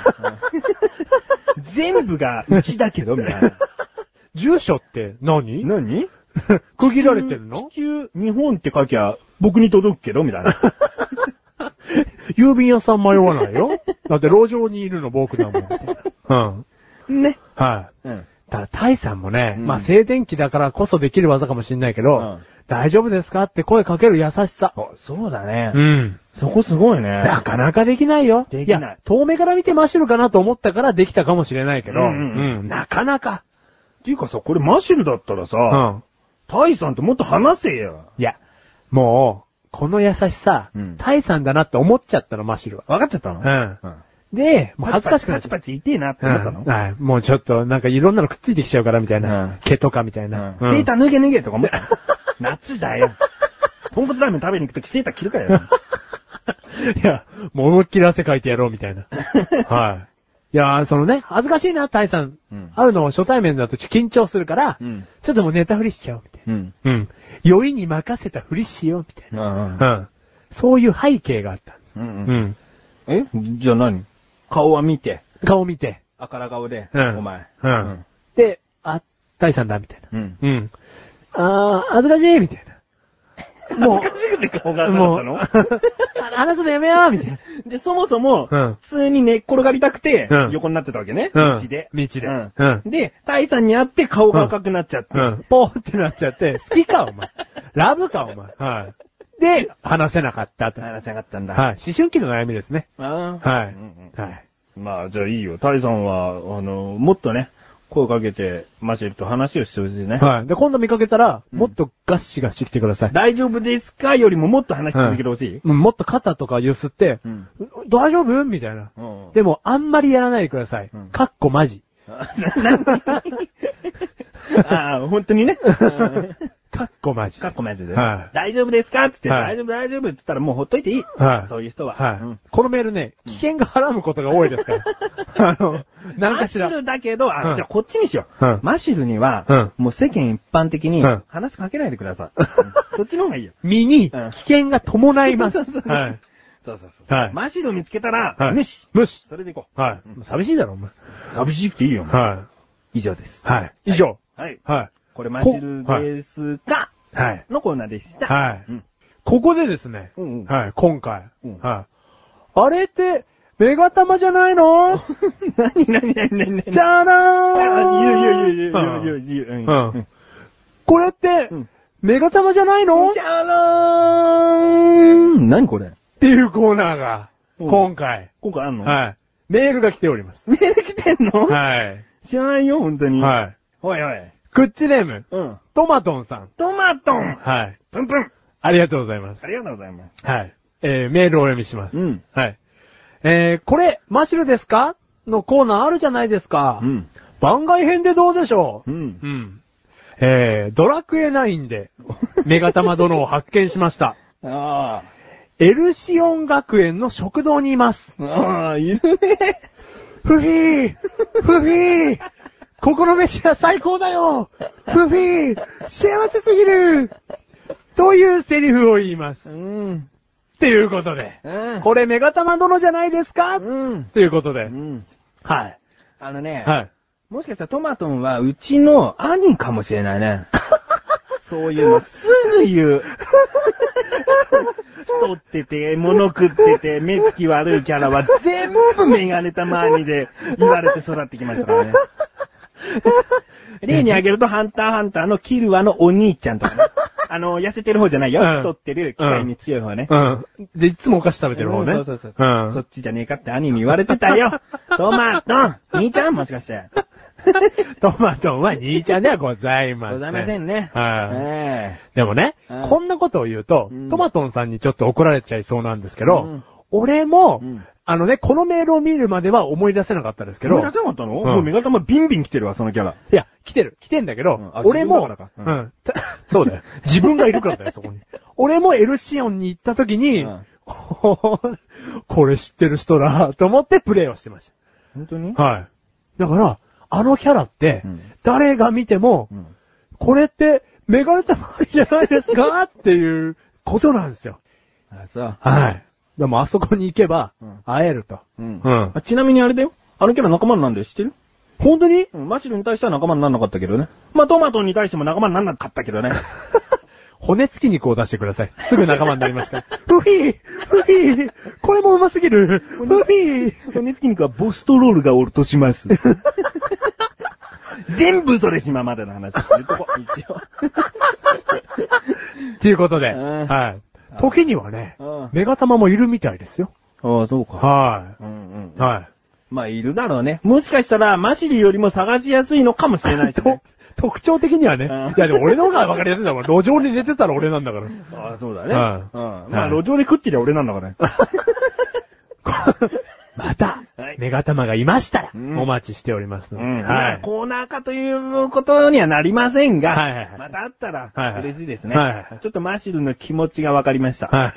Speaker 1: 全部がうちだけどみたいな。
Speaker 3: 住所って何
Speaker 1: 何
Speaker 3: 区切られてるの <laughs>
Speaker 1: 地球、日本って書きゃ、僕に届くけどみた
Speaker 3: <laughs>
Speaker 1: いな。
Speaker 3: 郵便屋さん迷わないよ。だって路上にいるの僕だもん。うん。
Speaker 1: ね。
Speaker 3: はい。
Speaker 1: うん。
Speaker 3: ただ、タイさんもね、
Speaker 1: うん
Speaker 3: まあ、静電気だからこそできる技かもしんないけど、
Speaker 1: うん
Speaker 3: 大丈夫ですかって声かける優しさ。
Speaker 1: あ、そうだね。
Speaker 3: うん。
Speaker 1: そこすごいね。
Speaker 3: なかなかできないよ。
Speaker 1: できない
Speaker 3: や、遠目から見て真っ白かなと思ったからできたかもしれないけど、
Speaker 1: うんうん
Speaker 3: うんなかなか。
Speaker 1: っていうかさ、これマシルだったら
Speaker 3: う
Speaker 1: さ、
Speaker 3: ん。
Speaker 1: タイさんともっと話せよ。
Speaker 3: いや、もう、この優しさ、
Speaker 1: うん
Speaker 3: タイさんだなって思っちゃったの、真っ白は。
Speaker 1: 分かっちゃったの
Speaker 3: うん
Speaker 1: うん。
Speaker 3: で、もう恥ずかしくなっ
Speaker 1: パ
Speaker 3: ち
Speaker 1: チ
Speaker 3: ゃっ
Speaker 1: パチ痛えなって
Speaker 3: た。
Speaker 1: 思った
Speaker 3: うん
Speaker 1: の
Speaker 3: はい。もうちょっと、なんかいろんなのくっついてきちゃうから、みたいな。
Speaker 1: うん
Speaker 3: 毛とかみたい
Speaker 1: うん
Speaker 3: な。
Speaker 1: セーター脱げ脱げとか思った。夏だよ。豚骨ラーメン食べに行くときセーター着るかよ。
Speaker 3: いや、もう思いっきり汗かいてやろうみたいな。
Speaker 1: <laughs>
Speaker 3: はい。いやー、そのね、恥ずかしいな、タイさん。
Speaker 1: うん
Speaker 3: 会うの初対面だとちょっと緊張するから、
Speaker 1: うん
Speaker 3: ちょっともうネタフリしちゃおう、みたい
Speaker 1: うん。
Speaker 3: な。うん。酔いに任せたフリしよう、みたい
Speaker 1: うん。
Speaker 3: な。うん。そういう背景があったんです。
Speaker 1: う。
Speaker 3: うんん。
Speaker 1: えじゃあ何顔は見て。
Speaker 3: 顔見て。
Speaker 1: あから顔で。
Speaker 3: うん。
Speaker 1: お前。
Speaker 3: うん。で、あ、タイさんだ、みたいな。
Speaker 1: うん
Speaker 3: うん。あー、恥ずかしい、みたいな。もう
Speaker 1: 恥ずかしくて顔が赤
Speaker 3: <laughs>
Speaker 1: かったの
Speaker 3: 話すのやめようみたいな。
Speaker 1: <laughs> で、そもそも、
Speaker 3: うん
Speaker 1: 普通に寝っ転がりたくて
Speaker 3: うん、
Speaker 1: 横になってたわけね。
Speaker 3: うん
Speaker 1: 道で。
Speaker 3: 道で
Speaker 1: うん
Speaker 3: う
Speaker 1: で、タイさんに会って顔が赤くなっちゃって。
Speaker 3: うん。ポーってなっちゃ
Speaker 1: <laughs>
Speaker 3: って、好きか、お前。ラブか、お前。はい。で、話せなかったと。はい。
Speaker 1: 話せなかったんだ。い。
Speaker 3: 思春期の悩みですね。
Speaker 1: あー
Speaker 3: はい
Speaker 1: うん。
Speaker 3: はい。
Speaker 1: うんまあ、じゃあいいよ。タイさんは、あの、もっとね、声かけて、マシェルと話をしてほしいね。
Speaker 3: はい。で、今度見かけたら、もっとガッシガッシ来てください。
Speaker 1: 大丈夫ですかよりももっと話し続けてほしい。
Speaker 3: うんもっと肩とか揺すって、
Speaker 1: ん。
Speaker 3: 大丈夫みたいな。
Speaker 1: うん。
Speaker 3: でも、あんまりやらないでください
Speaker 1: うん。
Speaker 3: かっこマジ。
Speaker 1: ああ、本当にね。うん
Speaker 3: かっこマジ。
Speaker 1: かっこまやつで。
Speaker 3: はい
Speaker 1: 大丈夫ですかつって、
Speaker 3: はい
Speaker 1: 大丈夫大丈夫っつったらもうほっといていい。
Speaker 3: はい
Speaker 1: そういう人は。
Speaker 3: はい、
Speaker 1: うん
Speaker 3: このメールね、危険がはらむことが多いですから。あ
Speaker 1: <laughs>
Speaker 3: の、なんかしら
Speaker 1: マシ。ルだけど、あ、
Speaker 3: うん
Speaker 1: じゃあこっちにしよう。
Speaker 3: うん
Speaker 1: マシルには、
Speaker 3: うん
Speaker 1: もう世間一般的に
Speaker 3: うん、
Speaker 1: 話かけないでくださ
Speaker 3: <laughs>
Speaker 1: い。うんそっちの方がいいよ。
Speaker 3: 身に
Speaker 1: うん
Speaker 3: 危険が伴います。
Speaker 1: <laughs> そうそうそう
Speaker 3: はい。
Speaker 1: そうそうそう。
Speaker 3: はい
Speaker 1: マシル見つけたら、
Speaker 3: はい
Speaker 1: 無視。
Speaker 3: 無視。
Speaker 1: それでいこう。
Speaker 3: はい。寂しいだろ、お前。
Speaker 1: 寂しくていいよ、
Speaker 3: は
Speaker 1: 以上です。
Speaker 3: い。はい。以上。
Speaker 1: はい。
Speaker 3: は
Speaker 1: これマシルですか
Speaker 3: い。はい。
Speaker 1: のコーナーでした。
Speaker 3: はい
Speaker 1: うん。
Speaker 3: ここでですね。
Speaker 1: うんうん
Speaker 3: はい。今回。
Speaker 1: うん
Speaker 3: はい。あれって、メガ <laughs> 玉じゃないの
Speaker 1: なになになになになに
Speaker 3: じゃーなー
Speaker 1: 言う言う言う言
Speaker 3: う
Speaker 1: う言うん言う言う。
Speaker 3: うんこれって
Speaker 1: うん、
Speaker 3: メガ玉じゃないのっ
Speaker 1: じゃらーん何これ
Speaker 3: ていうコーナーが、
Speaker 1: うん
Speaker 3: 今回。
Speaker 1: 今回あんのい。
Speaker 3: はい。メールが来ております。
Speaker 1: メール来てんの
Speaker 3: はい。
Speaker 1: 知らないよ、本当に。い。
Speaker 3: はい。
Speaker 1: おいおい。
Speaker 3: クッチネーム、
Speaker 1: うん。
Speaker 3: トマトンさん。
Speaker 1: トマトン
Speaker 3: はい。
Speaker 1: プンプン
Speaker 3: ありがとうございます
Speaker 1: あ。りがとうございます。
Speaker 3: はい。えー、メールをお読みします。
Speaker 1: うん
Speaker 3: はい。えー、これ、マシュルですかのコーナーあるじゃないですか。
Speaker 1: ん。
Speaker 3: 番外編でどうでしょう
Speaker 1: う。
Speaker 3: うんん。えー、ドラクエ9で、メガタマ殿を発見しました。 <laughs>
Speaker 1: あ
Speaker 3: エルシオン学園の食堂にいます。
Speaker 1: あ。ああ、いるね。
Speaker 3: フフィーフフィーここの飯は最高だよフフィー幸せすぎるというセリフを言います。
Speaker 1: ん。
Speaker 3: っていうことで。
Speaker 1: うん
Speaker 3: これメガタマ殿じゃないですか
Speaker 1: うん。
Speaker 3: ということで。
Speaker 1: ん。
Speaker 3: はい。
Speaker 1: あのね、
Speaker 3: はい。
Speaker 1: もしかしたらトマトンはうちの兄かもしれない <laughs> ね。そういうのすぐ言う。 <laughs> 太ってて、物食ってて、目つき悪いキャラは全部メガネたまにで言われて育ってきましたから <laughs> ね。例に挙げると、ハンターハンターのキルアのお兄ちゃんとかね。あの、痩せてる方じゃないよ。
Speaker 3: うん
Speaker 1: 太ってる、機械に強い方ね。
Speaker 3: うん。で、いつもお菓子食べてる方ね。
Speaker 1: うんそうそうそう。
Speaker 3: うん。
Speaker 1: そっちじゃねえかって兄に言われて
Speaker 3: <laughs>
Speaker 1: たよ。トマトン兄ちゃんもしかして。
Speaker 3: トマトは兄ちゃんではございません。
Speaker 1: ございませんね。
Speaker 3: はい。
Speaker 1: え
Speaker 3: でもね、
Speaker 1: うん
Speaker 3: こんなことを言うと
Speaker 1: うん、
Speaker 3: トマトンさんにちょっと怒られちゃいそうなんですけど、
Speaker 1: うん
Speaker 3: 俺も、
Speaker 1: うん
Speaker 3: あのね、このメールを見るまでは思い出せなかったです
Speaker 1: え
Speaker 3: けど、
Speaker 1: 思い出せなかったの、
Speaker 3: ん
Speaker 1: もうメガタマビンビン来てるわ、そのキャラ。
Speaker 3: いや、来てる、来てんだけど、
Speaker 1: うんあ
Speaker 3: 俺も
Speaker 1: 自分だからか、
Speaker 3: う
Speaker 1: うんん、
Speaker 3: た <laughs> そうだよ。自分がいるからだよ、そこに。俺もエルシオンに行った時に、
Speaker 1: うん
Speaker 3: <laughs> これ知ってる人だ、と思ってプレイをしてました。
Speaker 1: 本当に
Speaker 3: はい。だから、あのキャラって、
Speaker 1: うん
Speaker 3: 誰が見ても、
Speaker 1: うん。
Speaker 3: これって、メガネたまりじゃないです
Speaker 1: <laughs>
Speaker 3: かっていうことなんですよ。
Speaker 1: あ、そう。
Speaker 3: はい。でも、あそこに行けば
Speaker 1: うん、
Speaker 3: 会えると。
Speaker 1: うん
Speaker 3: うん
Speaker 1: あちなみにあれだよ。あのキャラ仲間になんだよ、知ってる
Speaker 3: 本当に
Speaker 1: うん、マシルに対しては仲間になんなかったけどね。まあ、トマトンに対しても仲間になんなかったけ
Speaker 3: <laughs>
Speaker 1: どね。
Speaker 3: 骨付き肉を出してください。すぐ仲間になりました。
Speaker 1: <laughs>
Speaker 3: フフィーフフィーこれもうますぎるフフィー
Speaker 1: 骨付き肉はボストロールが落とします。
Speaker 3: <laughs>
Speaker 1: 全部それ島までの
Speaker 3: <laughs>
Speaker 1: 話。言っとこう一応。
Speaker 3: っていうことで、
Speaker 1: うん
Speaker 3: はい。時にはね
Speaker 1: うん、
Speaker 3: メガ玉もいるみたいですよ。
Speaker 1: ああ、そうか。
Speaker 3: は
Speaker 1: うんうん
Speaker 3: い。。は
Speaker 1: まあ、いるだろうね。もしかしたら、マシルよりも探しやすいのかもしれない
Speaker 3: い。
Speaker 1: し
Speaker 3: と
Speaker 1: ね。
Speaker 3: 特徴的にはね、
Speaker 1: うん
Speaker 3: いやでも俺の方がわかりやすいんだもん。路上に寝てたら俺なんだから。
Speaker 1: <laughs> ああ、そうだ
Speaker 3: は
Speaker 1: ね
Speaker 3: い。
Speaker 1: うん。まあ、
Speaker 3: はい
Speaker 1: 路上で食ってりゃ俺なんだからね。 <laughs>
Speaker 3: また
Speaker 1: はい、
Speaker 3: メガ玉がいましたら、
Speaker 1: うん
Speaker 3: お待ちしておりますので。
Speaker 1: うん。
Speaker 3: は
Speaker 1: まあ
Speaker 3: い。
Speaker 1: コーナー化ということにはなりません
Speaker 3: はいはいは
Speaker 1: が
Speaker 3: い、
Speaker 1: またあったら
Speaker 3: はいはい
Speaker 1: 嬉しいです
Speaker 3: はいはいは
Speaker 1: ね
Speaker 3: い。
Speaker 1: ちょっとマシルの気持ちがわかりました。
Speaker 3: はい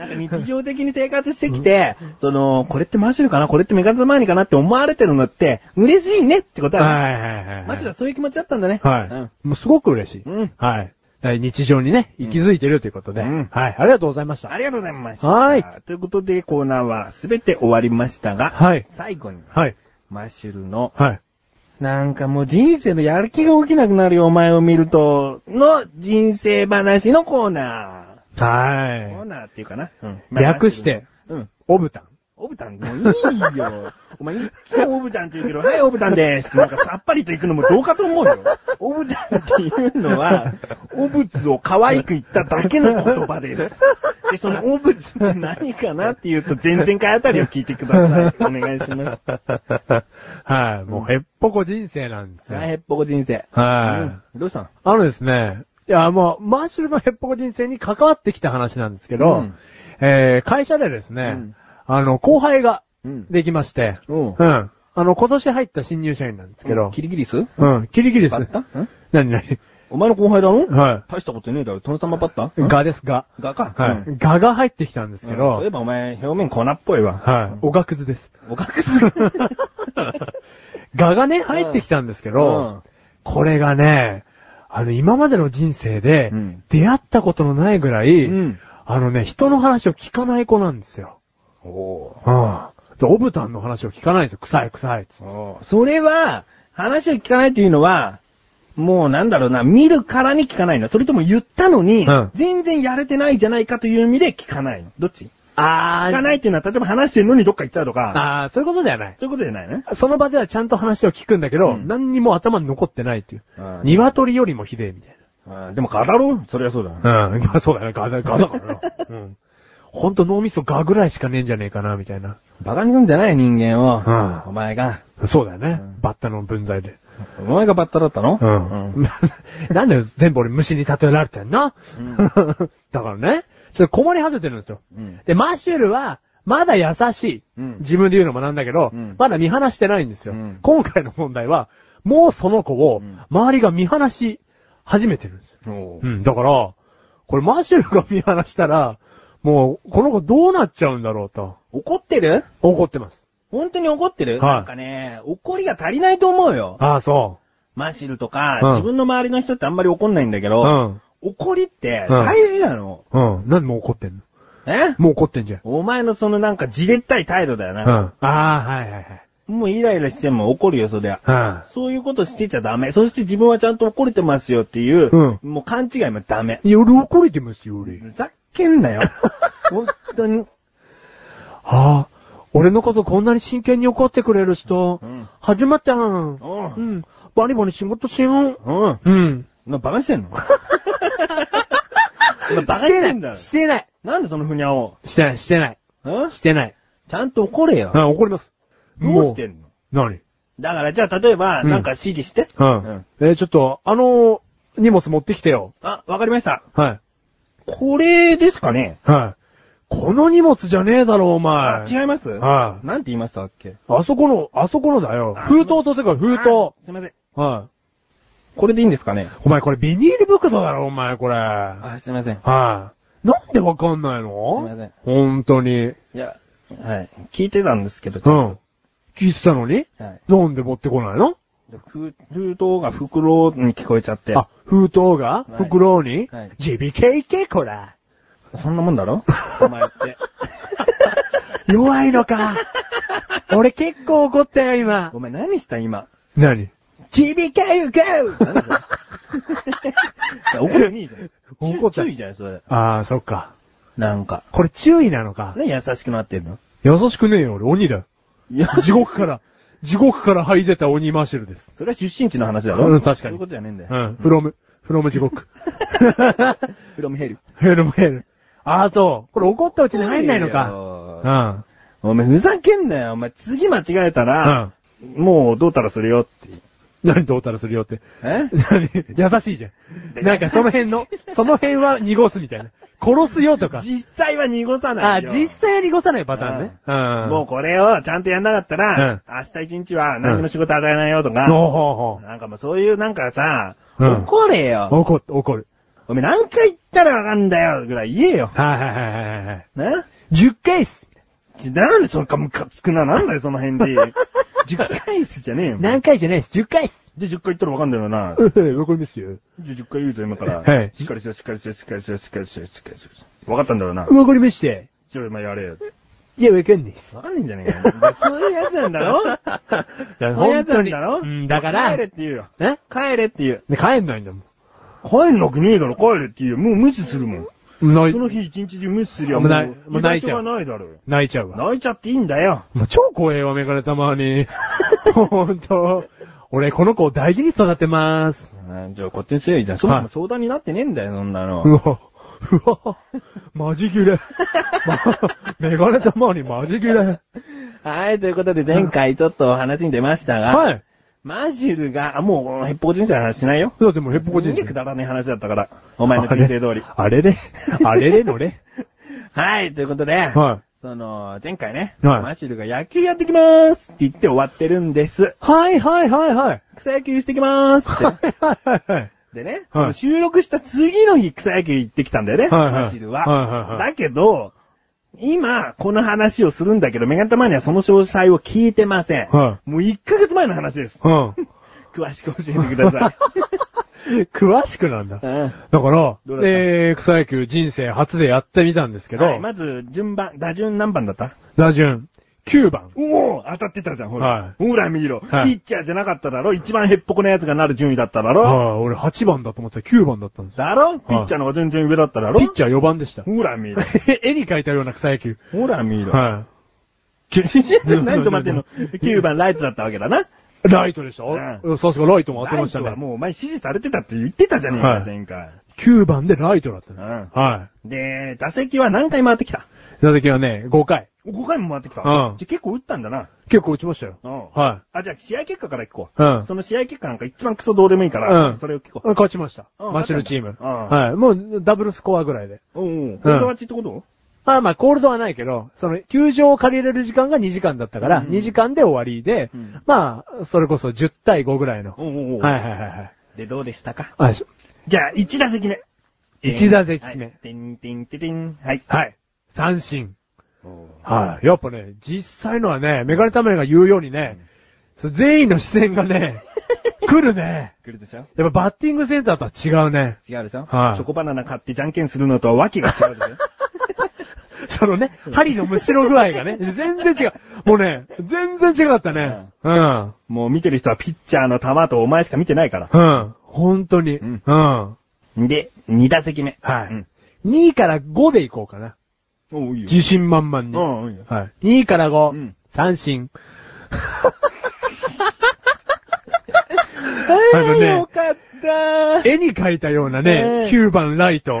Speaker 1: なんか日常的に生活してきて、その、これってマシルかなこれってメガネマーニかなって思われてるのって、嬉しいねってことはね、
Speaker 3: はいはいはいはい。
Speaker 1: マシルはそういう気持ちだったんだね。
Speaker 3: はい。
Speaker 1: うん
Speaker 3: もうすごく嬉しい。
Speaker 1: うん
Speaker 3: はい。だから日常にね、息づいてるということで。
Speaker 1: うん
Speaker 3: はい。ありがとうございました。
Speaker 1: ありがとうございました。
Speaker 3: はい。
Speaker 1: ということで、コーナーはすべて終わりましたが、
Speaker 3: はい。
Speaker 1: 最後に、
Speaker 3: はい。
Speaker 1: マッシュルの
Speaker 3: はい。
Speaker 1: なんかもう人生のやる気が起きなくなるよ、お前を見ると、の人生話のコーナー。コー
Speaker 3: は
Speaker 1: ナーっていうかな。うん。
Speaker 3: 略して。
Speaker 1: うん。
Speaker 3: い。オブタン。
Speaker 1: <laughs> オブタン、もういいよ。お前いっつもオブタンって言うけど、はい、オブタンです。なんかさっぱりと行くのもどうかと思うよ。オブタンっていうのは、オブツを可愛く言っただけの言葉です。で、そのオブツって何かなっていうと、前々回あたりを聞いてください。お願いします。
Speaker 3: はい。もうへっぽこ人生なんですよ。
Speaker 1: はい、へっぽこ人生。
Speaker 3: はい。
Speaker 1: うんどうしたん
Speaker 3: あのですね、いや、もう、マーシュルのヘッポコ人生に関わってきた話なんですけど、
Speaker 1: うん
Speaker 3: えー、会社でですね、
Speaker 1: うん
Speaker 3: あの、後輩が
Speaker 1: うん
Speaker 3: できまして、
Speaker 1: おう
Speaker 3: うん。あの、今年入った新入社員なんですけど、
Speaker 1: キリギリス
Speaker 3: うん、キリギリス
Speaker 1: バッ。タん
Speaker 3: 何何
Speaker 1: お前の後輩だろ
Speaker 3: は
Speaker 1: 大したことねえだろ。殿様バッタ
Speaker 3: い。
Speaker 1: ん
Speaker 3: ガです、ガ。
Speaker 1: ガか。
Speaker 3: は
Speaker 1: うん
Speaker 3: い。ガが入ってきたんですけ
Speaker 1: そういえ
Speaker 3: ど、
Speaker 1: ばお前、表面粉っぽいわ。
Speaker 3: はい。おがくず
Speaker 1: <laughs>
Speaker 3: です。
Speaker 1: おかくする。
Speaker 3: ガがね、入ってきたんですけ
Speaker 1: うん
Speaker 3: ど、これがね、あの、今までの人生で
Speaker 1: うん、
Speaker 3: 出会ったことのないぐらい、
Speaker 1: うん
Speaker 3: あのね、人の話を聞かない子なんですよ。
Speaker 1: おー
Speaker 3: うん。でオブタンの話を聞かないんですよ。臭い臭いっつって。
Speaker 1: それは、話を聞かないというのは、もうなんだろうな、見るからに聞かないの。それとも言ったのに、
Speaker 3: うん
Speaker 1: 全然やれてないじゃないかという意味で聞かないの。どっち
Speaker 3: あ
Speaker 1: 聞か
Speaker 3: ー、
Speaker 1: ないっていうのは、例えば話してるのにどっか行っちゃうとか、
Speaker 3: あー、そういうことではない。
Speaker 1: そういうことじゃないのね。
Speaker 3: その場ではちゃんと話を聞くんだけど、
Speaker 1: うん
Speaker 3: 何にも頭に残ってないっていう
Speaker 1: あ。ー
Speaker 3: 鶏よりもひでえみたい
Speaker 1: あーでもガだろそりゃそうだな。
Speaker 3: な。うん。まあそうだね。ガだ、ガだからな。
Speaker 1: <laughs>
Speaker 3: うん。ほんと脳みそガぐらいしかねえんじゃねえかな、みたいな。
Speaker 1: バカにすんじゃない人間を。
Speaker 3: うん
Speaker 1: お前が。
Speaker 3: そうだよね。
Speaker 1: うん
Speaker 3: バッタの分際で。
Speaker 1: お前がバッタだったの
Speaker 3: うん。なん <laughs> で全部俺虫に例えられてんの、
Speaker 1: うん
Speaker 3: <laughs> だからね、ちょっと困り果ててるんですよ。
Speaker 1: うん
Speaker 3: で、マーシュルは、まだ優しい、
Speaker 1: うん
Speaker 3: 自分で言うのもなんだけど、
Speaker 1: うん
Speaker 3: まだ見放してないんですよ、
Speaker 1: うん
Speaker 3: 今回の問題は、もうその子を
Speaker 1: うん、
Speaker 3: 周りが見放し始めてるんですよ。
Speaker 1: お
Speaker 3: う、
Speaker 1: うん
Speaker 3: だから、これマーシュルが見放したら、もう、この子どうなっちゃうんだろうと、
Speaker 1: 怒ってる
Speaker 3: 怒ってます。
Speaker 1: 本当に怒ってる、
Speaker 3: はい
Speaker 1: なんかね、怒りが足りないと思うよ。
Speaker 3: ああ、そ
Speaker 1: マシルとか、
Speaker 3: うん
Speaker 1: 自分の周りの人ってあんまり怒んないんだけ
Speaker 3: う。
Speaker 1: ど、
Speaker 3: うん。
Speaker 1: 怒りって
Speaker 3: うん
Speaker 1: 大事なの。
Speaker 3: うん。なんでもう怒ってんの
Speaker 1: え
Speaker 3: もう怒ってんじゃん。
Speaker 1: お前のそのなんかじれったい態度だ
Speaker 3: う
Speaker 1: よ
Speaker 3: ん。
Speaker 1: な。
Speaker 3: ああ、はいはいはい。
Speaker 1: もうイライラしても怒るよ、そりゃ。
Speaker 3: うん。
Speaker 1: そういうことしてちゃダメ。そして自分はちゃんと怒れてますよっていう、
Speaker 3: う
Speaker 1: もう勘違いもダメ。
Speaker 3: いや、俺怒れてますよ、俺。
Speaker 1: ふざけん
Speaker 3: <laughs>
Speaker 1: なよ。本当に。
Speaker 3: ああ、俺のことこんなに真剣に怒ってくれる人、
Speaker 1: うん
Speaker 3: 初めてやん。
Speaker 1: おう
Speaker 3: うん。バリバリ仕事しよう。
Speaker 1: うん。
Speaker 3: うん。
Speaker 1: な、バカしてんのお前バカしてんだろ。
Speaker 3: してない。
Speaker 1: なんでそのふにゃを。
Speaker 3: してない、してない。
Speaker 1: ん
Speaker 3: してない。
Speaker 1: ちゃんと怒れよ
Speaker 3: う。ん、怒ります。
Speaker 1: どうして
Speaker 3: も
Speaker 1: んの
Speaker 3: 何
Speaker 1: だからじゃあ例えば、
Speaker 3: うん
Speaker 1: なんか指示して。
Speaker 3: うん。えーちょっと、あのー荷物持ってきてよ。
Speaker 1: あ、わかりました。
Speaker 3: はい。
Speaker 1: これですかね
Speaker 3: はい。この荷物じゃねえだろ、お
Speaker 1: あ
Speaker 3: 前。
Speaker 1: 違います
Speaker 3: は
Speaker 1: なんて言いましたっけ
Speaker 3: あそこの、あそこのだよ。
Speaker 1: あ
Speaker 3: 封筒とてか封筒。
Speaker 1: あすいません。
Speaker 3: はい。
Speaker 1: これでいいんですかね
Speaker 3: お前これビニール袋だろ、お前これ。
Speaker 1: あ、すいません。
Speaker 3: はい。なんでわかんない
Speaker 1: すいませ
Speaker 3: の
Speaker 1: ん
Speaker 3: 本当に。
Speaker 1: いや、はい。聞いてたんですけど、ち
Speaker 3: う
Speaker 1: ょっ
Speaker 3: ん。聞いてたのに
Speaker 1: とはい。
Speaker 3: なんで持ってこないの
Speaker 1: 封封筒が袋に聞こえちゃって。
Speaker 3: あ、封筒が
Speaker 1: はい
Speaker 3: 袋に
Speaker 1: はい
Speaker 3: ?JBKK こら。
Speaker 1: そんなもんだろお前って。
Speaker 3: <laughs>
Speaker 1: <laughs>
Speaker 3: 弱いのか。俺結構怒ったよ、今
Speaker 1: お。前何し
Speaker 3: <laughs>
Speaker 1: た今。
Speaker 3: 何
Speaker 1: GBK GO! なんだそれ怒るいいじゃん。
Speaker 3: 怒った
Speaker 1: 注意じゃん、それ。
Speaker 3: ああ、そっか。
Speaker 1: なんか。
Speaker 3: これ注意なのか。
Speaker 1: ね、優しくなってるの
Speaker 3: 優しくねえよ、俺鬼だよ。
Speaker 1: いや
Speaker 3: 地獄
Speaker 1: <laughs>
Speaker 3: から、地獄から這い出た鬼マシュルです。
Speaker 1: それは出身地の話だろ
Speaker 3: うん、確かに。
Speaker 1: そういうことじゃねえんだよ。
Speaker 3: うん、フロム、フロム地
Speaker 1: <laughs>
Speaker 3: 獄。
Speaker 1: フロムヘル。
Speaker 3: ヘルムヘル。ああ、そう。これ怒ったうちに入んないのか。
Speaker 1: か。
Speaker 3: うん。
Speaker 1: お前ふざけんなよ。お前次間違えた
Speaker 3: う
Speaker 1: ら、
Speaker 3: ん。
Speaker 1: もうどうたらするよって。
Speaker 3: 何トータルするよって。
Speaker 1: え
Speaker 3: 何優しいじゃん。
Speaker 1: <laughs>
Speaker 3: なんかその辺の、その辺は濁すみたいな。殺すよ
Speaker 1: <laughs>
Speaker 3: とか。
Speaker 1: 実際は濁さな
Speaker 3: あ、
Speaker 1: いよ。
Speaker 3: 実際は濁さないパターンね。うん。
Speaker 1: もうこれをちゃんとやんなかったら、明日一日は何の仕事与えないよとか、
Speaker 3: ほうほう
Speaker 1: なんかもうそういうなんかさ、
Speaker 3: うん
Speaker 1: 怒れ
Speaker 3: ほう。
Speaker 1: よ。
Speaker 3: 怒る、怒る。
Speaker 1: お前何回言ったらわかんだよぐらい言えよ。
Speaker 3: はいはいはいはいはい。
Speaker 1: な
Speaker 3: 10回っす。
Speaker 1: ちなんでそんかムカつくな。なんだよその
Speaker 3: <laughs>
Speaker 1: 返事。10回すじゃねえよ。
Speaker 3: 何回じゃないっす。10回っす。
Speaker 1: じゃあ10回言ったらわかんだよな。
Speaker 3: うん、わかりますよ。
Speaker 1: じゃあ10回言うぞ今から。
Speaker 3: はい
Speaker 1: しっかりしろ、しっかりしろ、しっかりしろ、しっかりしろ、しっかりしろ。わかったんだろうな。
Speaker 3: わかりまして。
Speaker 1: ちょ、今やれよ。
Speaker 3: いや、わかんないっす
Speaker 1: <laughs> わ。かんないんじゃねえかよ。そういうやつなんだ
Speaker 3: <laughs>
Speaker 1: ろそういうやつなんだろ
Speaker 3: うん、だから、
Speaker 1: 帰れ
Speaker 3: ね、
Speaker 1: って言うよ。
Speaker 3: ね
Speaker 1: 帰れって言う。
Speaker 3: 帰んないんだも
Speaker 1: 帰んなくねえだろ、帰れって言う。もう無視するもん。
Speaker 3: ん。泣
Speaker 1: そ
Speaker 3: い
Speaker 1: の日一日中無視すりゃ
Speaker 3: も
Speaker 1: も
Speaker 3: う
Speaker 1: う、
Speaker 3: ないもう泣いちゃう
Speaker 1: 居場所がないだろ。
Speaker 3: 泣いちゃうわ。
Speaker 1: 泣いちゃっていいんだよ。
Speaker 3: もう超怖えわ、メガネたまに。 <laughs> ほんと。俺、この子を大事に育てまーす。
Speaker 1: じゃあ、勝手にせえじゃん。そ
Speaker 3: もそも
Speaker 1: も相談になってねえんだよ、そんな
Speaker 3: う
Speaker 1: の。
Speaker 3: わ。うわ。マジギレ。 <laughs> ま、メガネたまにマジギレ。
Speaker 1: はい、ということで前回ちょっとお話に出ましたが、
Speaker 3: はい。
Speaker 1: マジルが、あもう、ヘッポコ人生の話しないよ。
Speaker 3: だってもうヘッポコ人
Speaker 1: すんげえくだらねえ話だったから、お前の人生通り。
Speaker 3: あれれあれれのれ
Speaker 1: はい、ということ
Speaker 3: <laughs>
Speaker 1: で、
Speaker 3: は
Speaker 1: その、前回ね、
Speaker 3: はい
Speaker 1: マシルが野球やってきますって言って終わってるんです。
Speaker 3: い。はいはいはいはい。
Speaker 1: 草野球してきます
Speaker 3: は
Speaker 1: って。
Speaker 3: いはいはいはい。
Speaker 1: でね、
Speaker 3: はい
Speaker 1: 収録した次の日草野球行ってきたんだよね、
Speaker 3: はいはい
Speaker 1: マシル
Speaker 3: は
Speaker 1: は。
Speaker 3: いはいはい
Speaker 1: だけど、今、この話をするんだけど、メガネたまにはその詳細を聞いてません。
Speaker 3: は
Speaker 1: もう1ヶ月前の話です。
Speaker 3: うん。
Speaker 1: 詳しく教えてください。
Speaker 3: <laughs> 詳しくなん <laughs> だ。
Speaker 1: うん
Speaker 3: だから
Speaker 1: どうだった、
Speaker 3: えー、草野球人生初でやってみたんですけど、
Speaker 1: はいまず、順番、打順何番だった
Speaker 3: 打順9番。
Speaker 1: おお当たってたじゃん、ほら。ほら見ろ。ピ
Speaker 3: はい
Speaker 1: ッチャーじゃなかっただろ一番ヘッポコなやつがなる順位だっただろ
Speaker 3: はい、俺8番だと思ってたら9番だったんですよ。
Speaker 1: だろピッチャーの方が全然上だっただろ
Speaker 3: ピッチャー4番で
Speaker 1: <laughs>
Speaker 3: した。
Speaker 1: ほら見ろ。
Speaker 3: 絵に描いたような草野球。
Speaker 1: ほら見ろ。
Speaker 3: は
Speaker 1: 何止まってんの ?9 番ライトだったわけだな。
Speaker 3: い。ライトでした
Speaker 1: う
Speaker 3: あさすがライトも当て
Speaker 1: ラ
Speaker 3: ま
Speaker 1: イ
Speaker 3: した
Speaker 1: ト
Speaker 3: ね
Speaker 1: は。もうお前指示されてたって言ってたじゃねえか
Speaker 3: は、い
Speaker 1: 前回。
Speaker 3: 9番でライトだった
Speaker 1: う
Speaker 3: ね。
Speaker 1: ん。
Speaker 3: は
Speaker 1: で、打席は何回回ってきた
Speaker 3: い。打席はね、5回。
Speaker 1: ?5 回も回ってきた。
Speaker 3: うん
Speaker 1: じゃ結構打ったんだな。
Speaker 3: 結構打ちましたよ。
Speaker 1: うん。
Speaker 3: は
Speaker 1: あ、じゃあ試合結果から聞こ
Speaker 3: い。う
Speaker 1: う。
Speaker 3: ん。
Speaker 1: その試合結果なんか一番クソどうでもいいから、
Speaker 3: うん
Speaker 1: それを聞こう。
Speaker 3: 勝ちました。
Speaker 1: うん
Speaker 3: マッシュルチーム。
Speaker 1: 勝ったんだ
Speaker 3: はい。もうダブルスコアぐらいで。
Speaker 1: うんうん。これが勝ちってこと
Speaker 3: あまあ、コールドはないけど、その、球場を借りれる時間が2時間だったから、
Speaker 1: うん
Speaker 3: 2時間で終わりで、
Speaker 1: うん
Speaker 3: まあ、それこそ10対5ぐらいの。
Speaker 1: おうおうおう
Speaker 3: はいはいはいはい。
Speaker 1: で、どうでしたか
Speaker 3: あし
Speaker 1: じゃあ、1打席目。
Speaker 3: 一打席目
Speaker 1: はいてんてんてんてん。はい。
Speaker 3: はい。三振。
Speaker 1: おう
Speaker 3: はい。やっぱね、実際のはね、メガネタメが言うようにね、そう全員の視線が <laughs> ね、来るね。
Speaker 1: 来るでしょ
Speaker 3: やっぱバッティングセンターとは違うね。
Speaker 1: 違うでしょ
Speaker 3: はい
Speaker 1: チョコバナナ買ってじゃんけんするのとは訳が違うで
Speaker 3: <laughs>
Speaker 1: しょ
Speaker 3: そのね、針のむしろ具合がね、全然違う。もうね、全然違かったね。うん。
Speaker 1: もう見てる人はピッチャーの球とお前しか見てないから。
Speaker 3: うん。本当に。
Speaker 1: う
Speaker 3: うんん。は
Speaker 1: で、2打席目。うん
Speaker 3: い。2位から5でいこうかな。
Speaker 1: おう、いいよ。
Speaker 3: 自信満々に。
Speaker 1: うん、いいよ。
Speaker 3: はい。2位から5、
Speaker 1: うん
Speaker 3: 三
Speaker 1: <laughs>
Speaker 3: 振。
Speaker 1: あ
Speaker 3: のね
Speaker 1: よかった
Speaker 3: 絵に描いたような
Speaker 1: え
Speaker 3: ね、
Speaker 1: え
Speaker 3: 9番ライト。 <laughs>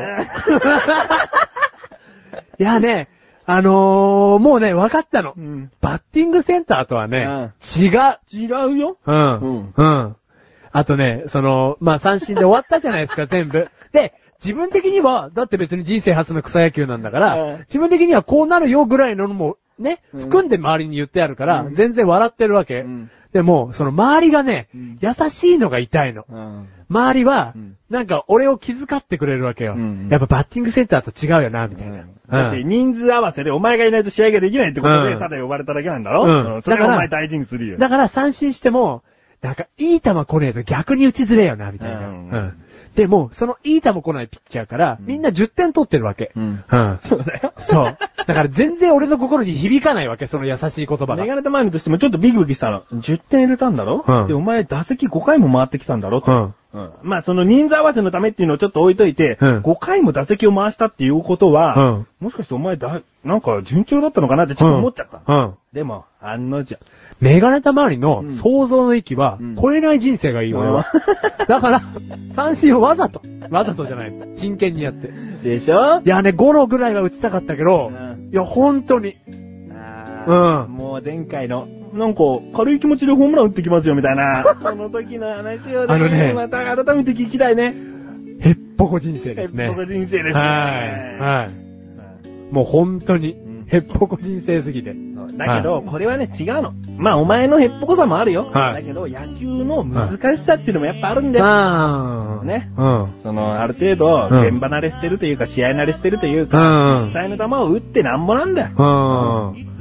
Speaker 3: いやね、あのー、もうね、分かったの
Speaker 1: う。ん。
Speaker 3: バッティングセンターとはね、違う。
Speaker 1: 違うよ。
Speaker 3: うん。
Speaker 1: うん
Speaker 3: うん。あとね、その、まあ、三振で終わったじゃないです
Speaker 1: <laughs>
Speaker 3: か、全部。で、自分的には、だって別に人生初の草野球なんだから、
Speaker 1: うん
Speaker 3: 自分的にはこうなるよぐらいのも、ね、
Speaker 1: うん
Speaker 3: 含んで周りに言ってあるから、
Speaker 1: うん
Speaker 3: 全然笑ってるわけ。
Speaker 1: うん
Speaker 3: でも、その周りがね、
Speaker 1: うん
Speaker 3: 優しいのが痛いの。
Speaker 1: うん。
Speaker 3: 周りは、
Speaker 1: うん
Speaker 3: なんか俺を気遣ってくれるわけよ。
Speaker 1: うんうん
Speaker 3: やっぱバッティングセンターと違うよな、みたいな。
Speaker 1: だって人数合わせでお前がいないと試合ができないってことで、
Speaker 3: うん
Speaker 1: ただ呼ばれただけなんだろ
Speaker 3: うん
Speaker 1: うんそれがお前
Speaker 3: だか
Speaker 1: 大事にするよ。
Speaker 3: だから三振しても、なんか、いい球来ねえと逆に打ちづれえよな、みたいな。
Speaker 1: う
Speaker 3: うんん。でも、そのいい球来ないピッチャーから、みんな10点取ってるわけ。
Speaker 1: うん。
Speaker 3: うん。
Speaker 1: そうだよ。
Speaker 3: そう。だから全然俺の心に響かないわけ、その優しい言葉が。
Speaker 1: メガネたまみとしてもちょっとビクビクしたの。10点入れたんだろ、
Speaker 3: うん
Speaker 1: で、お前打席5回も回ってきたんだろ
Speaker 3: う
Speaker 1: と、
Speaker 3: ん。
Speaker 1: うんまあその人数合わせのためっていうのをちょっと置いといて、
Speaker 3: うん
Speaker 1: 5回も打席を回したっていうことは、
Speaker 3: うん
Speaker 1: もしかしてお前だ、なんか順調だったのかなってちょっと思っちゃった。
Speaker 3: うん。うん
Speaker 1: でも、案の定。
Speaker 3: メガネた周りの
Speaker 1: うん
Speaker 3: 想像の域は
Speaker 1: うん、
Speaker 3: 超えない人生がいい、俺は。だから、三振をわざと。わざとじゃないです。真剣にやって。い
Speaker 1: でしょ
Speaker 3: やね、ゴロぐらいは打ちたかったけど、
Speaker 1: うん
Speaker 3: いや、本当に。
Speaker 1: あー
Speaker 3: うん
Speaker 1: もう前回の、なんか、軽い気持ちでホームラン打ってきますよみた
Speaker 3: <laughs>
Speaker 1: いな、その時の話を
Speaker 3: あのね
Speaker 1: また改めて聞きたいね。
Speaker 3: ヘッポコ人生ですね。
Speaker 1: え僕人生ですね。
Speaker 3: はい。はい。
Speaker 1: うん
Speaker 3: もう本当に
Speaker 1: ん、
Speaker 3: ヘッポコ人生すぎて。
Speaker 1: だけど、これはね、違うの。まあ、お前のヘッポコさもあるよ。
Speaker 3: はい
Speaker 1: だけど、野球の難しさっていうのもやっぱあるんだよ。
Speaker 3: あー
Speaker 1: ね。
Speaker 3: うん。
Speaker 1: その、ある程度、
Speaker 3: うん
Speaker 1: 現場慣れしてるというか、試合慣れしてるという
Speaker 3: うん。
Speaker 1: か、
Speaker 3: う
Speaker 1: 実
Speaker 3: ん。
Speaker 1: 際の球を打ってなんぼなんだよ。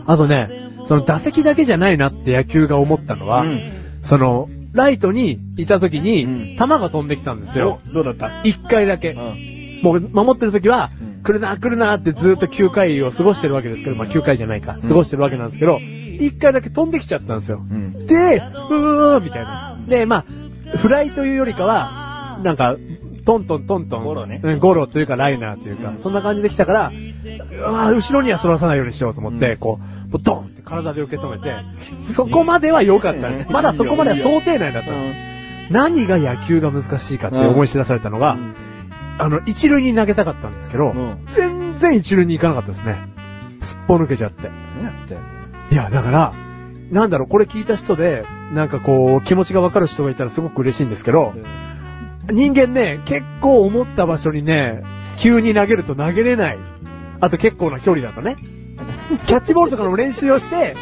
Speaker 3: あとね、その打席だけじゃないなって野球が思ったのは、
Speaker 1: うん
Speaker 3: その、ライトにいた時
Speaker 1: うん
Speaker 3: に、球が飛んできたんですよ。
Speaker 1: おどうだった
Speaker 3: 一回だけ。
Speaker 1: ん。
Speaker 3: もう、守ってる時は、
Speaker 1: うん
Speaker 3: 来るな、来るなってずっと9回を過ごしてるわけですけど、まあ9回じゃないか、過ごしてるわけなんですけど、1回だけ飛んできちゃったんですよ。
Speaker 1: うん。
Speaker 3: で、うーみたいな。で、まあ、フライというよりかは、なんか、トントントントン。
Speaker 1: ゴロね
Speaker 3: うん、ゴロというかライナーというか、
Speaker 1: うん
Speaker 3: そんな感じできたから、うわー後ろには反らさないようにしようと思って、
Speaker 1: うん
Speaker 3: こう、もうドンって体で受け止めて、そこまでは良かったんです。まだそこまでは想定内だったんです。何が野球が難しいかって思い知らされたのが、あの、一塁に投げたかったんですけど、
Speaker 1: うん
Speaker 3: 全然一塁に行かなかったですね。すっぽ抜けちゃって。
Speaker 1: 何やってんの
Speaker 3: いや、だから、なんだろう、これ聞いた人で、なんかこう、気持ちがわかる人がいたらすごく嬉しいんですけど、人間ね、結構思った場所にね、急に投げると投げれない。あと結構な距離だと <laughs> ね。キャッチボールとかの練習をして、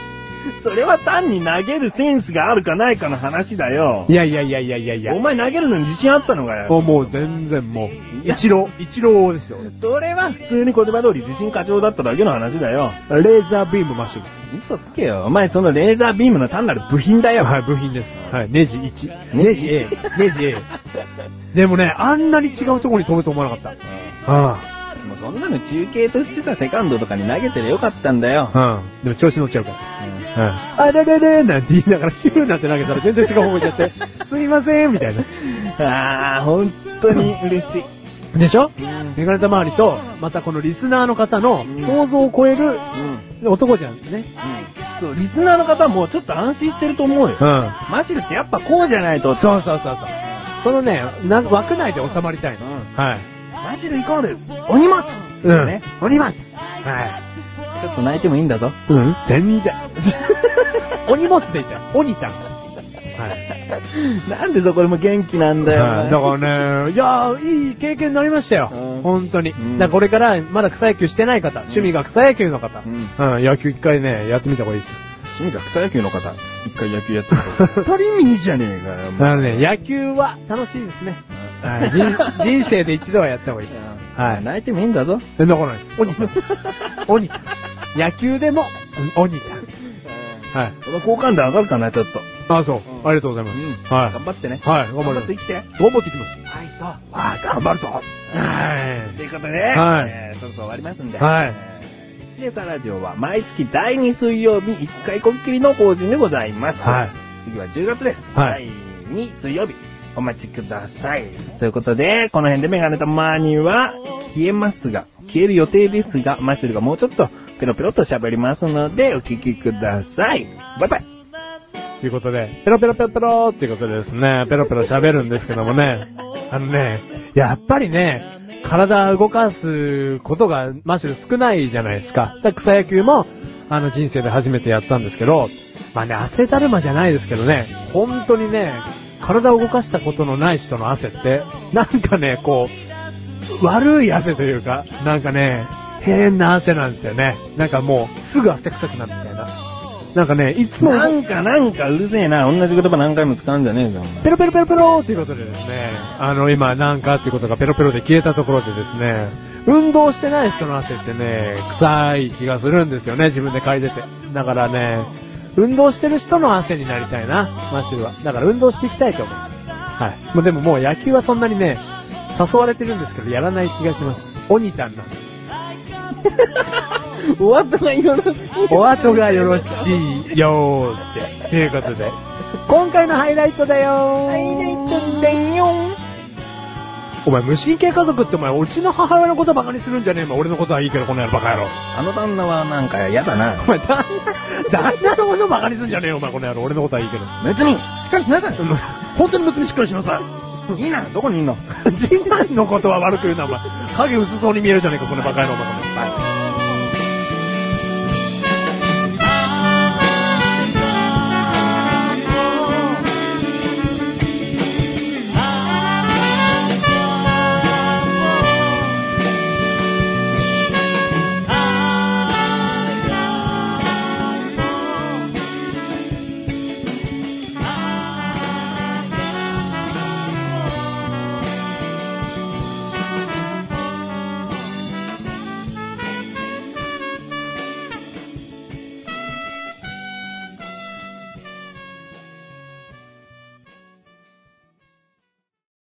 Speaker 1: それは単に投げるセンスがあるかないかの話だよ
Speaker 3: い。やいやいやいやいやいや
Speaker 1: お。前投げるのに自信あったのかよ。
Speaker 3: もうもう全然もう、一郎、一郎ですよ。
Speaker 1: それは普通に言葉通り自信過剰だっただけの話だよ。
Speaker 3: レーザービームマシン。
Speaker 1: 嘘つけよ。お前そのレーザービームの単なる部品だよ。
Speaker 3: はい、部品です。はい、ネジ1。
Speaker 1: ネ
Speaker 3: ネ
Speaker 1: ジ
Speaker 3: ジ A。ネジ A。でもね、あんなに違うところに飛ぶと思わなかった。ああ。
Speaker 1: もうそんなの中継としてさ、セカンドとかに投げてりゃよかったんだよ。
Speaker 3: うん。でも調子乗っちゃうから。うん。あれれれなんて言いながら、ヒューなんて投げたら全然違う方向いっちゃ
Speaker 1: <laughs>
Speaker 3: って、すいませんみたいな。
Speaker 1: ああ、本当に嬉しい。
Speaker 3: でしょメガネタ周りと、またこのリスナーの方の
Speaker 1: ん
Speaker 3: 想像を超える
Speaker 1: うん。
Speaker 3: 男じゃんね。
Speaker 1: そう、リスナーの方はもうちょっと安心してると思うよ。
Speaker 3: ん。
Speaker 1: マシルってやっぱこうじゃないと。
Speaker 3: そうそうそうそう。そのね、な枠内で収まりたいの。
Speaker 1: うん
Speaker 3: はい。
Speaker 1: マシルイコール、お荷物
Speaker 3: うん
Speaker 1: ね。
Speaker 3: お荷物はい。
Speaker 1: ちょっと泣いてもいいんだぞ。
Speaker 3: うん全然。 <laughs> お荷物でいいじゃん。おにたん。はい。
Speaker 1: なんでそこでも元気なんだよ。
Speaker 3: はいだからね、いやー、いい経験になりましたよ。
Speaker 1: うん
Speaker 3: 本当に。
Speaker 1: ん
Speaker 3: だからこれから、まだ草野球してない方、趣味が草野球の方、
Speaker 1: うん
Speaker 3: うん、野球一回ね、やってみた方がいいですよ。
Speaker 1: 趣味が草野球の方、一回野球やって <laughs> る。取り身じゃねえかよ。
Speaker 3: だからね、野球は楽しいですね。はい、 <laughs> 人人生で一度はやった方がいいです。は
Speaker 1: はい。
Speaker 3: い。
Speaker 1: 泣いてもいいんだぞ。
Speaker 3: そんなことないです。鬼だ。鬼だ。野球でも、うん鬼だ。はい。
Speaker 1: この好感度上がるかな、ちょっと。
Speaker 3: あ、そう。ありがとうございます。はい。
Speaker 1: 頑張ってね。
Speaker 3: はい、頑張り
Speaker 1: 頑
Speaker 3: ま
Speaker 1: 張っ
Speaker 3: す
Speaker 1: て生きて。
Speaker 3: 頑張っていきます。
Speaker 1: はい、そう。わあ、頑張るぞ。
Speaker 3: はい
Speaker 1: ということで、
Speaker 3: はい
Speaker 1: えーそろそろ終わりますんで。
Speaker 3: はい
Speaker 1: えー。シエサラジオは毎月第2水曜日1回こっきりの更新でございます。
Speaker 3: はい。
Speaker 1: 次は10月です。
Speaker 3: は
Speaker 1: 第2水曜日、お待ちください。ということで、この辺でメガネたまには消えますが、消える予定ですが、マッシュルがもうちょっとペロペロと喋りますので、お聞きください。バイバイ。
Speaker 3: ということで、ペロペロペロペロっていうことでですね、ペロペロ喋るんですけどもね、あのね、やっぱりね、体動かすことがマシュル少ないじゃないですか。だから草野球も、あの人生で初めてやったんですけど、まあね、汗だるまじゃないですけどね、本当にね、体を動かしたことのない人の汗って、なんかね、こう、悪い汗というか、なんかね、変な汗なんですよね。なんかもう、すぐ汗臭くなるみたいな。なんかね、いつも、
Speaker 1: なんかなんかうるせえな。同じ言葉何回も使うんじゃねえぞ。お前
Speaker 3: ペロペロペロペロっていうことでですね、あの今なんかっていうことがペロペロで消えたところでですね、運動してない人の汗ってね、臭い気がするんですよね、自分で嗅いでて。だからね、運動してる人の汗になりたいな、マッシュルは。だから運動していきたいと思う。はい。もうでももう野球はそんなにね、誘われてるんですけど、やらない気がします。オニタンなん <laughs> です。
Speaker 1: お後がよろしい。
Speaker 3: お後がよろしいよーって。ということで、今回のハイライトだよー。
Speaker 1: ハイライトだよ
Speaker 3: お前、無神経家族ってお前、うちの母親のことバカにするんじゃねえよ。俺のことはいいけど、この野郎バカ野郎。
Speaker 1: あの旦那はなんか嫌だな
Speaker 3: お。前、旦那、旦那のことバカにするんじゃねえよ、お前、この野郎。俺のことはいいけど。
Speaker 1: 別に、しっかりしなさい。
Speaker 3: 本当に別にしっかりしなさい。
Speaker 1: <laughs> いいな、どこにいんの
Speaker 3: 次男のことは悪く言うな、お前。影薄そうに見えるじゃねえか、このバカ野郎、お前。